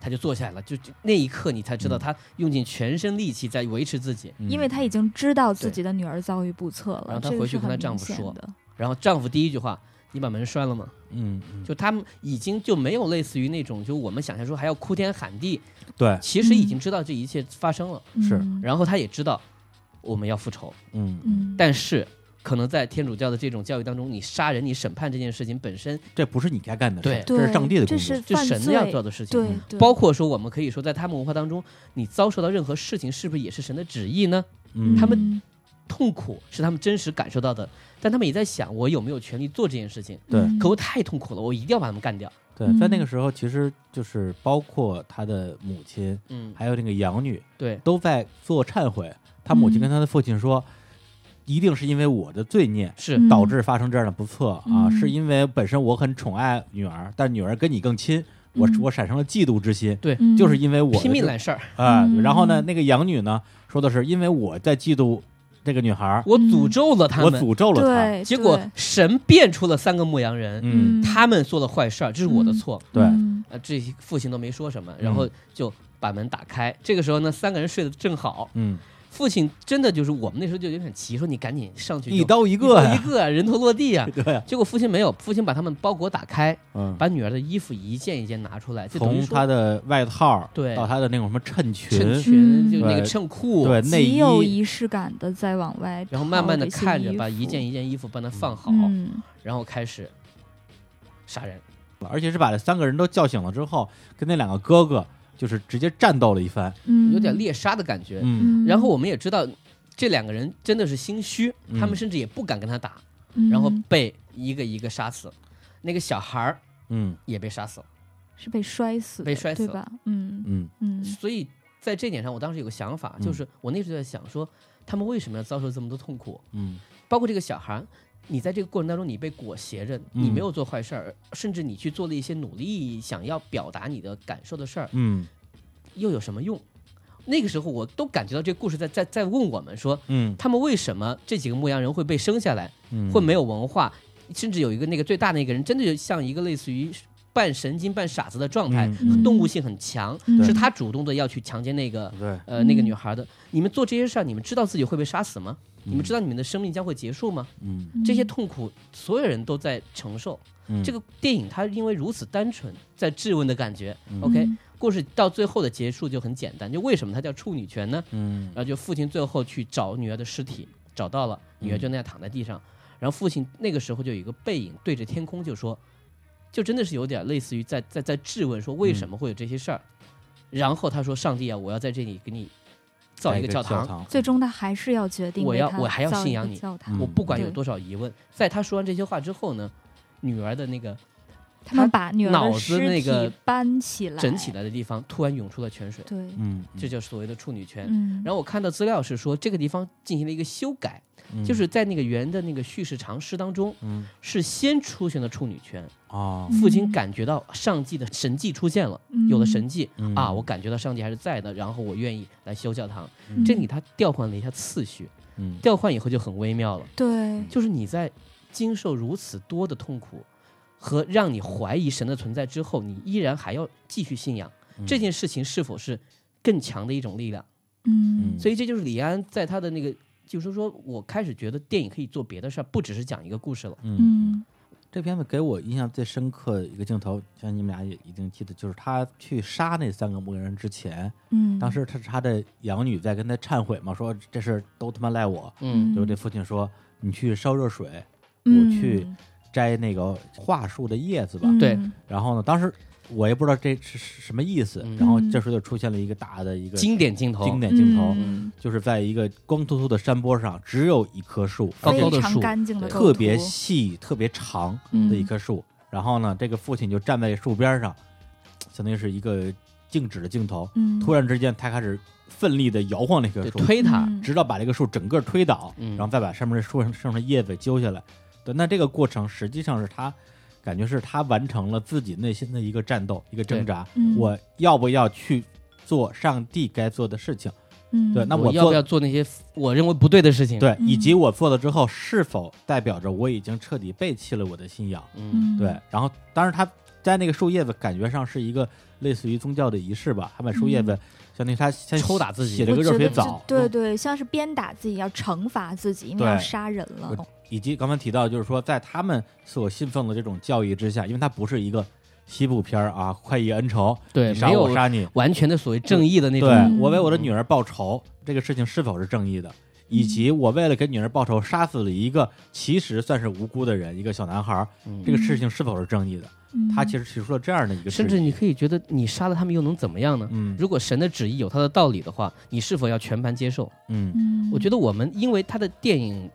他就坐下来了。就就那一刻，你才知道他用尽全身力气在维持自己。
嗯
因为她已经知道自
对
己的女儿遭遇不测了，
然后她
这个
回
是
去跟
很
她丈
明
夫
显
说
的，
然后丈夫第一句话：“你把门摔了吗
嗯，嗯？”
就他们已经就没有类似于那种就我们想象说还要哭天喊地，
对，
其实已经知道这一切发生了。
是
嗯
然后他也知道我们要复仇，
嗯，
嗯，
但是可能在天主教的这种教育当中，你杀人、你审判这件事情本身
这不是你该干的事
对
儿，这是
对
上帝的
这
工
是
作。
就
犯
神
罪
要做的事情。
对对，
包括说，我们可以说，在他们文化当中，你遭受到任何事情，是不是也是神的旨意呢？
嗯，
他们
嗯
痛苦是他们真实感受到的，但他们也在想，我有没有权利做这件事情？
对
嗯
可我太痛苦了，我一定要把他们干掉。
对，在那个时候，其实就是包括他的母亲，
嗯，
还有那个养女，
对，
都在做忏悔。他
嗯
母亲跟他的父亲说，一定是因为我的罪孽
是
嗯
导致发生这样的不测啊，
嗯
是因为本身我很宠爱女儿，但女儿跟你更亲，我
嗯
我产生了嫉妒之心，
嗯
就是因为我的
拼命
这
揽事儿，
啊。
嗯
然后呢，那个养女呢说的是因为我在嫉妒这个女孩儿，
我诅咒了他
我
们，
诅咒了她。
对，
结果
对
神变出了三个牧羊人，
嗯，
他们做了坏事儿，这是我的错。
对
嗯
呃，这些父亲都没说什
嗯
么，然后就把门打开。这个时候呢，三个人睡得正好，
嗯，
父亲真的就是我们那时候就有点急，说你赶紧上去，
一刀一
一
个
一
呀，
个啊人头落地啊。
对，
结果父亲没有，父亲把他们包裹打开，
嗯，
把女儿的衣服一件一件拿出来，就等于
从
说
她的外套
对
到她的那种什么衬裙，
衬裙
嗯
就那个
对
衬裤，
对内
极
衣，
有仪式感的在往外，
然后慢慢的看着，把一
一
件
一
一件衣服帮他放好，
嗯，
然后开始杀人。
而且是把这三个人都叫醒了之后，跟那两个哥哥就是直接战斗了一番。
嗯
有点猎杀的感觉。
嗯
嗯
然后我们也知道，这两个人真的是心虚，
嗯
他们甚至也不敢跟他打，
嗯
然后被一个一个杀死。那个小孩儿
嗯
也被杀死了，
是被摔死的，
被摔死
对吧？嗯
嗯
嗯
所以在这点上，我当时有个想法，
嗯
就是我那时候在想说，他们为什么要遭受这么多痛苦？
嗯
包括这个小孩儿，你在这个过程当中，你被裹挟着，你
嗯
没有做坏事儿，甚至你去做了一些努力想要表达你的感受的事儿，
嗯
又有什么用？那个时候，我都感觉到这个故事在在在问我们说，
嗯
他们为什么这几个牧羊人会被生下来，
嗯，
会没有文化，甚至有一个那个最大那个人，真的就像一个类似于半神经半傻子的状态，
嗯
动物性很强，
对
嗯
是他主动的要去强奸那个
嗯对，
呃那个女孩的。你们做这些事儿，你们知道自己会被杀死吗？你们知道你们的生命将会结束吗？
嗯
这些痛苦，所有人都在承受。
嗯
这个电影它因为如此单纯，在质问的感觉。
嗯
OK，故事到最后的结束就很简单，就为什么它叫处女权呢？
嗯
然后就父亲最后去找女儿的尸体，找到了，女儿就那样躺在地上。然后父亲那个时候就有一个背影对着天空就说，就真的是有点类似于在在在质问说为什么会有这些事儿。然后他说：“上帝啊，我要在这里给你造一个教堂，
最终他还是要决定
我
为
要
他
我还要
造
信
一
仰
个
你嗯
教
嗯
堂
我不管有
对
多少疑问。”在他说完这些话之后呢，女儿的那个
他们把女儿
脑
的
子
尸
那个
体搬起来，
整起来的地方突然涌出了泉水，
对，
嗯，
这就是所谓的处女泉。
嗯，
然后我看到资料是说，这个地方进行了一个修改，
嗯
就是在那个原的那个叙事长诗当中，
嗯
是先出现了处女权。
哦
父亲
嗯
感觉到上帝的神迹出现了，有了神迹、
嗯
啊，我感觉到上帝还是在的，然后我愿意来修教堂。
嗯
这里他调换了一下次序，
嗯
调换以后就很微妙了，
对，
就是你在经受如此多的痛苦和让你怀疑神的存在之后，你依然还要继续信仰、
嗯
这件事情，是否是更强的一种力量？
嗯
所以这就是李安在他的那个，就是说我开始觉得电影可以做别的事儿，不只是讲一个故事了。
嗯，
嗯
这片子给我印象最深刻的一个镜头，像你们俩也一定记得，就是他去杀那三个牧羊人之前，
嗯，
当时他他的养女在跟他忏悔嘛，说这事儿都他妈赖我。
嗯
嗯
就这父亲说：“你去烧热水，
嗯
我去摘那个桦树的叶子吧。
嗯
对
然后呢，当时我也不知道这是是什么意思。
嗯
然后这时候就出现了一个大的一个
经典镜头，
经典镜头，
嗯
就是在一个光秃秃的山坡上，只有一棵树，
高高的
非常
树
干净的
对
构
特别
图
细、特别长
嗯
的一棵树。然后呢，这个父亲就站在树边上，相当于是一个静止的镜头。
嗯
突然之间，他开始奋力的摇晃那棵
对，
树，
推他，
嗯
直到把这个树整个推倒，
嗯
然后再把上面的树上上面的叶子揪下来。对，那这个过程实际上是他，感觉是他完成了自己内心的一个战斗，一个挣扎。
嗯
我要不要去做上帝该做的事情？
嗯
对，那
我要
做
不要做那些我认为不对的事情？，
对，
嗯
以及我做了之后是否代表着我已经彻底背弃了我的信仰？
嗯，
嗯
对，然后当然他在那个树叶子感觉上是一个类似于宗教的仪式吧，他把树叶子相当于他先
嗯抽打自己
写了
我
个热
觉
水
得
澡，
这对对，像是鞭打自己，要惩罚自己，因为
对
要杀人了。
以及刚才提到，就是说在他们所信奉的这种教义之下，因为它不是一个西部片儿啊，快意恩仇，
对
你杀
没有
我杀你，
完全的所谓正义的那
对
种，
嗯
我为我的女儿报仇，这个事情是否是正义的，以及
嗯
我为了给女儿报仇，杀死了一个其实算是无辜的人，一个小男孩儿，
嗯
这个事情是否是正义的？他其实提出了这样的一个质
甚
疑，
至你可以觉得你杀了他们又能怎么样呢？
嗯
如果神的旨意有他的道理的话，你是否要全盘接受？
嗯
嗯，
我觉得我们因为他的电影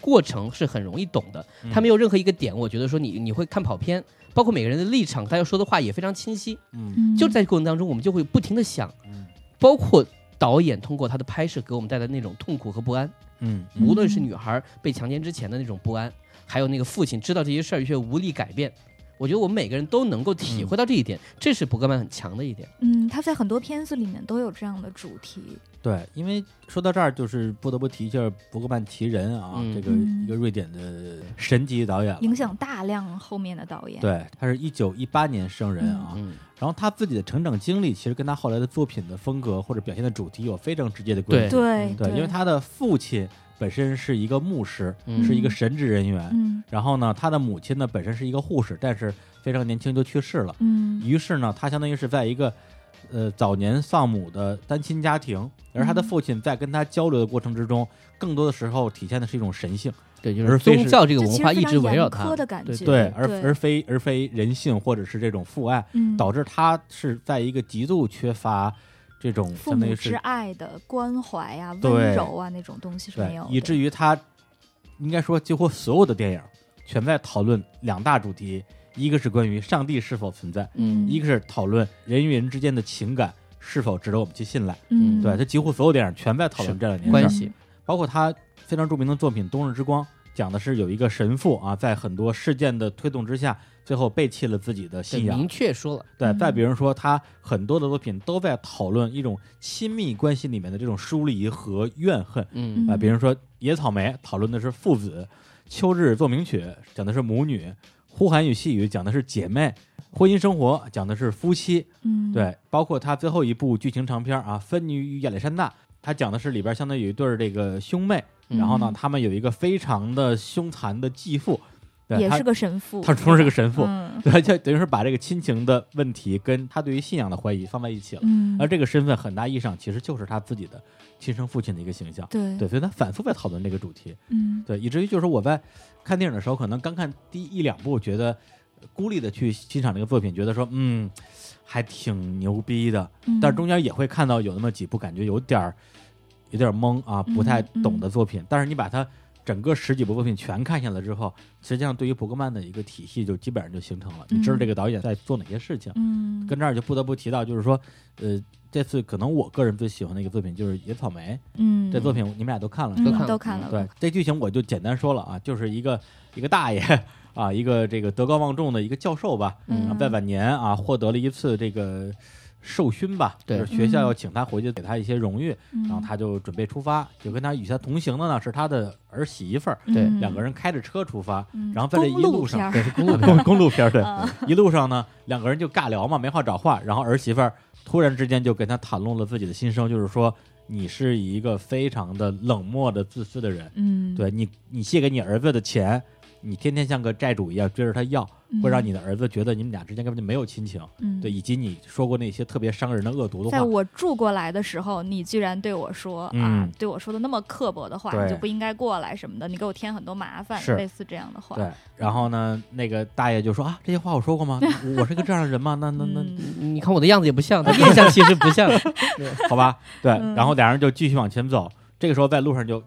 过程是很容易懂的，
嗯
他没有任何一个点，我觉得说你你会看跑偏，包括每个人的立场，他要说的话也非常清晰。
嗯
嗯
就在过程当中，我们就会不停的想，
嗯
包括导演通过他的拍摄给我们带来那种痛苦和不安，
嗯
嗯
无论是女孩被强奸之前的那种不安，还有那个父亲知道这些事儿却无力改变，我觉得我们每个人都能够体
嗯
会到这一点，这是伯格曼很强的一点。
嗯，他在很多片子里面都有这样的主题。
对，因为说到这儿，就是不得不提一下伯格曼提人啊，
嗯
这个一个瑞典的神级导演了，
影响大量后面的导演。
对，他是一九一八年生人啊，
嗯，
然后他自己的成长经历其实跟他后来的作品的风格或者表现的主题有非常直接的关系。
对
嗯
对，因为他的父亲本身是一个牧师，
嗯
是一个神职人员，
嗯
然后呢，他的母亲呢本身是一个护士，但是非常年轻就去世了。
嗯
于是呢，他相当于是在一个呃早年丧母的单亲家庭，而他的
嗯
父亲在跟他交流的过程之中，更多的时候体现的是一种神性，
对，就
而
是
非
宗
是
教这个
这
文
其
化
实非
一
常
直围绕
严
他
苛的感
对
觉
对，
对
而
对
而非而非人性或者是这种父爱，
嗯，
导致他是在一个极度缺乏这种
父
相当于
母之
是
爱的关怀啊、
对
温柔啊那种东西是没
对
有，的，
以至于他应该说几乎所有的电影全在讨论两大主题，一个是关于上帝是否存在，
嗯
一个是讨论人与人之间的情感是否值得我们去信赖。
嗯
对他几乎所有电影全在讨论
是
这两件事
关
儿，
系，
包括他非常著名的作品《冬日之光》，讲的是有一个神父啊，在很多事件的推动之下，最后背弃了自己的
对
信仰
明。确说了，
对，
嗯
再比如说，他很多的作品都在讨论一种亲密关系里面的这种疏离和怨恨
嗯
啊、
嗯
比如说《野草莓》讨论的是父子，《秋日奏鸣曲》讲的是母女，《呼喊与细雨》讲的是姐妹，《婚姻生活》讲的是夫妻，
嗯，
对，包括他最后一部剧情长片儿啊，《芬妮与亚历山大》，他讲的是里边儿相当于有一对儿这个兄妹，然后呢
嗯，
他们有一个非常的凶残的继父，对
也
他
是个神父，
他同时是个神父，
嗯
对，就等于是把这个亲情的问题跟他对于信仰的怀疑放在一起了，
嗯
而，这个身份很大意义上其实就是他自己的亲生父亲的一个形象。
对
对，所以他反复在讨论这个主题，
嗯
对，以至于就是我在看电影的时候，可能刚看第一两部，觉得孤立的去欣赏这个作品，觉得说嗯，还挺牛逼的，
嗯，
但是中间也会看到有那么几部感觉有点儿有点儿懵啊，不太
嗯
懂的作品。但是你把它整个十几部作品全看下来之后，实际上对于伯格曼的一个体系就基本上就形成了。你知道这个导演在做哪些事情。
嗯
跟这儿就不得不提到，就是说，呃，这次可能我个人最喜欢的一个作品就是《野草莓》
嗯
这作品，你们俩都看了是吧？
嗯
都
都
看
看
了
了，
对，这剧情我就简单说了啊，就是一个一个大爷啊，一个这个德高望重的一个教授吧，
嗯
然后在晚年啊获得了一次这个授勋吧，就
对
是学校要请他回去给他一些荣誉，
嗯，
然后他就准备出发，就跟他与他同行的呢是他的儿媳妇儿，
对
两个人开着车出发，
嗯，
然后在这一
公路
路上
对，
片儿
是公路
公
片
公路片儿对，
啊
一路上呢两个人就尬聊嘛，没话找话，然后儿媳妇儿突然之间就跟他袒露了自己的心声，就是说你是一个非常的冷漠的自私的人。
嗯，
对你，你借给你儿子的钱，你天天像个债主一样追着他要，
嗯，
会让你的儿子觉得你们俩之间根本就没有亲情。
嗯
对，以及你说过那些特别伤人的恶毒的
在
话，
我住过来的时候，你居然对我说、啊
嗯，
对我说的那么刻薄的话，
对
你就不应该过来什么的，你给我添很多麻烦
是，
类似这样的话。
对。然后呢，那个大爷就说啊，这些话我说过吗？我是个这样的人吗？那那那，
嗯
你你看我的样子也不 像，他面相其实不像，
好吧。对，
嗯
然后俩人就继续往前走。这个时候在路上就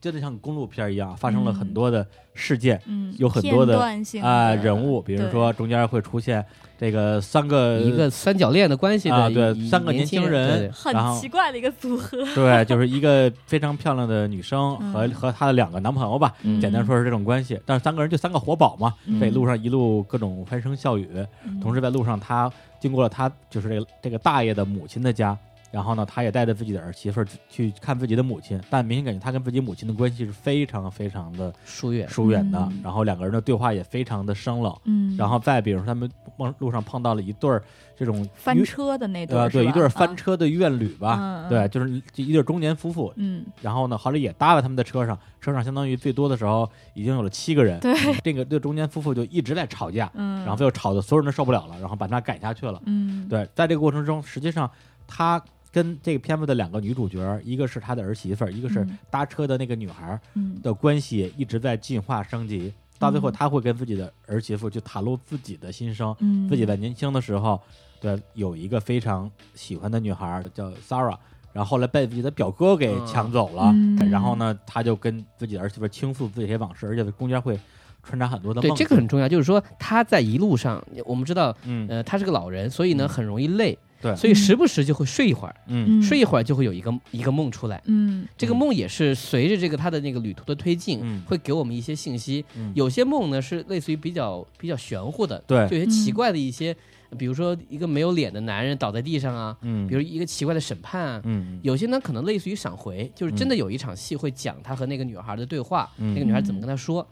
真的像公路片一样，发生了很多的事件。
嗯，
有很多的
片段性
啊、
的
人物，比如
嗯对
说中间会出现这个三个
一个三角恋的关系
啊
的一，
对
一
三个
年
年轻
人，
人
对对
很
然后
奇怪的一个组合。
对，就是一个非常漂亮的女生和、
嗯
和她的两个男朋友吧，
嗯
简单说是这种关系。但是三个人就三个活宝嘛，
嗯
在路上一路各种欢声笑语。
嗯，
同时在路上，她经过了她就是这个这个大爷的母亲的家，然后呢，她也带着自己的儿媳妇儿去去看自己的母亲，但明显感觉她跟自己母亲的关系是非常非常的
疏远，
疏远的，
嗯
然后两个人的对话也非常的生冷。
嗯，
然后再比如说，他们往路上碰到了一对儿这种
翻
约
车的那对
呃，
儿是吧，
对，一对儿
啊
翻，车的怨侣吧，
嗯嗯
对，就是一一对儿中年夫妇，
嗯，
然后呢，后来也搭在他们的车上，车上相当于最多的时候已经有了七个人。
对，
这个这中间夫妇就一直在吵架，
嗯，
然后最后吵得所有人都受不了了，然后把他赶下去了。
嗯，
对，在这个过程中，实际上他跟这个片子的两个女主角，一个是他的儿媳妇儿，一个是
嗯
搭车的那个女孩儿
嗯，
的关系一直在进化升级。到最后，
嗯
他会跟自己的儿媳妇去袒露自己的心声，
嗯，
自己在年轻的时候，对，有一个非常喜欢的女孩儿叫 Sarah，然后后来被自己的表哥给抢走了，
嗯
然后呢，他就跟自己的儿媳妇倾诉自己一些往事，而且中间会穿插很多的
对
梦。
这个很重要，就是说他在一路上，我们知道，
嗯，
呃，他是个老人，所以呢
嗯
很容易累，
对
所以时不时就会睡一会儿，
嗯
睡一会儿就会有一个一个梦出来。
嗯
这个梦也是随着这个他的那个旅途的推进，
嗯
会给我们一些信息。
嗯
有些梦呢是类似于比较比较玄乎的，
对
就有些奇怪的一些，比如说一个没有脸的男人倒在地上啊，
嗯
比如一个奇怪的审判啊。
嗯
有些呢，可能类似于闪回，就是真的有一场戏会讲他和那个女孩的对话，
嗯
那个女孩怎么跟他说，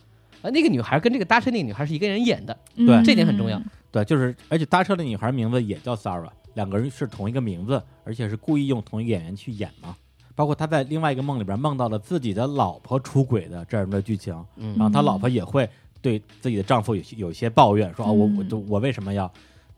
呃，那个女孩跟这个搭车那个女孩是一个人演的，
嗯
对
这点很重要。
对，就是而且搭车的女孩名字也叫 Sarah，两个人是同一个名字，而且是故意用同一个演员去演嘛。包括他在另外一个梦里边梦到了自己的老婆出轨的这样的剧情，
嗯
然后他老婆也会对自己的丈夫有些有一些抱怨，说啊、我我
嗯
就我为什么要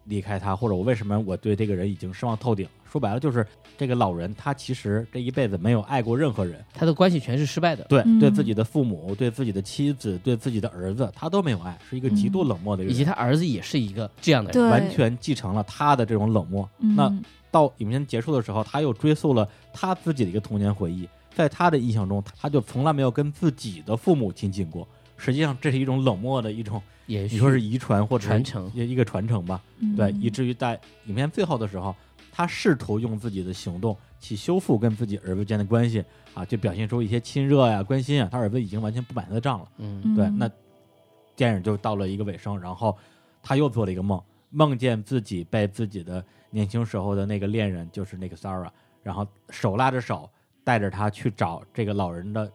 离开他，或者我为什么我对这个人已经失望透顶。说白了就是这个老人他其实这一辈子没有爱过任何人，
他的关系全是失败的。
对、
嗯
对自己的父母、对自己的妻子、对自己的儿子，他都没有爱，是一个极度冷漠的一
以
个
及
人，
他儿子也是一个这样的人，
对
完全继承了他的这种冷漠。那
嗯
到影片结束的时候，他又追溯了他自己的一个童年回忆，在他的印象中，他就从来没有跟自己的父母亲近过。实际上，这是一种冷漠的 一种，
也
你
许
说是遗传或者
传承
一一个传承吧，
嗯
对，以至于在影片最后的时候，他试图用自己的行动去修复跟自己儿子间的关系啊，就表现出一些亲热呀、关心啊。他儿子已经完全不买他的账了。
嗯，
嗯
对，那电影就到了一个尾声，然后他又做了一个梦，梦见自己被自己的年轻时候的那个恋人，就是那个 Sarah，然后手拉着手带着他去找这个老人的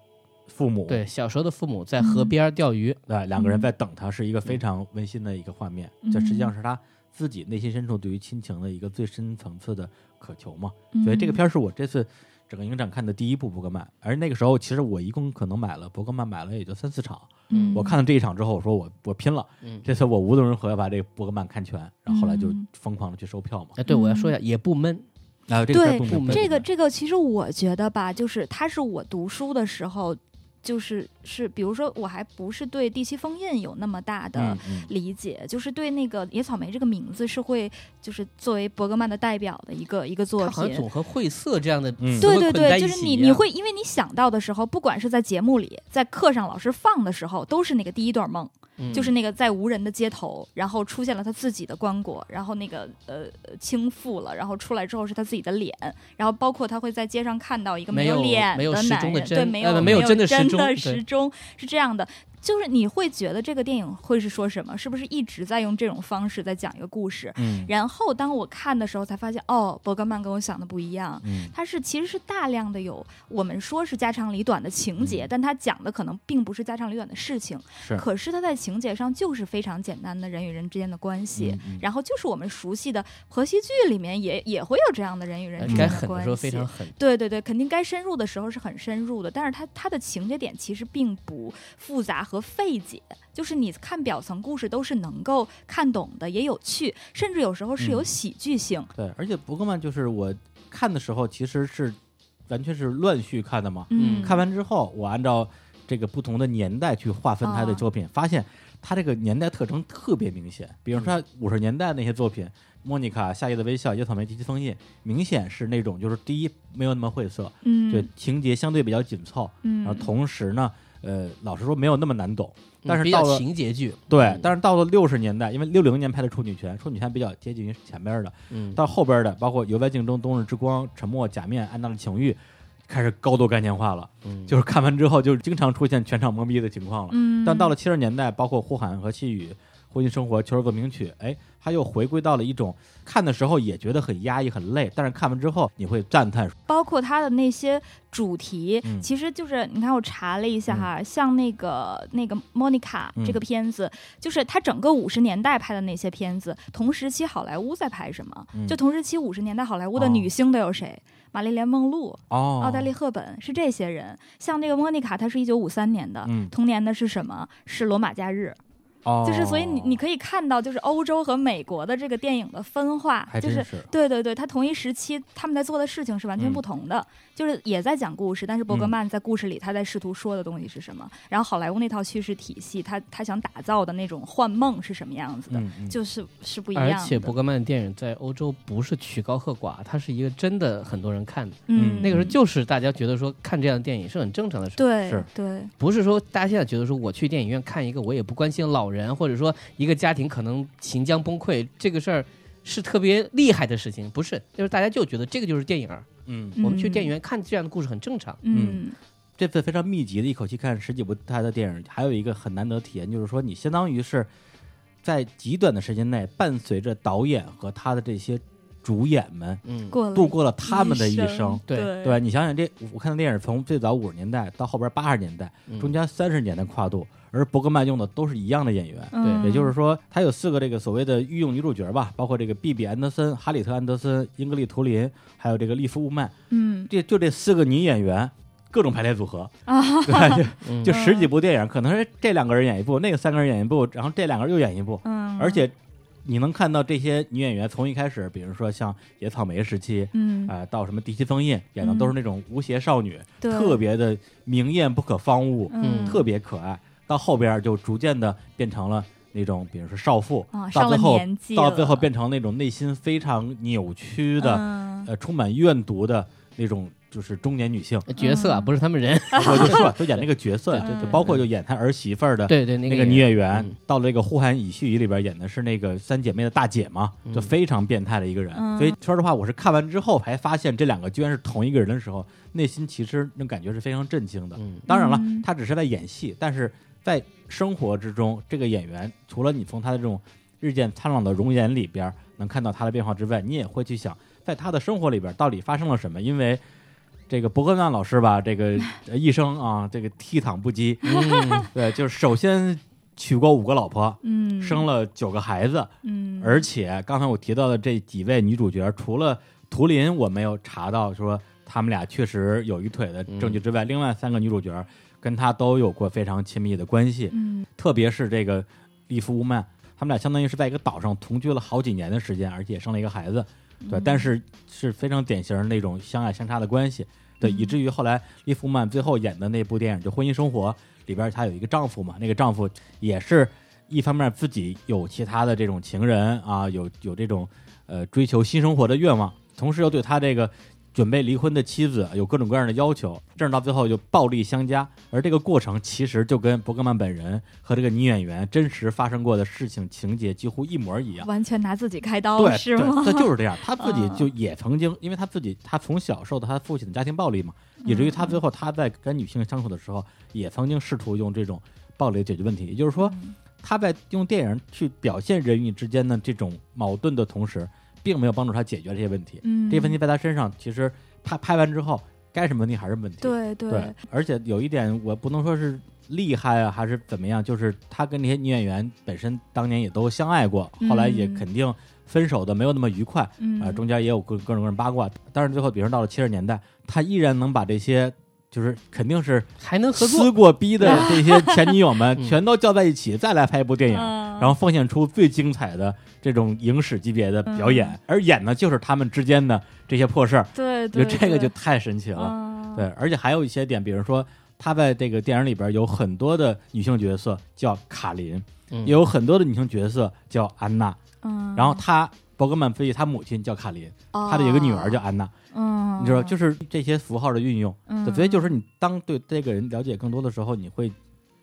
父母，
对，小时候的父母在河边儿钓鱼，
对两个人在等他，是一个非常温馨的一个画面。这实际上是他自己内心深处对于亲情的一个最深层次的渴求嘛。
嗯
所以这个片儿是我这次整个影展看的第一部伯格曼，而那个时候其实我一共可能买了伯格曼买了也就三四场。
嗯
我看了这一场之后，我说我我拼了，
嗯，
这次我无论如何要把这个伯格曼看全，然后后来就
嗯
疯狂的去售票嘛。
哎，对我要说一下，也不闷，
然后这
对
个
不
这个这个，其实我觉得吧，就是它是我读书的时候，就是是，比如说我还不是对第七封印有那么大的
嗯嗯
理解，就是对那个野草莓这个名字是会，就是作为伯格曼的代表的一个一个作
它好像
品。
总和晦涩这样的
嗯
词
对
汇
对
混在
对，
一
就是
起一
你
样，
你会，因为你想到的时候，不管是在节目里，在课上老师放的时候，都是那个第一段梦。
嗯
就是那个在无人的街头，然后出现了他自己的棺椁，然后那个呃呃倾覆了，然后出来之后是他自己的脸，然后包括他会在街上看到一个
没
有
有
脸
没有
的
时
男
钟的
人，
针
对，没
呃
有
没有
有
真的时
时
钟对
钟是这样的。就是你会觉得这个电影会是说什么？是不是一直在用这种方式在讲一个故事？
嗯
然后当我看的时候才发现，哦，伯格曼跟我想的不一样。
嗯
它是其实是大量的有我们说是家长里短的情
嗯
节，但它讲的可能并不是家长里短的事情。
是
可是它在情节上就是非常简单的人与人之间的关系，
嗯
然后就是我们熟悉的婆媳剧里面也也会有这样的人与人
呃
之
该
间的
狠的时
关系。
候非常狠，
对对对，肯定该深入的时候是很深入的，但是它它的情节点其实并不复杂和费解，就是你看表层故事都是能够看懂的，也有趣，甚至有时候是有
嗯
喜剧性。
对，而且伯格曼就是我看的时候其实是完全是乱序看的嘛，
嗯
看完之后我按照这个不同的年代去划分他的
啊
作品，发现他这个年代特征特别明显，比如
嗯
说五十年代那些作品。莫妮卡、夏夜的微笑、野草莓及其封印，明显是那种就是第一没有那么晦涩，
嗯，
对情节相对比较紧凑，
嗯，
然后同时呢，呃，老实说没有那么难懂，
嗯
但是
比
到
较
了
情节剧，
对
嗯，
但是到了六十年代，因为六零年拍的《处女拳》，《处女拳》比较接近于前边的，
嗯，
到后边的包括《游在镜中》《冬日之光》《沉默》《假面》《暗淡的情欲》，开始高度概念化了，
嗯
就是看完之后就经常出现全场懵逼的情况了。
嗯，
但到了七十年代，包括《呼喊》和《细雨》《婚姻生活》《秋日奏鸣曲》，哎，它又回归到了一种看的时候也觉得很压抑、很累，但是看完之后你会赞叹，
包括它的那些主题，
嗯
其实就是你看我查了一下哈，像那个那个《莫妮卡
嗯》
这个片子，就是它整个五十年代拍的那些片子，同时期好莱坞在拍什么？
嗯
就同时期五十年代好莱坞
哦
的女星都有谁？玛丽莲梦露、
哦，
奥黛丽·赫本是这些人。像这个《莫妮卡》，它是一九五三年的。
嗯，
同年的是什么？是《罗马假日》，
哦，
就是所以你你可以看到，就是欧洲和美国的这个电影的分化
还，
就
真
是
是。
对对对，他同一时期他们在做的事情是完全
嗯
不同的，就是也在讲故事，但是伯格
嗯
曼在故事里他在试图说的东西是什么，然后好莱坞那套叙事体系，他他想打造的那种幻梦是什么样子的，
嗯嗯
就是是不一样
而
的。
且伯格曼的电影在欧洲不是曲高和寡，它是一个真的很多人看的。
嗯，
那个时候就是大家觉得说看这样的电影是很正常的事，
对
是
对
不是说大家现在觉得说我去电影院看一个我也不关心老人，或者说一个家庭可能行将崩溃这个事儿，是特别厉害的事情，不是，就是大家就觉得这个就是电影儿，
嗯，
我们去电影院看这样的故事很正常。
嗯，
这次非常密集的一口气看十几部他的电影，还有一个很难得体验，就是说你相当于是在极短的时间内，伴随着导演和他的这些主演们
嗯，
过了
度过了他们的一
生
生，，
对
对吧？，你想想这，我看的电影从最早五十年代到后边八十年代，中间三十年的跨度，而伯格曼用的都是一样的演员。
嗯
也就是说，他有四个这个所谓的御用女主角吧，包括这个比比安德森、哈里特安德森、英格丽图林，还有这个利夫·雾曼，
嗯
这就这四个女演员，各种排列组合，
啊，
对吧？ 就
嗯
就十几部电影，可能是这两个人演一部，那个三个人演一部，然后这两个人又演一部，
嗯，
而且你能看到这些女演员从一开始，比如说像野草莓时期。
嗯，
啊、到什么第七封印演的都是那种无邪少女，
对
特别的明艳不可方物，
嗯
特别可爱。到后边儿就逐渐的变成了那种，比如说少妇，到
啊上
最
了
后
年纪
到最后
了
变成那种内心非常扭曲的，
嗯
呃，充满怨毒的那种，就是中年女性。
角色啊，
嗯
不是他们 人。
我就说就演那个角色，
对
对
就
对
包括就演她儿媳妇儿的。
对对，那
那
个
个女演员
嗯
到了这个《呼喊已续语》里边演的是那个三姐妹的大姐嘛，
嗯
就非常变态的一个人。
嗯
所以说实话，我是看完之后才发现这两个居然是同一个人的时候，内心其实那感觉是非常震惊的。
嗯
当然了
嗯，
他只是在演戏，但是在生活之中，这个演员除了你从他的这种日渐苍老的容颜里边儿能看到他的变化之外，你也会去想，在他的生活里边儿到底发生了什么？因为这个伯格曼老师吧，这 个呃一生啊，这个倜傥不羁，
嗯，
对，就是首先娶过五个老婆，
嗯
生了九个孩子，
嗯
而且刚才我提到的这几位女主角，除了图林，我没有查到说她们俩确实有一腿的
嗯
证据之外，另外三个女主角跟她都有过非常亲密的关系，
嗯
特别是这个利夫·乌曼，她们俩相当于是在一个岛上同居了好几年的时间，而且也生了一个孩子，
嗯
对，但是是非常典型的那种相爱相杀的关系。对，
嗯
以至于后来利夫曼最后演的那部电影就《婚姻生活》里边，她有一个丈夫嘛，那个丈夫也是一方面自己有其他的这种情人啊，有有这种呃追求新生活的愿望，同时又对她这个准备离婚的妻子有各种各样的要求，甚至到最后就暴力相加。而这个过程其实就跟伯格曼本人和这个女演员真实发生过的事情情节几乎一模一样。
完全拿自己开刀
对，
哦是
对
吗？
他就是这 样，他自己
嗯
就也曾经，因为他自己他从小受到他父亲的家庭暴力嘛，以至于
嗯
他最后他在跟女性相处的时候，也曾经试图用这种暴力解决问题。也就是说，他在用电影去表现人与之间的这种矛盾的同时，并没有帮助他解决这些问题。
嗯，
这些问题在他身上，其实拍拍完之后，该什么问题还是问题。
对对
对，而且有一点我不能说是厉害啊，还是怎么样，就是他跟那些女演员本身当年也都相爱过，
嗯
后来也肯定分手的没有那么愉快啊、
嗯
中间也有各各种各样的八卦，但是最后，比如到了七十年代，他依然能把这些。就是肯定是
还能合
撕
作，
过逼的
嗯
这些前女友们
嗯
全都叫在一起，再来拍一部电影，
嗯
啊然后奉献出最精彩的这种影史级别的表演，
嗯
而演的就是他们之间的这些破事儿，
对
就
对，
这个就
对
太神奇了。
嗯
对，而且还有一些点，比如说她在这个电影里边有很多的女性角色叫卡琳，
嗯
也有很多的女性角色叫安娜。
嗯，
然后她伯格曼自己她母亲叫卡琳，她的有一个女儿叫安娜，
哦，嗯，
你知道，就是这些符号的运用。
嗯
对所以就是你当对这个人了解更多的时候，你会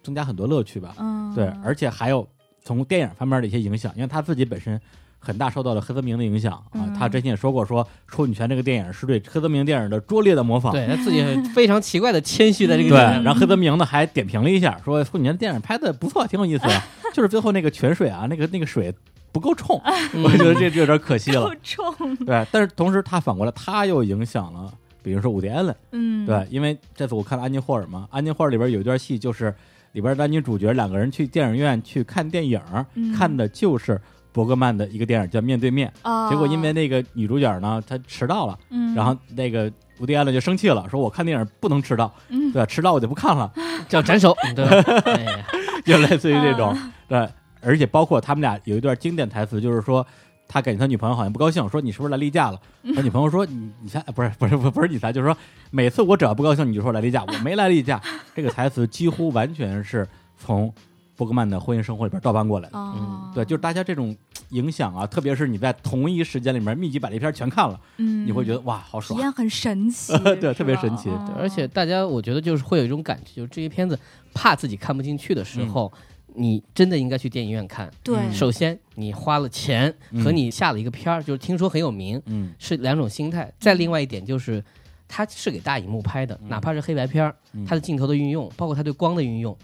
增加很多乐趣吧。
嗯，
对，而且还有从电影方面的一些影响，因为他自己本身很大受到了黑泽明的影响啊
嗯。
他之前也说过，说《处女权》这个电影是对黑泽明电影的拙劣的模仿。
对他自己非常奇怪的谦虚在这个
对，
里
嗯
面
然后黑泽明呢还点评了一下，说说你的电影拍的不错，挺有意思 的，就是最后那个泉水啊，那个那个水不够冲，
嗯
我觉得这这有点可惜 了
嗯够。重，
对，但是同时他反过来，他又影响了，比如说伍迪·艾伦，
嗯，
对，因为这次我看了《安妮霍尔》嘛，《安妮霍尔》里边有一段戏，就是里边男女主角两个人去电影院去看电影，
嗯
看的就是伯格曼的一个电影叫《面对面》，
啊，
结果因为那个女主角呢，她迟到了。
嗯，
然后那个伍迪·艾伦就生气了，说：“我看电影不能迟到，
嗯
对吧？迟到我就不看了。”
叫斩首，对 吧？哎呀，
就类似于这种。
嗯
对，而且包括他们俩有一段经典台词，就是说他感觉他女朋友好像不高兴，说你是不是来例假了？
嗯
他女朋友说你你才不是不是不是不是你才，就是说每次我只要不高兴你就说来例假，我没来例假。这个台词几乎完全是从伯格曼的婚姻生活里边照搬过来的。
哦，
嗯对，就是大家这种影响啊，特别是你在同一时间里面密集把这片全看了，
嗯，
你会觉
得
得哇，好
体
爽。，
验很神奇
对
是
特别
吧哦
神奇
对而且大家我觉得就是会有一种感觉，就是这些片子怕自己看不进去的时候，你真的应该去电影院看。
对
嗯
首先，你花了钱
嗯
和你下了一个片儿，就是听说很有名，
嗯
是两种心态。再另外一点就是，它是给大荧幕拍的，
嗯
哪怕是黑白片儿
嗯，
它的镜头的运用，包括它对光的运用。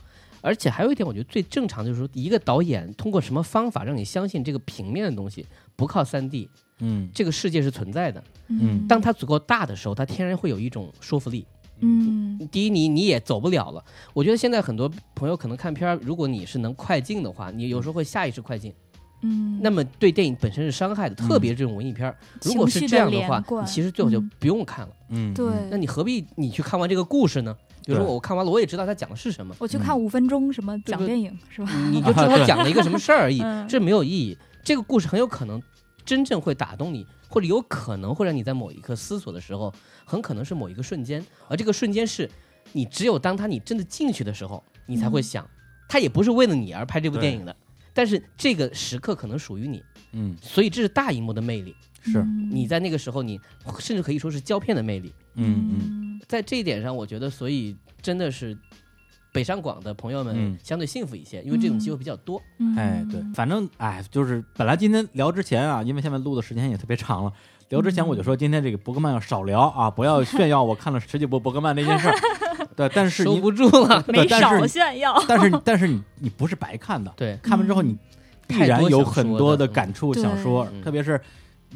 而且还有一点，我觉得最正常就是说，一个导演通过什么方法让你相信这个平面的东西不靠3 D，
嗯
这个世界是存在的。
嗯
当它足够大的时候，它天然会有一种说服力。
嗯
第一，你你也走不了了。我觉得现在很多朋友可能看片儿，如果你是能快进的话，你有时候会下意识快进，
嗯，
那么对电影本身是伤害的。
嗯
特别这种文艺片儿，如
情
果
绪
是这样的
连
话，
贯
你其实最后就
嗯
不用看了。
嗯，
对，
那你何必你去看完这个故事呢？比如说
对
我看完了，我也知道它讲的是什么，
我
嗯
去看五分钟什么讲
对
电影是吧？，
你就知道它讲了一个什么事儿而已
嗯
这没有意义。这个故事很有可能真正会打动你，或者有可能会让你在某一刻思索的时候，很可能是某一个瞬间，而这个瞬间是你只有当它你真的进去的时候，你
嗯
才会想，它也不是为了你而拍这部电影的。但是这个时刻可能属于你，
嗯
所以这是大荧幕的魅力。
是
嗯
你在那个时候，你甚至可以说是胶片的魅力。
嗯
在这一点上，我觉得，所以真的是北上广的朋友
嗯
们相对幸福一些，因为这种机会比较多。
嗯
嗯，哎对，反正哎就是本来今天聊之前啊，因为现在录的时间也特别长了。聊之前我就说，今天这个伯格曼要少聊啊，不要炫耀我看了十几部伯格曼那件事儿。 对，但是
收
你
不住了，
对
没
但是
少
你
炫耀，
但是你但是你你不是白看的，
对，
看完之后你必然有很嗯多的嗯感触
太多
想
想
说
说的，
嗯
特别是。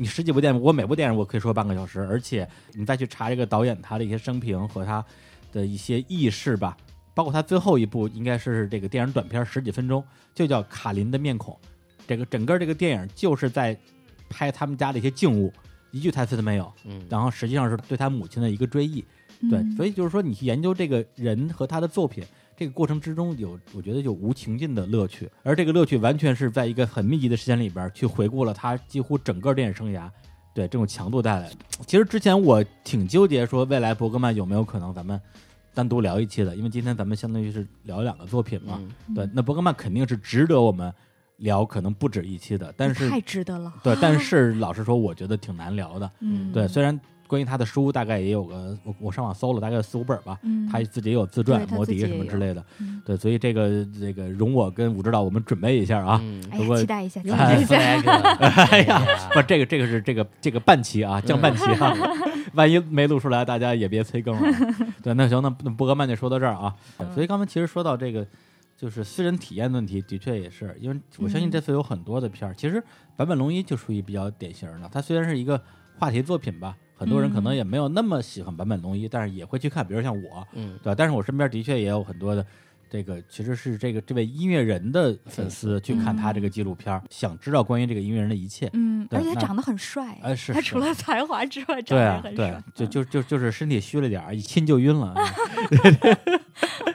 你十几部电影，我每部电影我可以说半个小时，而且你再去查这个导演他的一些生平和他的一些轶事吧，包括他最后一部应该是这个电影短片十几分钟，就叫《卡林的面孔》。这个整个这个电影就是在拍他们家的一些静物，一句台词都没有，
嗯，
然后实际上是对他母亲的一个追忆。对，
嗯
所以就是说，你去研究这个人和他的作品，这个过程之中有，我觉得有无穷尽的乐趣，而这个乐趣完全是在一个很密集的时间里边儿去回顾了他几乎整个电影生涯，对这种强度带来的。其实之前我挺纠结说，未来伯格曼有没有可能咱们单独聊一期的，因为今天咱们相当于是聊两个作品嘛，
嗯
对，那伯格曼肯定是值得我们聊，可能不止一期的，但是
太值得了，
对，但是老实说，我觉得挺难聊的。
嗯，
对，虽然关于他的书大概也有个，我我上网搜了大概有四五本儿吧，
嗯
他自己也有自传
对、他
摩
自
笛
己
什
也
么
有
之类的，
嗯
对，所以这个这个容我跟武指导我们准备一下啊，
嗯，
哎
如果
呀，期待一下，期
有
待
你
一
的
下，
flag，哎呀，
不，这个这个是这个这个半期啊，降半期啊，万一没录出来，大家也别催更了啊。对，那行，那那波格曼就说到这儿啊。所以刚才其实说到这个，就是私人体验的问题，的确也是，因为我相信
嗯
这次有很多的片儿，其实坂本龙一就属于比较典型的，他虽然是一个话题作品吧。很多人可能也没有那么喜欢坂本龙一，但是也会去看，比如像我，
嗯，
对吧？但是我身边的确也有很多的，这个其实是这个这位音乐人的粉丝去看他这个纪录片儿，想知道关于这个音乐人的一切。
嗯，
对
而且
那
他长得很帅，
哎
哎
呃，是
他
是
除了才华之外长
对
得
啊，
很嗯
对
帅，，
就就就就是身体虚了点儿，一亲就晕 了。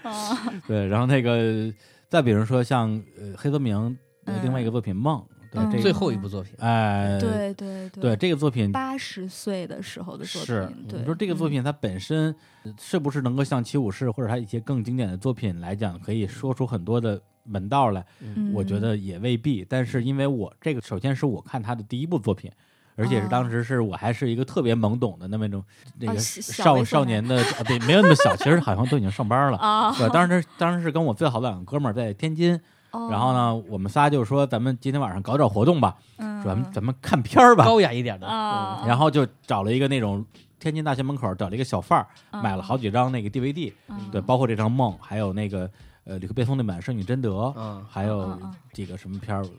啊
对，然后那个再比如说像呃黑泽明的另外一个作品《梦》，
嗯
对这
最
个，
后一部作品，
哎，
对对
对，这个作品
八十岁的时候的作
是
品，，对，嗯
你说这个作品它本身呃是不是能够像《七武士》或者它一些更经典的作品来讲，可以说出很多的门道来？
嗯，
我觉得也未必。但是因为我这个，首先是我看他的第一部作品，而且是
哦
当时是我还是一个特别懵懂的那么一种那
哦
个
小小
少
微
少
少
年
年
的，啊对，没有那么小，其实好像都已经上班了。
啊，
对，当时当时是跟我最好的两个哥们儿在天津，然
然
后，呢，我们仨就说咱们今天晚上搞点活动吧，
嗯，
说咱们咱们看片儿吧。
高雅一点的，
啊
嗯
然后就找了一个那种天津大学门口找了一个小贩儿，
嗯
买了好几张那个 DVD，
嗯
对，包括这张《梦》，还有那个呃吕克贝松那版《圣女贞德》，
嗯
还有
嗯嗯
这个什么片儿，呃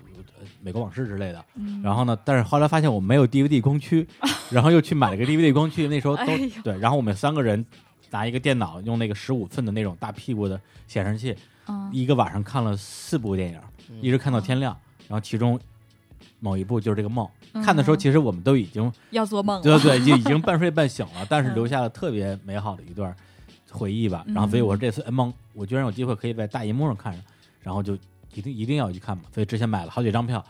《美国往事》之类的。
嗯
然后呢，但是后来发现我们没有 DVD 光 驱，然后又去买了个 DVD 光驱，那时候都
哎呦
对。然后我们三个人拿一个电脑，用那个十五寸的那种大屁股的显示器，
嗯
一个晚上看了四部电影，一直看到天亮。然后其中某一部就是这个梦，看的时候
嗯
其实我们都已经
要做梦
对
了，
对，就已经半睡半醒了，但是留下了特别美好的一段回忆吧。然后，所以我说这次《梦》，我居然有机会可以在大荧幕上看上，然后就一定一定要去看嘛。所以之前买了好几张票，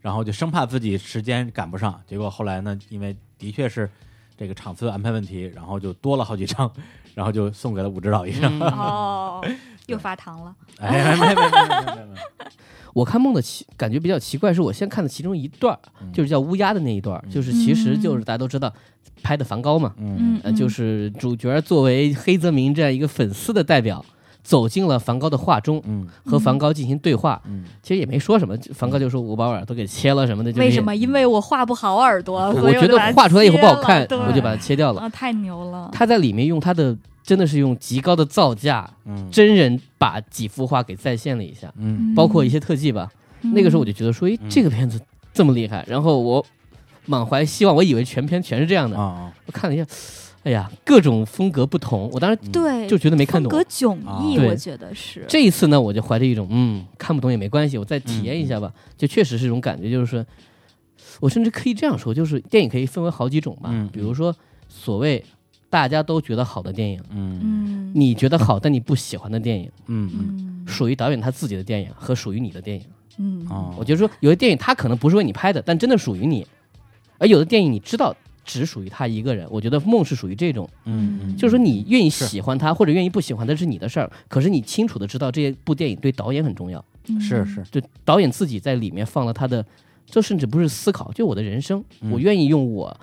然后就生怕自己时间赶不上，结果后来呢，因为的确是这个场次安排问题，然后就多了好几张，然后就送给了武指导一张。
啊
哦，又发糖了，
哎，没没没没没没，
我看梦的奇感觉比较奇怪，是我先看的其中一段儿，
嗯
就是叫乌鸦的那一段儿，就是其实就是大家都知道拍的梵高嘛，
嗯
嗯
呃呃，就是主角作为黑泽明这样一个粉丝的代表，走进了梵高的画中，
嗯
和梵高进行对话。
嗯，
其实也没说什么，梵高就说我把我耳朵给切了什么的。就是
为什么？因为我画不好耳朵，
我
所
我
以
觉
就
得
把它
画出来以后不好
切了
看，
对
我就把它切掉了。
啊，太牛了！
他在里面用他的真的是用极高的造价，
嗯
真人把几幅画给再现了一下，
嗯
包括一些特技吧。
嗯
那个时候我就觉得说，诶，
嗯
这个片子这么厉害，然后我满怀希望，我以为全片全是这样的。
啊，
我看了一下，哎呀，各种风格不同，我当时
嗯，
对
就觉得没看
风
懂。
格迥异，
啊对
我觉得是
这一次呢，我就怀着一种嗯看不懂也没关系，我再体验一下吧，
嗯
就确实是一种感觉，就是说我甚至可以这样说，就是电影可以分为好几种吧，
嗯
比如说所谓大家都觉得好的电影，
嗯
嗯
你觉得好但你不喜欢的电影，
嗯
嗯
属于导演他自己的电影和属于你的电影。
嗯
嗯，啊，
我觉得说有的电影他可能不是为你拍的，但真的属于你，而有的电影你知道。只属于他一个人，我觉得梦是属于这种，
嗯嗯，
就是说你愿意
是
喜欢他或者愿意不喜欢他是你的事儿，可是你清楚的知道这部电影对导演很重要。
嗯
是是，
就导演自己在里面放了他的，这甚至不是思考，就我的人生，
嗯
我愿意用我，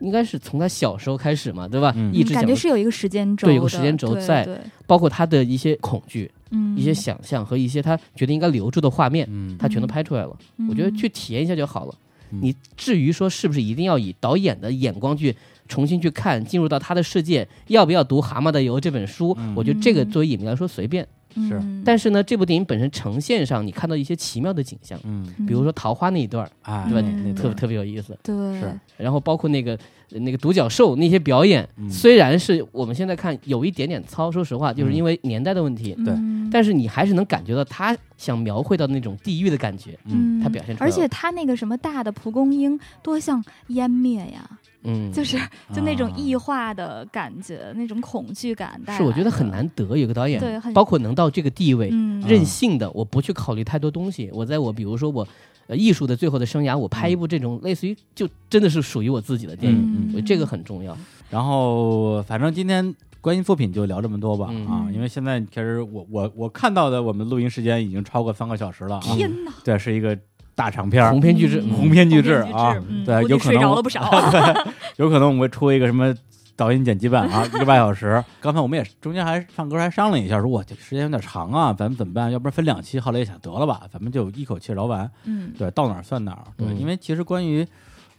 应该是从他小时候开始嘛，对吧？
嗯
一直
感
想
觉，是有一个时间轴的，
对有个时间轴
对
在
对
包括他的一些恐惧、
嗯，
一些想象和一些他觉得应该留住的画面，
嗯
他全都拍出来了。
嗯，
我觉得去体验一下就好了。
嗯
你至于说是不是一定要以导演的眼光去重新去看，进入到他的世界，要不要读《蛤蟆的油》这本书？
嗯
我觉得这个
嗯
作为影迷来说随便，
是
嗯，
但是呢，这部电影本身呈现上，你看到一些奇妙的景象，
嗯，
比如说桃花那一段儿，
啊
哎，
对吧
那
特别
那
特别有意思。
对
是
然后包括那个呃那个独角兽那些表演，
嗯
虽然是我们现在看有一点点糙，说实话，就是
嗯
因为年代的问题，
对
嗯
但是你还是能感觉到他想描绘到那种地狱的感觉。
嗯
他表现出来
而
了
且他那个什么大的蒲公英多像湮灭呀，
嗯，
就是就那种
啊
异化的感觉，那种恐惧感带来
是
的，
我觉得很难得有个导演
对很，
包括能到这个地位，
嗯，
啊
任性的，我不去考虑太多东西。我在我比如说我，呃，艺术的最后的生涯，我
嗯
拍一部这种类似于就真的是属于我自己的电影，
嗯
我觉得这个很重要。
然后反正今天关于作品就聊这么多吧、
嗯
啊，因为现在其实我我我看到的我们录音时间已经超过三个小时了啊，
嗯天哪，
对，是一个大长片儿
鸿。篇巨制，
嗯
鸿篇巨制
鸿篇巨制
啊，
嗯
对，
估计
有可
睡
能
着
我
了不少
对有可能我们会出一个什么导演剪辑版啊，一个半小时。刚才我们也中间还唱歌还商量一下，说我这时间有点长啊，咱们怎么办？要不然分两期。后来也想得了吧，咱们就一口气聊完。
嗯
对，到哪儿算哪儿。对，
嗯
因为其实关于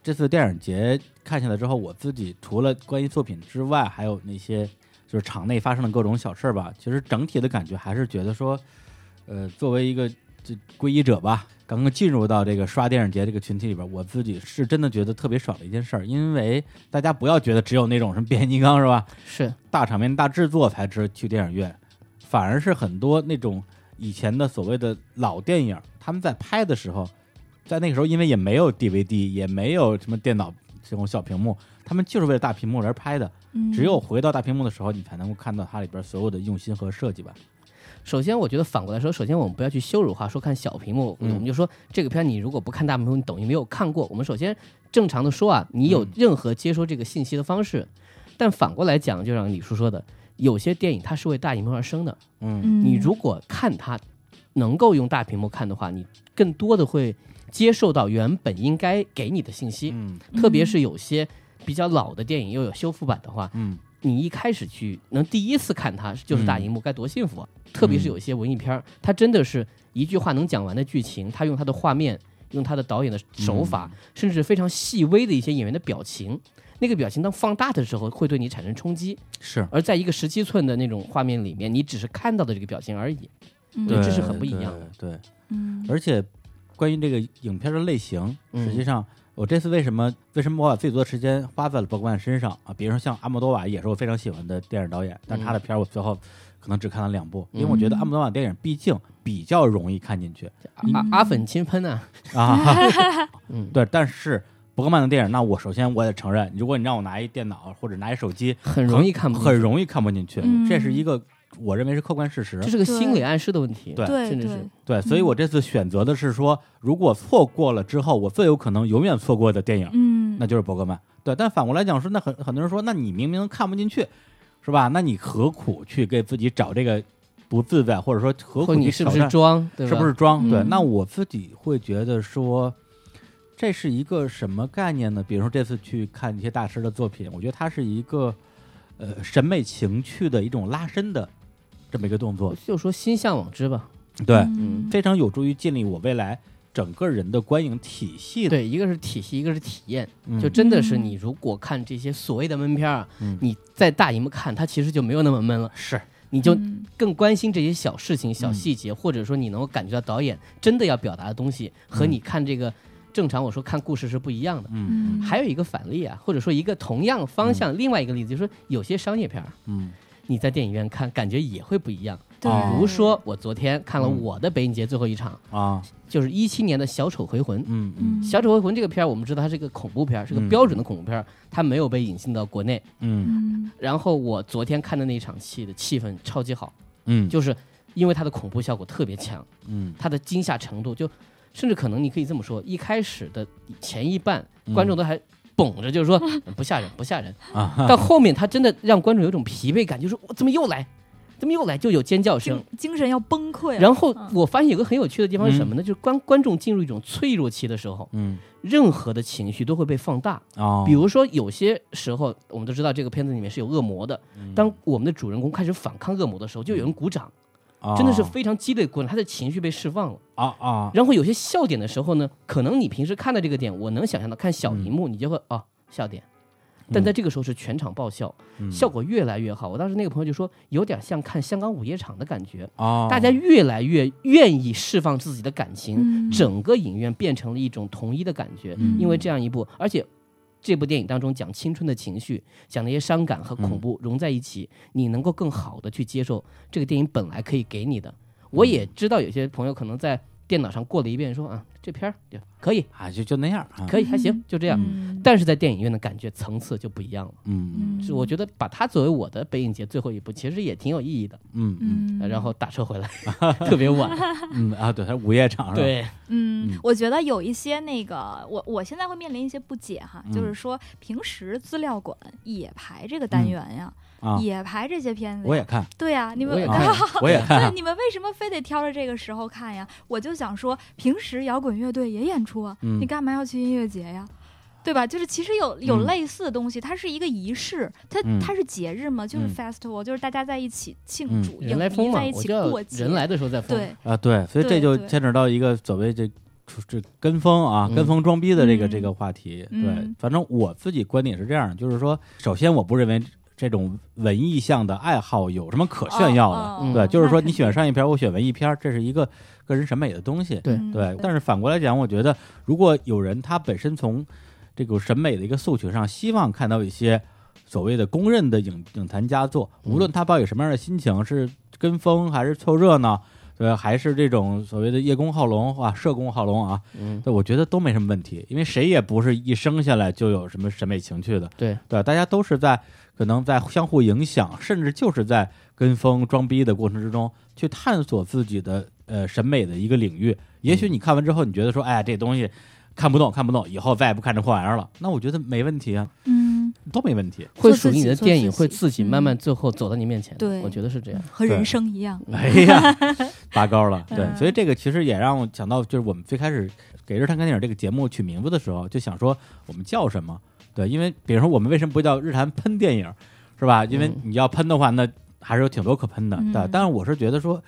这次电影节看下来之后，我自己除了关于作品之外，还有那些就是场内发生的各种小事儿吧。其实整体的感觉还是觉得说，呃，作为一个这皈依者吧，刚刚进入到这个刷电影节这个群体里边，我自己是真的觉得特别爽的一件事儿。因为大家不要觉得只有那种什么变形金刚是吧，
是
大场面、大制作才值得去电影院，反而是很多那种以前的所谓的老电影，他们在拍的时候，在那个时候因为也没有 DVD，也没有什么电脑这种小屏幕，他们就是为了大屏幕而拍的。
嗯，
只有回到大屏幕的时候，你才能够看到它里边所有的用心和设计吧。
首先，我觉得反过来说，首先我们不要去羞辱化，说看小屏幕，
嗯
我们就说这个片儿你如果不看大屏幕，你等于没有看过。我们首先正常的说啊，你有
嗯
任何接收这个信息的方式，但反过来讲，就像李叔说的，有些电影它是为大荧幕而生的，
嗯
嗯，
你如果看它能够用大屏幕看的话，你更多的会接受到原本应该给你的信息，
嗯
特别是有些。比较老的电影又有修复版的话，
嗯
你一开始去能第一次看它就是大荧幕，该多幸福啊！
嗯
特别是有一些文艺片儿，它真的是一句话能讲完的剧情，它用它的画面，用它的导演的手法，
嗯
甚至非常细微的一些演员的表情，那个表情当放大的时候会对你产生冲击，
是。
而在一个十七寸的那种画面里面，你只是看到的这个表情而已。
嗯
我觉得这是很不一样的
对，对
嗯
而且关于这个影片的类型，
嗯
实际上我这次为什么为什么我把最多的时间花在了伯格曼身上啊？比如说像阿莫多瓦也是我非常喜欢的电影导演，但是他
嗯
的片儿我最后可能只看了两部，因为我觉得阿莫多瓦电影毕竟比较容易看 进去
阿、
嗯
阿粉轻喷啊，
啊，
嗯，
对，但是。伯格曼的电影，那我首先我也承认，如果你让我拿一电脑或者拿一手机，
很容易看不，
很，容易看不进去，
嗯
这是一个我认为是客观事实。
这是个心理暗示的问题。
对
对
甚至
对
是
对，所以
嗯
我这次选择的是说，如果错过了之后，我最有可能永远错过的电影，
嗯
那就是伯格曼。对，但反过来讲说，那很很多人说，那你明明看不进去，是吧？那你何苦去给自己找这个不自在，或者说
或
何苦
者你
去
是不
挑
是
战？
装，对吧？
是不是装？对，
嗯
那我自己会觉得说，这是一个什么概念呢？比如说这次去看一些大师的作品，我觉得它是一个呃审美情趣的一种拉伸的这么一个动作，
就说心向往之吧。
对，
嗯
非常有助于建立我未来整个人的观影体系的。
对，一个是体系，一个是体验，
嗯
就真的是你如果看这些所谓的闷片儿，啊
嗯
你在大荧幕看，它其实就没有那么闷了，
是
你就
嗯
更关心这些小事情、小
嗯
细节，或者说你能够感觉到导演真的要表达的东西和
嗯
你看这个正常我说看故事是不一样的。
嗯
嗯
还有一个反例啊，或者说一个同样方向，另外一个例子就是说有些商业片儿，
嗯
你在电影院看感觉也会不一样。
对
比
比如说我昨天看了我的北影节最后一场，
啊
就是一七年的《小丑回魂》。
嗯嗯
嗯
小丑回魂这个片儿，我们知道它是个恐怖片儿，是个
嗯
标准的恐怖片儿，它没有被引进到国内。
嗯
嗯
然后我昨天看的那一场戏的气氛超级好，
嗯
就是因为它的恐怖效果特别强，
嗯
它的惊吓程度就，甚至可能你可以这么说，一开始的前一半
嗯
观众都还绷着， 就是说不吓人不吓人，
啊哈
到后面他真的让观众有一种疲惫感，就是我怎么又来，怎么又来，就有尖叫声
精。精神要崩溃了。
然后
嗯
我发现有个很有趣的地方是什么呢？就是观观众进入一种脆弱期的时候，
嗯
任何的情绪都会被放大。
哦，
比如说，有些时候我们都知道这个片子里面是有恶魔的。
嗯
当我们的主人公开始反抗恶魔的时候，就有人鼓掌，
哦
真的是非常激烈的鼓掌，他的情绪被释放了。
啊啊
然后有些笑点的时候呢，可能你平时看到这个点，我能想象到，看小荧
嗯
幕你就会啊笑点，但在这个时候是全场爆笑，
嗯
效果越来越好。我当时那个朋友就说，有点像看香港午夜场的感觉，
啊，
大家越来越愿意释放自己的感情，
嗯
整个影院变成了一种统一的感觉，
嗯
因为这样一部，而且。这部电影当中讲青春的情绪，讲那些伤感和
嗯
恐怖融在一起，你能够更好的去接受这个电影本来可以给你的。我
嗯
也知道有些朋友可能在电脑上过了一遍，说啊这片儿就可以，
啊就就那样啊，
可以还行，就这样。
嗯
但是在电影院的感觉层次就不一样了。
嗯
嗯
是我觉得把它作为我的北影节最后一部，其实也挺有意义的。
嗯嗯
嗯
然后打车回来，特别 晚。
嗯啊，对，它午夜场是吧？
对，
嗯
嗯，
我觉得有一些那个，我我现在会面临一些不解
嗯
哈，就是说平时资料馆也排这个单元呀，
嗯
啊，
也排这些片子呀，
我也 看，
对呀、你们
我
啊
也
看我也看
对，你们为什么非得挑着这个时候看呀？我就想说，平时摇滚乐队也演出啊，
嗯
你干嘛要去音乐节呀？对吧？就是其实有有
嗯
类似的东西，它是一个仪式，它、
嗯
它是节日嘛，就是
嗯
festival，、就是大家在一起庆祝，影
人来疯
迷
嘛
在一，
我
起
就要
过节，
人来的时候再疯。
对，
啊，对，所以这
对
就
对
牵扯到一个所谓这这跟风啊，
嗯
跟风装逼的这个
嗯
这个话题。对
嗯，
反正我自己观点是这样，就是说，首先我不认为这种文艺向的爱好有什么可炫耀的。
哦
嗯
对，就是说你喜
选
欢商业片，我选文艺片，这是一个个人审美的东西。
对
嗯
对，但是反过来讲，我觉得如果有人他本身从这个审美的一个诉求上，希望看到一些所谓的公认的影影坛佳作，无论他抱有什么样的心情，是跟风还是凑热闹，对吧，还是这种所谓的叶公好龙啊、社公好龙啊，
嗯，
对，我觉得都没什么问题，因为谁也不是一生下来就有什么审美情趣的，
对
对吧，大家都是在可能在相互影响，甚至就是在跟风装逼的过程之中去探索自己的呃审美的一个领域。也许你看完之后，你觉得说，哎呀，这东西看不懂，看不懂，以后再也不看这破玩意儿了，那我觉得没问题啊，
嗯，
都没问题。
会
做
属于
自
你
己
的
做
电
自
影会
己
自己慢慢
嗯
最后走到你面前的。
对
我觉得是这样。
和
对
人生一样，
哎呀，拔高了，对，
嗯
所以这个其实也让我想到，就是我们最开始给《日坛看电影》这个节目取名字的时候，就想说我们叫什么？对，因为比如说我们为什么不叫《日坛喷电影》，是吧？因为
嗯
你要喷的话，那还是有挺多可喷的，
嗯
对。但是我是觉得说，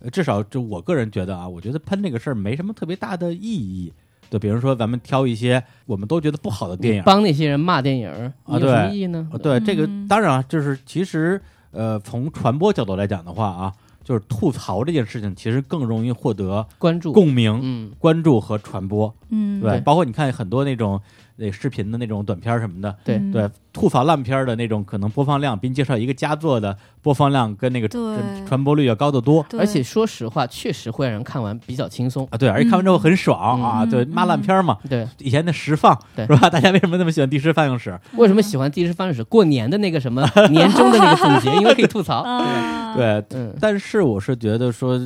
呃至少就我个人觉得啊，我觉得喷这个事儿没什么特别大的意义。对，比如说咱们挑一些我们都觉得不好的电
你
影，
帮那些人骂电影儿，你
啊
有什么
对
意义呢
呃？对，这个
嗯
当然啊，就是其实呃，从传播角度来讲的话啊，就是吐槽这件事情其实更容易获得
关注，
共鸣、
嗯，
关注和传播。
嗯，
对，
对
包括你看很多那种那视频的那种短片儿什么的，
对
嗯
对，吐槽烂片儿的那种，可能播放量比你介绍一个佳作的播放量跟那个
对
传播率要高得多
对
而且说实话，确实会让人看完比较轻松。
啊。对，而且看完之后很爽啊，
嗯
对，骂烂片儿嘛。
对，
以前的实放
对
是吧？大家为什么那么喜欢第十放映
嗯
室？
为什么喜欢《第一方式》？过年的那个什么年终的那个总结，因为可以吐 槽。
啊，
对，
嗯，
但是我是觉得说，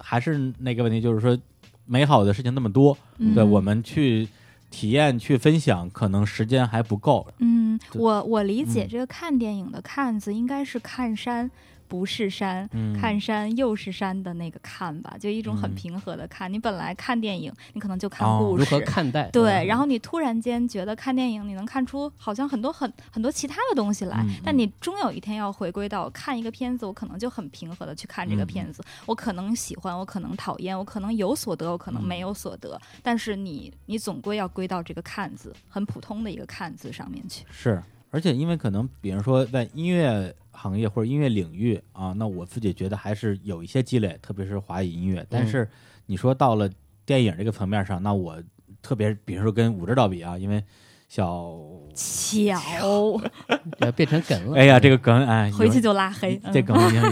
还是那个问题，就是说，美好的事情那么多，
嗯
对我们去体验、去分享，可能时间还不够。
嗯，
对
我我理解
嗯
这个看电影的“看”字应该是看山不是山，
嗯
看山又是山的那个看吧，就一种很
嗯
平和的看。你本来看电影，你可能就看
哦
故
如
事，
何看待？
对，
嗯
然后你突然间觉得看电影，你能看出好像很多很很多其他的东西来，
嗯
但你终有一天要回归到看一个片子，我可能就很平和的去看这个
嗯
片子，我可能喜欢，我可能讨厌，我可能有所得，我可
嗯
能没有所得，但是你你总归要归到这个看字，很普通的一个看字上面去。
是，而且因为可能，比如说在音乐行业或者音乐领域啊，那我自己觉得还是有一些积累，特别是华语音乐。但
嗯
是你说到了电影这个层面上，那我特别，比如说跟武指导比啊，因为小，
嗯巧，
要变成梗了。
哎呀，这个梗，哎，
回
有
去就拉黑。
这
嗯
梗已经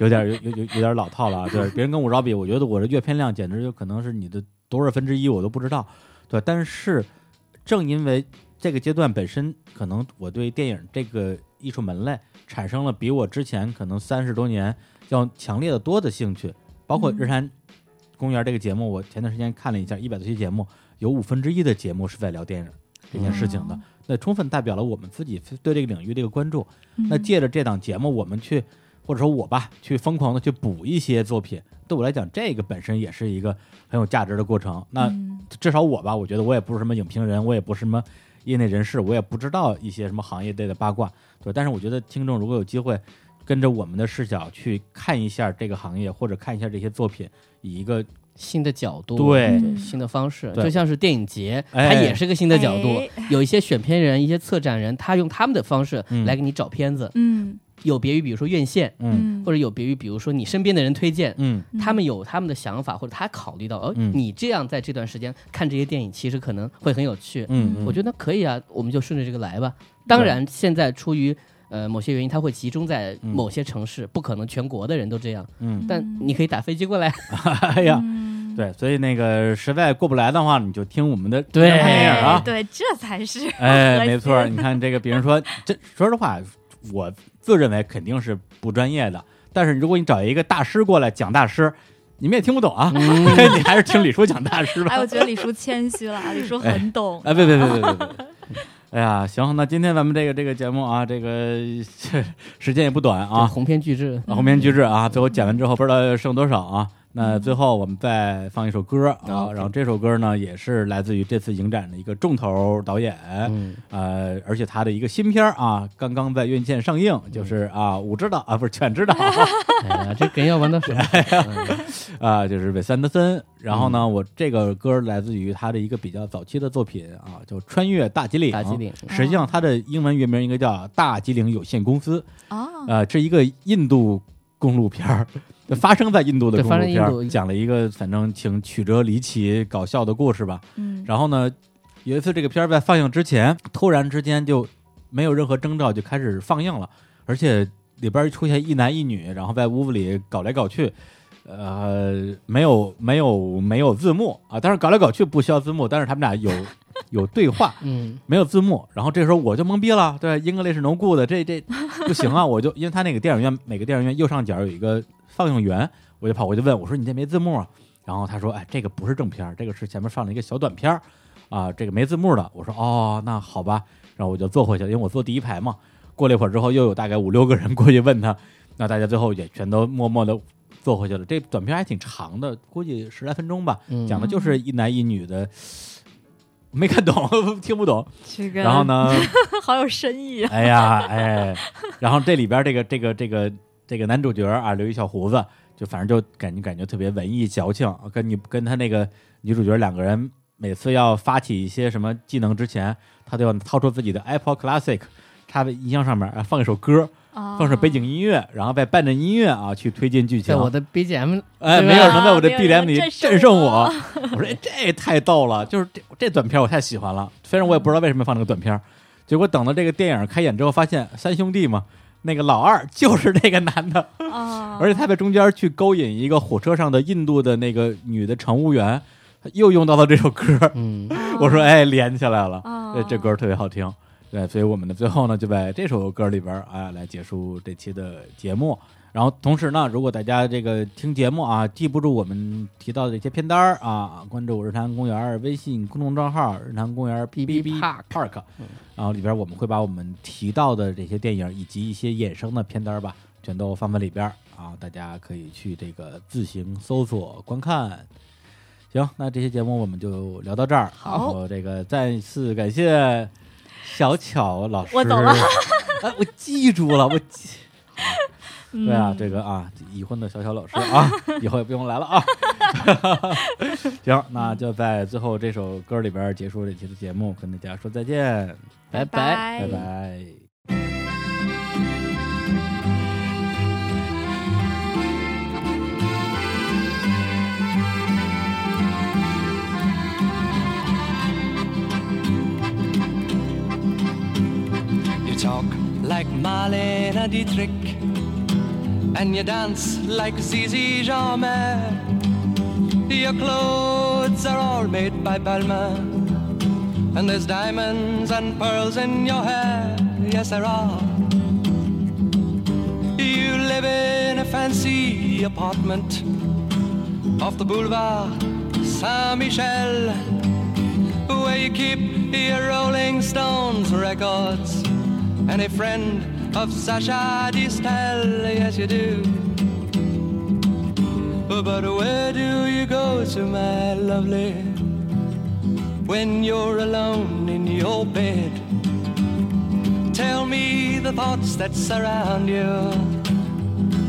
有点有有有有点老套了啊！对，别人跟武指导比，我觉得我这阅片量简直就可能是你的多少分之一，我都不知道。对，但是正因为这个阶段本身，可能我对电影这个艺术门类产生了比我之前可能三十多年要强烈的多的兴趣。包括《
嗯
日坛公园》这个节目，我前段时间看了一下，一百多期节目，有五分之一的节目是在聊电影这件事情的
哦。
那充分代表了我们自己对这个领域的一个关注。那
嗯
借着这档节目，我们去或者说我吧，去疯狂的去补一些作品。对我来讲，这个本身也是一个很有价值的过程。那
嗯
至少我吧，我觉得我也不是什么影评人，我也不是什么业内人士，我也不知道一些什么行业内的八卦。对，但是我觉得听众如果有机会跟着我们的视角去看一下这个行业，或者看一下这些作品，以一个
新的角度，
对
嗯
新的方式，
对
就像是电影节，
哎
它也是个新的角度
哎。
有一些选片人、一些策展人，他用他们的方式
嗯
来给你找片子，
嗯
有别于比如说院线，
嗯
嗯，
或者有别于比如说你身边的人推荐。
嗯
嗯
他们有他们的想法，或者他考虑到，哦，
嗯
你这样在这段时间看这些电影，其实可能会很有趣。
嗯嗯，
我觉得可以啊，我们就顺着这个来吧。当然，现在出于呃某些原因，它会集中在
嗯
某些城市，不可能全国的人都这样。
嗯，
但
嗯
你可以打飞机过来，
哎呀，
嗯
对，所以那个实在过不来的话，你就听我们的
对
聊电影啊
哎，对，这才是
哎，
核
没
心
错儿，你看这个，比如 说，这说实话，我自认为肯定是不专业的，但是如果你找一个大师过来讲大师，你们也听不懂啊， 你还是听李叔讲大师吧
嗯哎，。我觉得李叔谦虚了，啊李叔很懂。
哎，别别别别 别别！哎呀，行，那今天咱们这个这个节目啊，这个 时间也不短
就
啊，
鸿篇巨 制。
鸿篇巨制啊，最后剪完之后不知道剩多少啊。那最后我们再放一首歌啊，
OK
然后这首歌呢也是来自于这次影展的一个重头导演，
嗯，
呃，而且他的一个新片儿啊，刚刚在院线上映，就是啊，我知道啊，不是犬 知道
哎呀，这梗要玩到什么时候？嗯
啊，就是韦斯安德森。然后呢，我这个歌来自于他的一个比较早期的作品啊，叫《穿越大吉岭》。
打机。灵，
实际上，它的英文原名应该叫大吉岭有限公司，
嗯
哦，
呃，这一个印度公路片儿， 发生在印度的
对
公路
发生
片
印度
儿，讲了一个反正挺曲折离奇、搞笑的故事吧。
嗯，
然后呢，有一次这个片儿在放映之前，突然之间就没有任何征兆就开始放映了，而且里边儿出现一男一女，然后在屋子里搞来搞去。呃，没有，没有，没有字幕啊！但是搞来搞去不需要字幕，但是他们俩有 有对话，
嗯，
没有字幕。然后这时候我就懵逼了，对，English no good，这这不行啊！我就因为他那个电影院每个电影院右上角有一个放映员，我就跑过去问我说：“你这没字幕啊？”然后他说：“哎，这个不是正片儿，这个是前面放了一个小短片儿啊，这个没字幕的。”我说：“哦，那好吧。”然后我就坐回去了，因为我坐第一排嘛。过了一会儿之后，又有大概五六个人过去问他，那大家最后也全都默默的坐回去了。这短片还挺长的，估计十来分钟吧，
嗯
讲的就是一男一女的，没看懂， 听不懂。
这个
然后？呢，
好有深意啊！
哎呀，哎，然后这里边这个这个这个这个男主角啊，留一小胡子，就反正就感觉感觉特别文艺矫情，跟你跟他那个女主角两个人每次要发起一些什么技能之前，他都要掏出自己的 Apple Classic。插在音箱上面啊放一首歌，
啊
放一首背景音乐，然后再伴着音乐啊去推进剧情。
在我的 BGM
哎，
对
没
吧
有人在我的
没有
B 站
人
里
战胜
战胜
我
我。我说，哎，这太逗了，就是这这短片我太喜欢了。虽然我也不知道为什么放这个短片，结果等到这个电影开演之后，发现三兄弟嘛，那个老二就是那个男的，
啊，
而且他在中间去勾引一个火车上的印度的那个女的乘务员， 又用到了这首歌。
嗯，
我说，哎，连起来了，
啊
这这歌特别好听。对，所以我们的最后呢，就在这首歌里边儿啊，来结束这期的节目。然后同时呢，如果大家这个听节目啊，记不住我们提到的这些片单儿啊，关注“日坛公园儿”微信公众账号“日坛公园儿 B B B
Park
Park”，然后里边我们会把我们提到的这些电影以及一些衍生的片单儿吧，全都放在里边儿啊，大家可以去这个自行搜索观看。行，那这期节目我们就聊到这儿。
好
然后这个再次感谢小巧老 师。
我走了。
哎，我记住了，我记。
嗯
对啊，这个啊，已婚的小小老师啊， 以后也不用来了啊。行，那就在最后这首歌里边结束这期的节目，跟大家说再见，
拜拜。
拜
拜拜。
You talk like Marlena Dietrich And you dance like Zizi Jamais Your clothes are all made by Balmain And there's diamonds and pearls in your hair Yes, there are You live in a fancy apartment Off the boulevard Saint-Michel where you keep your Rolling Stones records. And a friend of Sasha Distel, yes you do. But where do you go to, my lovely, when you're alone in your bed? Tell me the thoughts that surround you.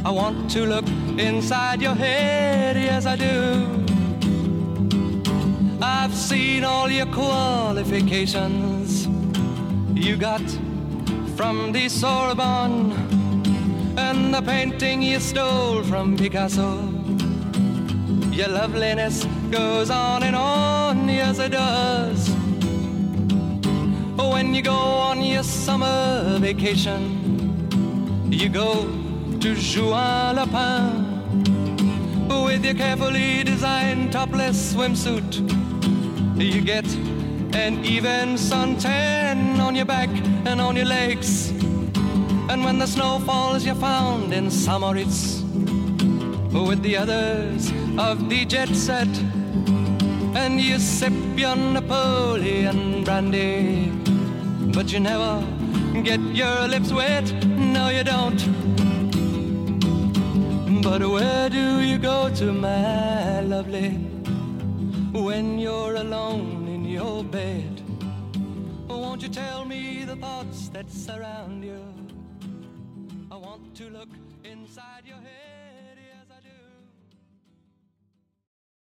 I want to look inside your head, yes I do. I've seen all your qualifications you got from the Sorbonne and the painting you stole from Picasso. Your loveliness goes on and on, yes, it does. When you go on your summer vacation, you go to Juan Lapin with your carefully designed topless swimsuit. You get an even suntan on your back and on your legs. And when the snow falls, you're found in Samoritz with the others of the jet set. And you sip your Napoleon brandy, but you never get your lips wet. No, you don't. But where do you go to, my lovely, when you're alone in your bed? Won't you tell me the thoughts that surround you? I want to look inside your head.